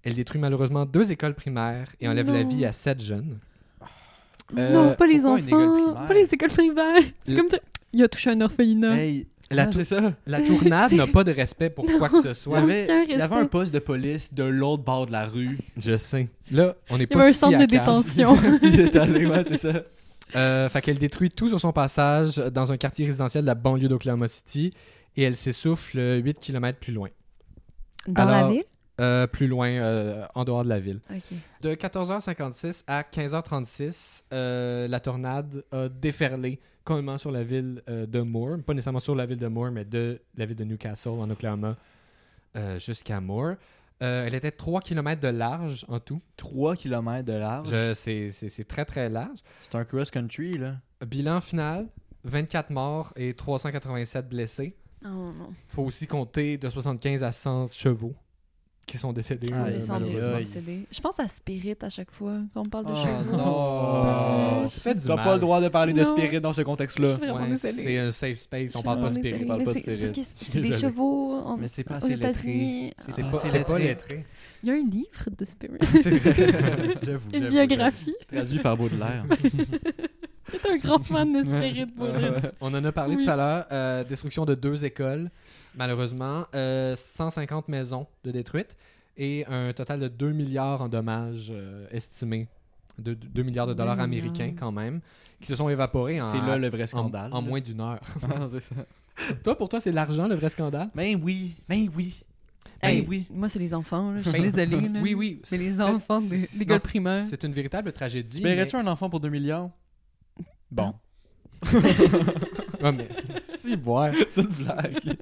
Speaker 3: Elle détruit malheureusement deux écoles primaires et enlève
Speaker 7: Non.
Speaker 3: la vie à sept jeunes.
Speaker 7: non,
Speaker 3: Euh,
Speaker 7: pas les
Speaker 2: pourquoi une école
Speaker 7: enfants,
Speaker 2: primaire?
Speaker 7: pas les écoles primaires. C'est
Speaker 3: Le-
Speaker 7: comme ça. Il a touché un orphelinat.
Speaker 2: Hey,
Speaker 3: la,
Speaker 2: non,
Speaker 3: tou-
Speaker 2: Ah, c'est ça.
Speaker 3: la tournade n'a pas de respect pour quoi que ce
Speaker 2: Il y,
Speaker 3: soit.
Speaker 2: avait,
Speaker 7: Aucun
Speaker 2: il y avait
Speaker 7: respect.
Speaker 2: un poste de police de l'autre bord de la rue.
Speaker 3: Je sais. Là, on
Speaker 7: Il
Speaker 3: n'est
Speaker 7: y
Speaker 3: pas
Speaker 7: avait un
Speaker 3: si
Speaker 7: centre de
Speaker 3: à cave.
Speaker 7: détention.
Speaker 2: il est allé, ouais, c'est ça.
Speaker 3: Euh, fait qu'elle détruit tout sur son passage dans un quartier résidentiel de la banlieue d'Oklahoma City et elle s'essouffle euh, 8 km plus loin.
Speaker 7: Dans la
Speaker 3: Alors-
Speaker 7: ville?
Speaker 3: Euh, plus loin, euh, en dehors de la ville.
Speaker 7: Ok.
Speaker 3: De 14h56 à 15h36, euh, la tornade a déferlé complètement sur la ville euh, de Moore. Pas nécessairement sur la ville de Moore, mais de la ville de Newcastle en Oklahoma euh, jusqu'à Moore. Euh, elle était 3 km de large en tout.
Speaker 2: 3 km de large.
Speaker 3: Je- C'est c'est- c'est très très large.
Speaker 2: C'est un cross-country, là.
Speaker 3: Bilan final, 24 morts et 387 blessés.
Speaker 7: Non, non.
Speaker 3: faut aussi compter de 75 à 100 chevaux qui sont décédés.
Speaker 2: Ah,
Speaker 3: euh,
Speaker 2: ils sont
Speaker 3: malheureusement.
Speaker 2: malheureusement.
Speaker 7: Je pense à Spirit à chaque fois quand on parle de
Speaker 2: Oh,
Speaker 7: chevaux.
Speaker 2: non.
Speaker 3: Oh! Ça fait du
Speaker 2: T'as
Speaker 3: mal.
Speaker 2: pas le droit de parler de
Speaker 7: Non.
Speaker 2: spirit dans ce
Speaker 7: Je
Speaker 2: contexte-là.
Speaker 7: suis vraiment
Speaker 3: Ouais,
Speaker 7: désolée.
Speaker 3: c'est un safe space, on
Speaker 7: Je suis
Speaker 3: parle pas de
Speaker 7: vraiment
Speaker 3: spirit.
Speaker 7: désolée.
Speaker 2: on parle
Speaker 7: Mais
Speaker 2: pas de
Speaker 7: c'est- C'est
Speaker 2: spirit.
Speaker 7: parce que
Speaker 3: Je suis
Speaker 7: c'est des
Speaker 3: désolé.
Speaker 7: chevaux en-
Speaker 2: Mais c'est pas
Speaker 7: aux
Speaker 2: assez lettré.
Speaker 7: États-Unis.
Speaker 3: C'est
Speaker 2: Ah,
Speaker 3: pas,
Speaker 2: c'est
Speaker 3: c'est pas
Speaker 2: lettré.
Speaker 3: lettré.
Speaker 7: Il y a un livre de Spirit.
Speaker 2: C'est vrai.
Speaker 3: J'avoue.
Speaker 7: Une
Speaker 3: j'avoue,
Speaker 7: biographie.
Speaker 2: Traduit par Baudelaire.
Speaker 7: C'est un grand fan de Spirit, pour vrai.
Speaker 3: j'avoue. On en a parlé
Speaker 7: Oui.
Speaker 3: tout à l'heure. euh, destruction de deux écoles, malheureusement. Euh, 150 maisons de détruites et un total de 2 milliards en dommages euh, estimés. De, de- 2 milliards de dollars
Speaker 7: Deux milliards.
Speaker 3: américains, quand même, qui se sont évaporés en,
Speaker 2: C'est là le vrai
Speaker 3: en-
Speaker 2: scandale.
Speaker 3: Ah, en moins d'une heure.
Speaker 2: Ah, c'est ça.
Speaker 3: Toi, pour toi, c'est l'argent le vrai scandale?
Speaker 2: Ben oui, ben oui.
Speaker 7: Hey,
Speaker 2: Ben oui.
Speaker 7: Moi, c'est les enfants. là. Je suis
Speaker 3: Ben-
Speaker 7: désolée. là.
Speaker 3: Oui, oui.
Speaker 7: Mais les
Speaker 3: c'est-
Speaker 7: enfants
Speaker 3: c'est-
Speaker 7: des,
Speaker 3: c'est-
Speaker 7: des
Speaker 3: non,
Speaker 7: gars primaires.
Speaker 3: C'est une véritable
Speaker 2: Tu
Speaker 3: tragédie.
Speaker 2: paierais-tu un enfant pour 2 millions? Bon.
Speaker 3: mais- Ouais, mais- si, boire.
Speaker 2: c'est une blague.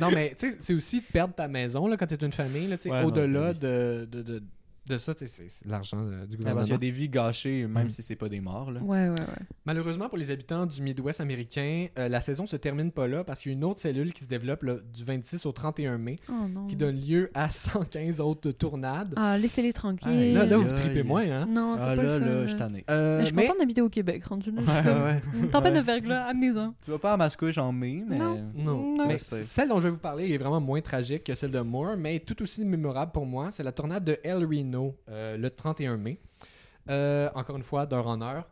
Speaker 3: Non, mais tu sais, c'est aussi de perdre ta maison là, quand t'es une famille. là, tu sais,
Speaker 2: Ouais, non,
Speaker 3: Au-delà
Speaker 2: oui. Ah,
Speaker 3: de, de, de, de ça, tu sais, c'est c'est l'argent euh,
Speaker 2: parce
Speaker 3: du gouvernement.
Speaker 2: qu'il y a des vies gâchées, même
Speaker 3: Mm.
Speaker 2: si c'est pas des morts. Là.
Speaker 7: Ouais, ouais, ouais.
Speaker 3: Malheureusement pour les habitants du Midwest américain, euh, la saison se termine pas là parce qu'il y a une autre cellule qui se développe là, du 26 au 31 mai
Speaker 7: Oh non.
Speaker 3: qui donne lieu à 115 autres tournades.
Speaker 7: Ah, laissez-les tranquilles.
Speaker 2: Aïe,
Speaker 3: là, là, vous
Speaker 2: aïe.
Speaker 3: tripez moins. Hein?
Speaker 7: Non, c'est
Speaker 2: Ah
Speaker 7: pas
Speaker 2: là,
Speaker 7: le fun.
Speaker 2: là, je
Speaker 7: là.
Speaker 2: t'en ai.
Speaker 3: Euh,
Speaker 7: Mais je suis
Speaker 3: mais-
Speaker 7: contente d'habiter au Québec, rendu là. je suis
Speaker 2: Ouais,
Speaker 7: comme,
Speaker 2: ouais.
Speaker 7: Une tempête
Speaker 2: Ouais.
Speaker 7: de verglas, amenez-en.
Speaker 2: Tu vas pas à Mascouche en mai, mais.
Speaker 7: Non.
Speaker 3: Non,
Speaker 7: Non.
Speaker 3: mais
Speaker 2: Je sais.
Speaker 3: celle dont je vais vous parler est vraiment moins tragique que celle de Moore, mais tout aussi mémorable pour moi. C'est la tornade de El Reno euh, le 31 mai. Euh, encore une fois, d'heure en heure.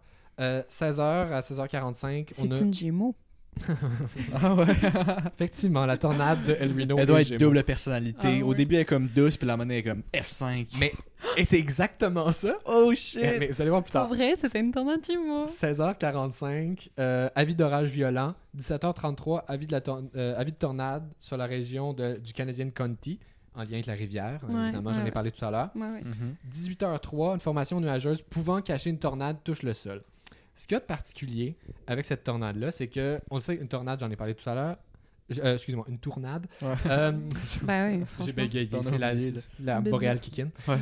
Speaker 3: 16h à 16h45,
Speaker 7: C'est
Speaker 3: on a
Speaker 7: une Gémeaux.
Speaker 2: Ah ouais.
Speaker 3: effectivement la tornade de El Reno.
Speaker 2: elle doit
Speaker 3: des
Speaker 2: être
Speaker 3: Gémeaux.
Speaker 2: double personnalité.
Speaker 7: Ah
Speaker 2: Au
Speaker 7: ouais.
Speaker 2: début, elle est comme douce, puis la monnaie est comme F5.
Speaker 3: Mais, et c'est exactement ça.
Speaker 2: Oh shit!
Speaker 3: Eh, Mais vous allez voir plus
Speaker 7: Pour
Speaker 3: tard.
Speaker 7: vrai, c'était une tornade Gémeaux.
Speaker 3: 16h45, euh, avis d'orage violent. 17h33, avis de, la tor- euh, avis de tornade sur la région de- du Canadian County, en lien avec la rivière. hein,
Speaker 7: Ouais,
Speaker 3: évidemment, j'en
Speaker 7: ouais,
Speaker 3: ai parlé tout à l'heure.
Speaker 7: Ouais, ouais.
Speaker 2: Mhm.
Speaker 3: 18h03, une formation nuageuse pouvant cacher une tornade touche le sol. Ce qu'il y a de particulier avec cette tornade-là, c'est que, on le sait, une tornade, j'en ai parlé tout à l'heure. Je- euh, Excuse-moi, une tournade.
Speaker 2: Ouais.
Speaker 3: Euh,
Speaker 7: Ben oui,
Speaker 3: J'ai
Speaker 7: franchement.
Speaker 3: bégayé,
Speaker 2: T'en as
Speaker 3: c'est la,
Speaker 2: oublié, là.
Speaker 3: la
Speaker 7: Bébé.
Speaker 3: boréale qui ken.
Speaker 2: Ouais.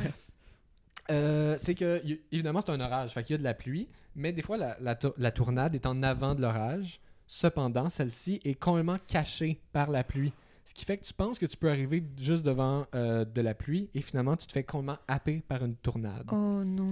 Speaker 3: Euh, c'est que, y- évidemment, c'est un orage, fait qu'il y a de la pluie, mais des fois, la, la to- la tournade est en avant de l'orage. Cependant, celle-ci est complètement cachée par la pluie. Ce qui fait que tu penses que tu peux arriver juste devant euh, de la pluie et finalement, tu te fais complètement happer par une tournade.
Speaker 7: Oh non.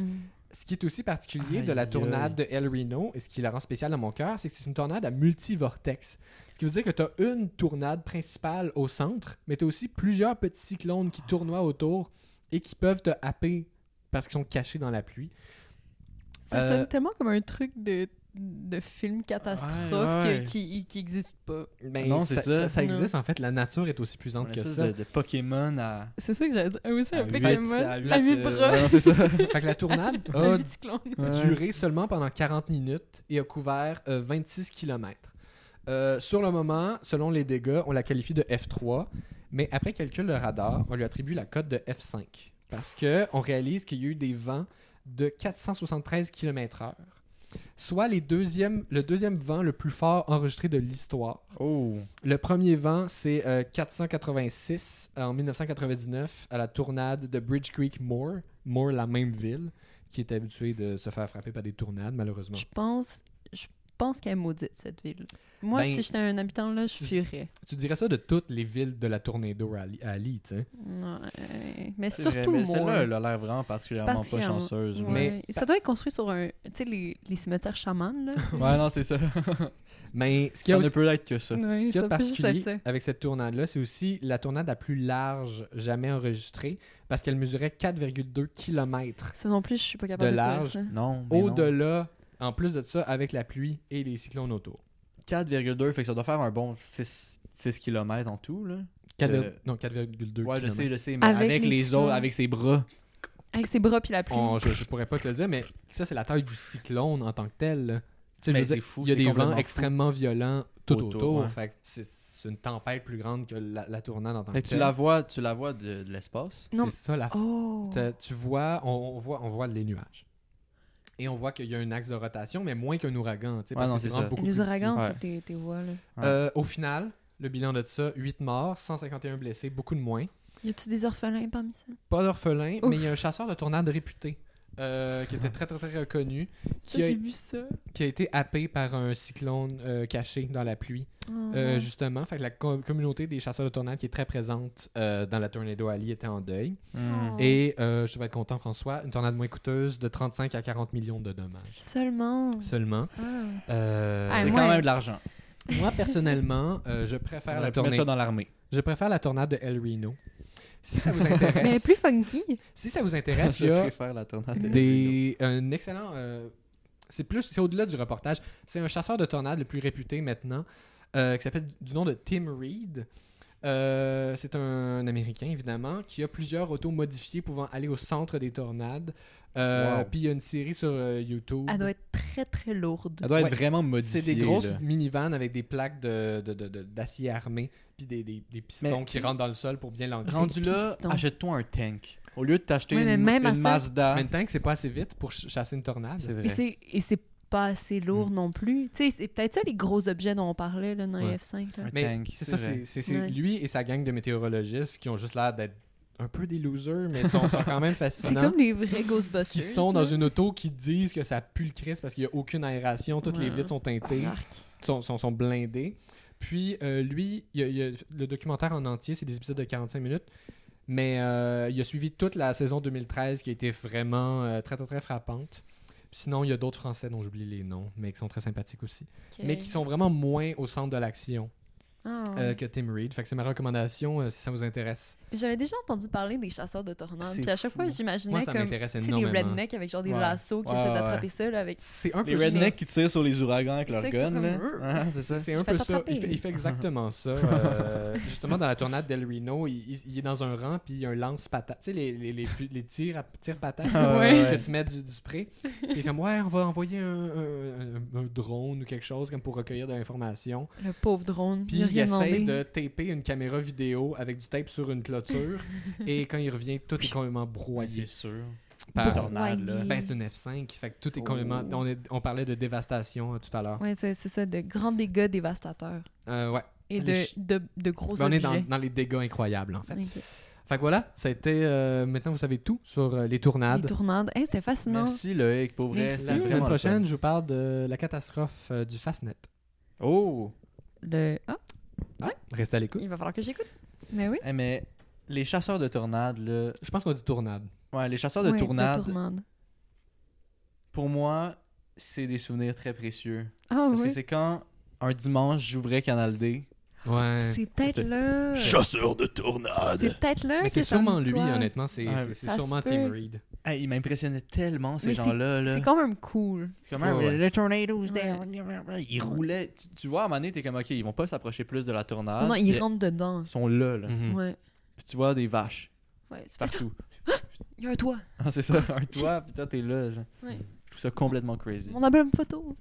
Speaker 3: Ce qui est aussi particulier de
Speaker 2: Aïe,
Speaker 3: la
Speaker 2: aïe.
Speaker 3: tornade de El Reno et ce qui la rend spéciale dans mon cœur, c'est que c'est une tornade à multivortex. Ce qui veut dire que tu as une tournade principale au centre, mais tu as aussi plusieurs petits cyclones qui tournoient autour et qui peuvent te happer parce qu'ils sont cachés dans la pluie.
Speaker 7: Ça
Speaker 3: Euh,
Speaker 7: sonne tellement comme un truc de, de film catastrophe
Speaker 2: Ouais, ouais.
Speaker 7: que- qui qui existe pas.
Speaker 3: Ben,
Speaker 2: Non, c'est
Speaker 3: ça,
Speaker 2: ça.
Speaker 3: ça- ça
Speaker 7: Non.
Speaker 3: existe en fait. La nature est aussi
Speaker 2: Une
Speaker 3: puissante que
Speaker 2: espèce
Speaker 3: ça.
Speaker 2: De, de Pokémon à.
Speaker 7: C'est ça que j'allais dire. Ah Oui, c'est
Speaker 2: à
Speaker 7: un peu
Speaker 2: huit-
Speaker 7: comme
Speaker 2: à
Speaker 7: moi.
Speaker 2: huit,
Speaker 7: La
Speaker 2: euh,
Speaker 7: mi-bras.
Speaker 2: ouais, non, c'est ça.
Speaker 3: Fait que la tournade
Speaker 7: La
Speaker 3: a
Speaker 7: mi-cyclone.
Speaker 3: duré seulement pendant 40 minutes et a couvert euh, 26 km. sur le moment, selon les dégâts, on la qualifie de F3 mais après calcul de radar, on lui attribue la cote de F5 parce que on réalise qu'il y a eu des vents de 473 km/h, soit les deuxièmes- le deuxième vent le plus fort enregistré de l'histoire.
Speaker 2: Oh.
Speaker 3: Le premier vent, c'est euh, 486 euh, en 1999 à la tournade de Bridge Creek Moore. Moore, la même ville, qui est habituée de se faire frapper par des tournades, malheureusement.
Speaker 4: Je pense, je pense qu'elle est maudite, cette ville. Moi,
Speaker 3: Ben,
Speaker 4: si j'étais un habitant là, je
Speaker 3: je-
Speaker 4: fuirais.
Speaker 3: Tu dirais ça de toutes les villes de la Tornado Rally, Alley, tu sais.
Speaker 4: Ouais. Mais
Speaker 2: C'est vrai,
Speaker 4: surtout,
Speaker 2: mais
Speaker 4: moi.
Speaker 2: Celle-là, elle a l'air vraiment particulièrement
Speaker 4: Patient.
Speaker 2: pas chanceuse.
Speaker 4: Ouais.
Speaker 2: Mais...
Speaker 3: Mais-
Speaker 4: Ça doit être construit sur un. Tu sais, les, les cimetières chamans, là.
Speaker 2: Ouais, non, c'est ça.
Speaker 3: Mais ce qui
Speaker 2: ça
Speaker 3: a
Speaker 2: ne
Speaker 3: aussi...
Speaker 2: peut être que ça.
Speaker 3: Ce
Speaker 4: oui,
Speaker 3: qu'il y a de
Speaker 4: peut juste être
Speaker 3: particulier
Speaker 4: ça.
Speaker 3: avec cette tournade-là, c'est aussi la tournade la plus large jamais enregistrée parce qu'elle mesurait 4,2 km
Speaker 4: Ça non plus, je suis pas capable
Speaker 3: De
Speaker 4: de,
Speaker 3: large.
Speaker 4: faire ça.
Speaker 2: Non. mais non.
Speaker 3: au-delà, en plus de ça, avec la pluie et les cyclones autour.
Speaker 2: 4,2, fait que ça doit faire un bon 6, km en tout, là.
Speaker 3: Quatre-
Speaker 2: Euh,
Speaker 3: Non, 4,2
Speaker 2: Ouais, je
Speaker 3: kilomètres.
Speaker 2: sais, je sais, mais avec,
Speaker 4: Avec
Speaker 2: les,
Speaker 4: les
Speaker 2: autres,
Speaker 4: sons.
Speaker 2: avec ses bras.
Speaker 4: Avec ses bras puis la pluie.
Speaker 3: On- Oh, je, je pourrais pas te le dire, mais ça, c'est la taille du cyclone en tant que tel. là. Tu sais, je
Speaker 2: Mais
Speaker 3: veux
Speaker 2: Ben, c'est
Speaker 3: dire,
Speaker 2: fou,
Speaker 3: Il y a
Speaker 2: c'est
Speaker 3: des
Speaker 2: complètement
Speaker 3: vents
Speaker 2: fou.
Speaker 3: extrêmement violents tout
Speaker 2: Autour,
Speaker 3: autour.
Speaker 2: ouais.
Speaker 3: fait que c'est c'est une tempête plus grande que la, la tournade en tant que
Speaker 2: Fait que tu
Speaker 3: telle.
Speaker 2: la vois, tu la vois de, de l'espace.
Speaker 4: Non.
Speaker 3: C'est ça la
Speaker 4: Oh!
Speaker 3: T'as- Tu vois on, on voit, on voit les nuages. Et on voit qu'il y a un axe de rotation, mais moins qu'un ouragan. tu sais,
Speaker 2: Ouais,
Speaker 3: parce
Speaker 2: non,
Speaker 3: que
Speaker 2: c'est
Speaker 3: c'est vraiment
Speaker 2: ça.
Speaker 3: beaucoup
Speaker 4: Les
Speaker 3: plus
Speaker 4: ouragans,
Speaker 2: Ouais.
Speaker 4: c'est tes- tes voix, là.
Speaker 3: petit. Euh, au final, le bilan de ça, 8 morts, 151 blessés, beaucoup de moins.
Speaker 4: Y a-tu des orphelins parmi ça?
Speaker 3: Pas d'orphelins,
Speaker 4: Ouf.
Speaker 3: mais il y a un chasseur de tornades réputé euh, qui était très, très, très reconnu,
Speaker 4: Ça,
Speaker 3: Qui a-
Speaker 4: j'ai vu ça.
Speaker 3: qui a été happé par un cyclone euh, caché dans la pluie.
Speaker 4: Oh,
Speaker 3: Euh,
Speaker 4: non.
Speaker 3: justement, fait que la com- communauté des chasseurs de tornades qui est très présente euh, dans la Tornado Alley était en deuil.
Speaker 2: Hmm.
Speaker 4: Oh.
Speaker 3: Et euh, je vais être content, François, une tornade moins coûteuse de 35 à 40 millions de dommages
Speaker 4: Seulement.
Speaker 3: seulement.
Speaker 4: Ah.
Speaker 3: Euh,
Speaker 4: Ah,
Speaker 2: C'est
Speaker 4: moi-
Speaker 2: quand même de l'argent.
Speaker 3: moi, personnellement, euh, je, préfère
Speaker 2: On
Speaker 3: la
Speaker 2: aurait pu mettre ça
Speaker 3: tornade,
Speaker 2: dans l'armée.
Speaker 3: je préfère la tornade de El Reno. Si ça vous
Speaker 4: Mais
Speaker 3: intéresse,
Speaker 4: plus funky.
Speaker 3: si ça vous intéresse, il y
Speaker 2: Je
Speaker 3: a
Speaker 2: préfère la tornade.
Speaker 3: des, un excellent... euh, c'est plus, c'est au-delà du reportage. C'est un chasseur de tornades le plus réputé maintenant, euh, qui s'appelle du nom de Tim Reed. Euh, c'est un Américain, évidemment, qui a plusieurs autos modifiées pouvant aller au centre des tornades. Euh,
Speaker 2: Wow.
Speaker 3: Puis il y a une série sur euh, YouTube.
Speaker 4: Elle doit être très, très lourde.
Speaker 2: Elle doit être
Speaker 3: Ouais.
Speaker 2: vraiment
Speaker 3: C'est
Speaker 2: modifiée.
Speaker 3: des grosses
Speaker 2: là.
Speaker 3: minivans avec des plaques d'acier de, de, d'acier armé, puis des, des, des pistons
Speaker 2: Mais
Speaker 3: qui
Speaker 2: tu-
Speaker 3: rentrent dans le sol pour bien l'ancrer.
Speaker 2: Rendu là,
Speaker 4: pistons.
Speaker 2: achète-toi un tank. Au lieu de t'acheter
Speaker 4: Ouais, mais
Speaker 2: une,
Speaker 4: même à
Speaker 2: une
Speaker 4: ça-
Speaker 2: Mazda.
Speaker 3: En même temps que c'est pas assez vite pour ch- chasser une tornade.
Speaker 2: Ah. C'est vrai.
Speaker 4: Et c'est- Et c'est pas assez
Speaker 3: Mm.
Speaker 4: lourd non plus. Tu sais, c'est peut-être ça les gros objets dont on parlait là, dans
Speaker 3: Ouais.
Speaker 4: les F5. là.
Speaker 2: Un
Speaker 3: Mais
Speaker 2: tank.
Speaker 3: c'est ça,
Speaker 2: vrai.
Speaker 3: c'est c'est- c'est
Speaker 4: Ouais.
Speaker 3: lui et sa gang de météorologistes qui ont juste l'air d'être un peu des losers, mais sont, sont quand même
Speaker 4: C'est
Speaker 3: fascinants.
Speaker 4: comme les vrais Ghostbusters.
Speaker 3: Qui sont dans
Speaker 4: là.
Speaker 3: une auto qui disent que ça pue le Christ parce qu'il n'y a aucune aération, toutes les
Speaker 4: Ouais. Ah.
Speaker 3: vitres sont teintées.
Speaker 4: Arc.
Speaker 3: sont, sont, sont blindés. Puis euh, lui, il a- il a- le documentaire en entier, c'est des épisodes de 45 minutes. Mais euh, il a suivi toute la saison 2013 qui a été vraiment euh, très, très, très frappante. Puis sinon, il y a d'autres Français dont j'oublie les noms, mais qui sont très sympathiques aussi.
Speaker 4: Ok.
Speaker 3: Mais qui sont vraiment moins au centre de l'action
Speaker 4: Ah.
Speaker 3: euh, que Tim Reed. Fait que c'est ma recommandation euh, si ça vous intéresse.
Speaker 4: J'avais déjà entendu parler des chasseurs de tornades.
Speaker 2: C'est
Speaker 4: Puis à chaque
Speaker 2: fou.
Speaker 4: fois,
Speaker 3: Moi,
Speaker 4: j'imaginais
Speaker 3: ça
Speaker 4: comme tu
Speaker 3: m'intéresse
Speaker 4: sais, des
Speaker 3: énormément.
Speaker 4: rednecks avec genre des
Speaker 2: Ouais.
Speaker 4: lassos qui
Speaker 2: Ouais,
Speaker 4: essaient
Speaker 2: ouais.
Speaker 4: d'attraper ça là, avec
Speaker 3: C'est un
Speaker 2: Les
Speaker 3: peu ça.
Speaker 2: rednecks qui tirent sur les ouragans avec
Speaker 4: C'est
Speaker 2: leur
Speaker 4: que c'est
Speaker 2: gun,
Speaker 4: comme-
Speaker 2: là. Hein, c'est ça.
Speaker 3: C'est un
Speaker 4: Je
Speaker 3: peu
Speaker 4: vais
Speaker 3: ça.
Speaker 4: t'attraper.
Speaker 3: Il fait, il fait exactement ça. euh, justement, dans la tournade d'El Reno, il, il- il est dans un rang, puis il y a un lance-patate. Tu sais, les, les, les, fu- les tirs à tirs patates
Speaker 2: Ah
Speaker 4: ouais,
Speaker 3: que
Speaker 2: ouais.
Speaker 3: tu mets du, du spray. Puis comme, ouais, on va envoyer un, un- un- un drone ou quelque chose comme pour recueillir de l'information.
Speaker 4: le pauvre drone.
Speaker 3: Puis
Speaker 4: il a
Speaker 3: il
Speaker 4: rien
Speaker 3: essaie
Speaker 4: demandé.
Speaker 3: de taper une caméra vidéo avec du tape sur une clôture. et quand il revient, tout est complètement broyé.
Speaker 2: C'est sûr.
Speaker 3: par-
Speaker 2: tornade, là.
Speaker 4: Broyer.
Speaker 3: Ben, c'est une F5, fait que tout est complètement.
Speaker 4: Mm. Oh.
Speaker 3: On, est- on parlait de dévastation euh, tout à l'heure.
Speaker 4: Ouais, c'est c'est ça, de grands dégâts dévastateurs.
Speaker 3: Euh, ouais.
Speaker 4: Et
Speaker 3: Les
Speaker 4: de,
Speaker 3: ch-
Speaker 4: de, de gros
Speaker 3: Ben, on est
Speaker 4: objets.
Speaker 3: dans, dans les dégâts incroyables, en fait.
Speaker 4: Ok.
Speaker 3: Fait que voilà, ça a été. euh, maintenant, vous savez tout sur euh, les
Speaker 4: Les
Speaker 3: tornades.
Speaker 4: tournades. Hey, c'était fascinant.
Speaker 2: Merci Loïc, pour vrai.
Speaker 4: Merci.
Speaker 2: c'est
Speaker 3: La semaine
Speaker 2: vraiment le fun.
Speaker 3: prochaine, je vous parle de la catastrophe euh, du Fastnet.
Speaker 2: Oh!
Speaker 4: Le... Ah,
Speaker 3: Restez à l'écoute.
Speaker 4: il va falloir que j'écoute. Mais oui.
Speaker 2: Eh, mais les chasseurs de tornades, là.
Speaker 3: Je pense qu'on dit tornade.
Speaker 2: Ouais, les chasseurs de
Speaker 4: Ouais,
Speaker 2: tornades,
Speaker 4: tournades.
Speaker 2: pour moi, c'est des souvenirs très précieux.
Speaker 4: Ah
Speaker 2: Parce que
Speaker 4: oui.
Speaker 2: c'est quand un dimanche, j'ouvrais Canal D.
Speaker 3: Ouais.
Speaker 4: C'est peut-être
Speaker 2: C'est-
Speaker 4: là.
Speaker 9: Chasseur de tornades.
Speaker 4: C'est peut-être là.
Speaker 3: Mais
Speaker 4: que
Speaker 3: c'est
Speaker 4: ça me
Speaker 3: sûrement
Speaker 4: dit
Speaker 3: lui,
Speaker 4: quoi.
Speaker 3: honnêtement. C'est
Speaker 2: Ouais,
Speaker 3: c'est- c'est
Speaker 4: ça se
Speaker 3: sûrement
Speaker 4: peut.
Speaker 3: Tim Reed.
Speaker 2: Hey, ils m'impressionnaient tellement, ces
Speaker 4: Mais
Speaker 2: gens-là. là.
Speaker 4: C'est quand même cool.
Speaker 2: Comment
Speaker 3: C'est vrai.
Speaker 2: le, le tornado, c'était- ils
Speaker 4: Ouais.
Speaker 2: roulaient. Tu, tu vois, à un moment donné, t'es comme, OK, ils vont pas s'approcher plus de la tornade.
Speaker 3: Ah,
Speaker 4: non, non, ils
Speaker 2: Puis,
Speaker 4: rentrent dedans.
Speaker 2: Ils sont là, là.
Speaker 3: Mhm.
Speaker 4: Ouais.
Speaker 2: Puis tu vois des vaches
Speaker 4: Ouais, tu fais,
Speaker 2: partout.
Speaker 4: Il y a un toit.
Speaker 2: Ah, c'est ça, un toit, puis toi, t'es là. genre.
Speaker 4: Ouais.
Speaker 2: Je trouve ça complètement crazy.
Speaker 4: Mon album photo.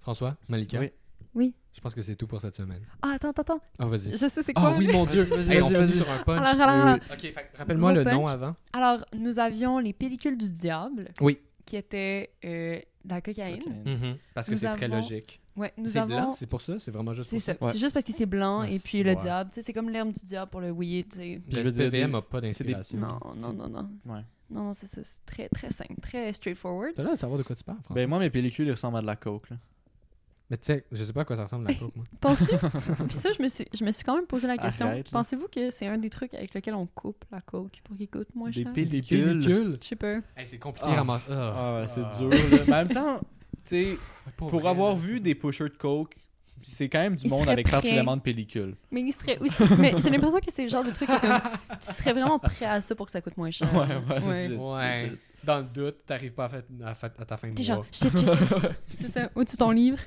Speaker 3: François, Malika.
Speaker 2: Oui.
Speaker 4: Oui.
Speaker 3: Je pense que c'est tout pour cette semaine.
Speaker 4: Ah, attends, attends, attends.
Speaker 3: Oh, vas-y.
Speaker 4: Je sais c'est quoi.
Speaker 3: Ah oui, mon Dieu.
Speaker 2: Vas-y,
Speaker 3: Hey, on
Speaker 2: vas-y,
Speaker 3: finit
Speaker 2: vas-y.
Speaker 3: sur un punch.
Speaker 4: Alors, alors,
Speaker 3: Euh, OK, fait que rappelle-moi
Speaker 4: gros
Speaker 3: le nom
Speaker 4: punch.
Speaker 3: avant.
Speaker 4: Alors, nous avions les pellicules du diable.
Speaker 3: Oui.
Speaker 4: Qui étaient euh, de la cocaïne.
Speaker 2: Ok.
Speaker 3: Mm. Mhm. Parce que
Speaker 4: Nous
Speaker 3: c'est très
Speaker 4: avons-
Speaker 3: logique.
Speaker 4: Ouais, nous
Speaker 3: C'est
Speaker 4: avons.
Speaker 3: blanc, c'est pour ça? C'est vraiment juste
Speaker 4: C'est
Speaker 3: pour
Speaker 4: ça.
Speaker 3: ça?
Speaker 2: Ouais.
Speaker 4: C'est juste parce que c'est blanc
Speaker 3: Ouais,
Speaker 4: et
Speaker 3: c'est
Speaker 4: puis le
Speaker 3: vrai.
Speaker 4: diable. tu sais, C'est comme l'herbe du diable pour le weed. tu sais.
Speaker 3: Puis
Speaker 2: Je
Speaker 3: le
Speaker 2: veux dire,
Speaker 3: PVM
Speaker 2: des-
Speaker 3: n'a pas
Speaker 2: c'est des-
Speaker 3: d'inspiration.
Speaker 4: Non, non, non, non.
Speaker 2: Ouais.
Speaker 4: Non, non, c'est ça. C'est très, très simple, très straightforward.
Speaker 3: T'as l'air de savoir de quoi tu parles,
Speaker 2: Ben
Speaker 3: franchement.
Speaker 2: moi mes pellicules ils ressemblent à de la coke là.
Speaker 3: Ben, Mais tu sais, je sais pas à quoi ça ressemble la coke, moi.
Speaker 4: Penses-tu? Puis ça, je me, suis, je me suis quand même posé la question.
Speaker 2: Arrête, là.
Speaker 4: Pensez-vous que c'est un des trucs avec lequel on coupe la coke pour qu'il coûte moins
Speaker 2: Des
Speaker 4: cher?
Speaker 2: pellicules.
Speaker 4: Je sais pas.
Speaker 3: Hey, c'est compliqué
Speaker 2: Ah.
Speaker 3: à ramasser. Ah.
Speaker 2: Ah ouais, c'est dur. là. Mais en même temps, tu sais,
Speaker 3: Pauvre
Speaker 2: Ah. pour
Speaker 3: elle.
Speaker 2: avoir vu des pushers de coke, c'est quand même du
Speaker 4: Ils
Speaker 2: monde
Speaker 4: seraient
Speaker 2: avec
Speaker 4: prêts.
Speaker 2: particulièrement de pellicules.
Speaker 4: Mais il serait aussi. Mais j'ai l'impression que c'est le genre de truc que comme, tu serais vraiment prêt à ça pour que ça coûte moins cher.
Speaker 2: Ouais, ouais, legit.
Speaker 3: Ouais. Dans le doute, t'arrives pas à, fait- à, fait- à ta fin
Speaker 4: T'es
Speaker 3: de
Speaker 4: genre,
Speaker 3: mois.
Speaker 4: shit, shit, shit. C'est ça. Où tu ton livre?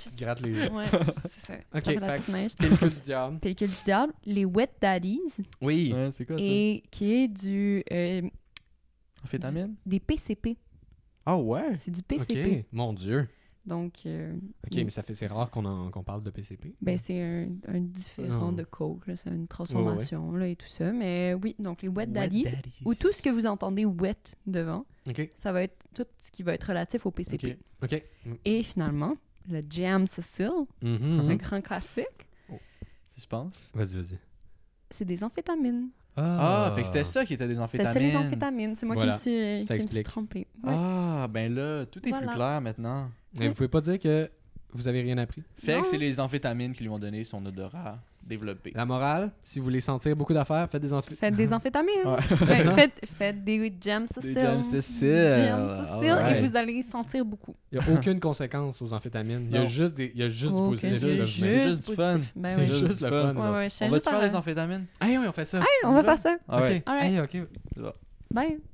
Speaker 3: Tu te grattes les
Speaker 4: Ouais, c'est ça.
Speaker 3: Ok,
Speaker 4: Ça fait la
Speaker 3: fait-
Speaker 4: petite neige.
Speaker 3: pellicules du diable.
Speaker 4: Pellicule du diable, Euh, les Wet Daddies,
Speaker 3: Oui.
Speaker 2: Ouais, c'est quoi ça?
Speaker 4: et qui est du euh,
Speaker 2: Amphétamine?
Speaker 4: des PCP.
Speaker 2: Ah ouais?
Speaker 4: C'est du PCP.
Speaker 3: OK. Mon Dieu.
Speaker 4: Donc, euh,
Speaker 3: OK,
Speaker 4: Mm.
Speaker 3: mais ça fait c'est rare qu'on en- qu'on parle de PCP.
Speaker 4: ben, c'est un, un différent
Speaker 3: Non.
Speaker 4: de coke, là. c'est une transformation là, et tout ça. Mais oui, donc les Wet Daddies, ou tout ce que vous entendez wet devant,
Speaker 3: OK.
Speaker 4: ça va être tout ce qui va être relatif au PCP.
Speaker 2: Ok.
Speaker 3: OK.
Speaker 4: Et finalement, le Jam Cecil,
Speaker 2: Hmm.
Speaker 4: un grand classique,
Speaker 2: Suspense.
Speaker 3: Mm-hmm. Vas-y, vas-y.
Speaker 4: c'est des amphétamines.
Speaker 2: Ah, fait que c'était ça qui était des
Speaker 4: C'est
Speaker 2: amphétamines.
Speaker 4: ça les amphétamines, c'est moi
Speaker 3: Voilà.
Speaker 4: qui me suis,
Speaker 3: Ça
Speaker 4: qui me suis
Speaker 3: explique.
Speaker 4: trompée. Ouais.
Speaker 2: Ah, ben là, tout est
Speaker 4: Voilà.
Speaker 2: plus clair maintenant.
Speaker 3: Mais vous pouvez pas dire que vous avez rien appris.
Speaker 2: Fait
Speaker 4: Non.
Speaker 2: que c'est les amphétamines qui lui ont donné son odorat développé.
Speaker 3: La morale, si vous voulez sentir beaucoup d'affaires, faites des entrées.
Speaker 4: Faites
Speaker 2: Ah.
Speaker 4: des amphétamines.
Speaker 2: Ouais.
Speaker 4: Ouais, faites, faites des jams Cecil.
Speaker 2: Des James Cecil.
Speaker 4: Jam Cecil,
Speaker 2: Alright.
Speaker 4: et vous allez sentir beaucoup.
Speaker 3: Il n'y a aucune conséquence aux amphétamines. Il y a
Speaker 2: Non.
Speaker 3: juste, des, il y a juste
Speaker 4: Aucune.
Speaker 3: du positif.
Speaker 2: C'est
Speaker 3: là,
Speaker 2: juste-
Speaker 3: je mets.
Speaker 2: c'est juste du fun.
Speaker 4: positif. Ben
Speaker 3: C'est
Speaker 4: oui.
Speaker 2: juste
Speaker 3: juste
Speaker 2: du
Speaker 3: le
Speaker 2: fun.
Speaker 3: fun.
Speaker 4: Ouais, ouais, je tiens
Speaker 2: On va
Speaker 4: juste
Speaker 2: te
Speaker 4: à
Speaker 2: faire
Speaker 4: la-
Speaker 2: les amphétamines?
Speaker 3: Ah Hey, oui, on fait ça.
Speaker 4: Hey, on va faire ça.
Speaker 2: Ah ouais.
Speaker 3: OK.
Speaker 4: Alright.
Speaker 3: Hey, OK.
Speaker 4: Bye.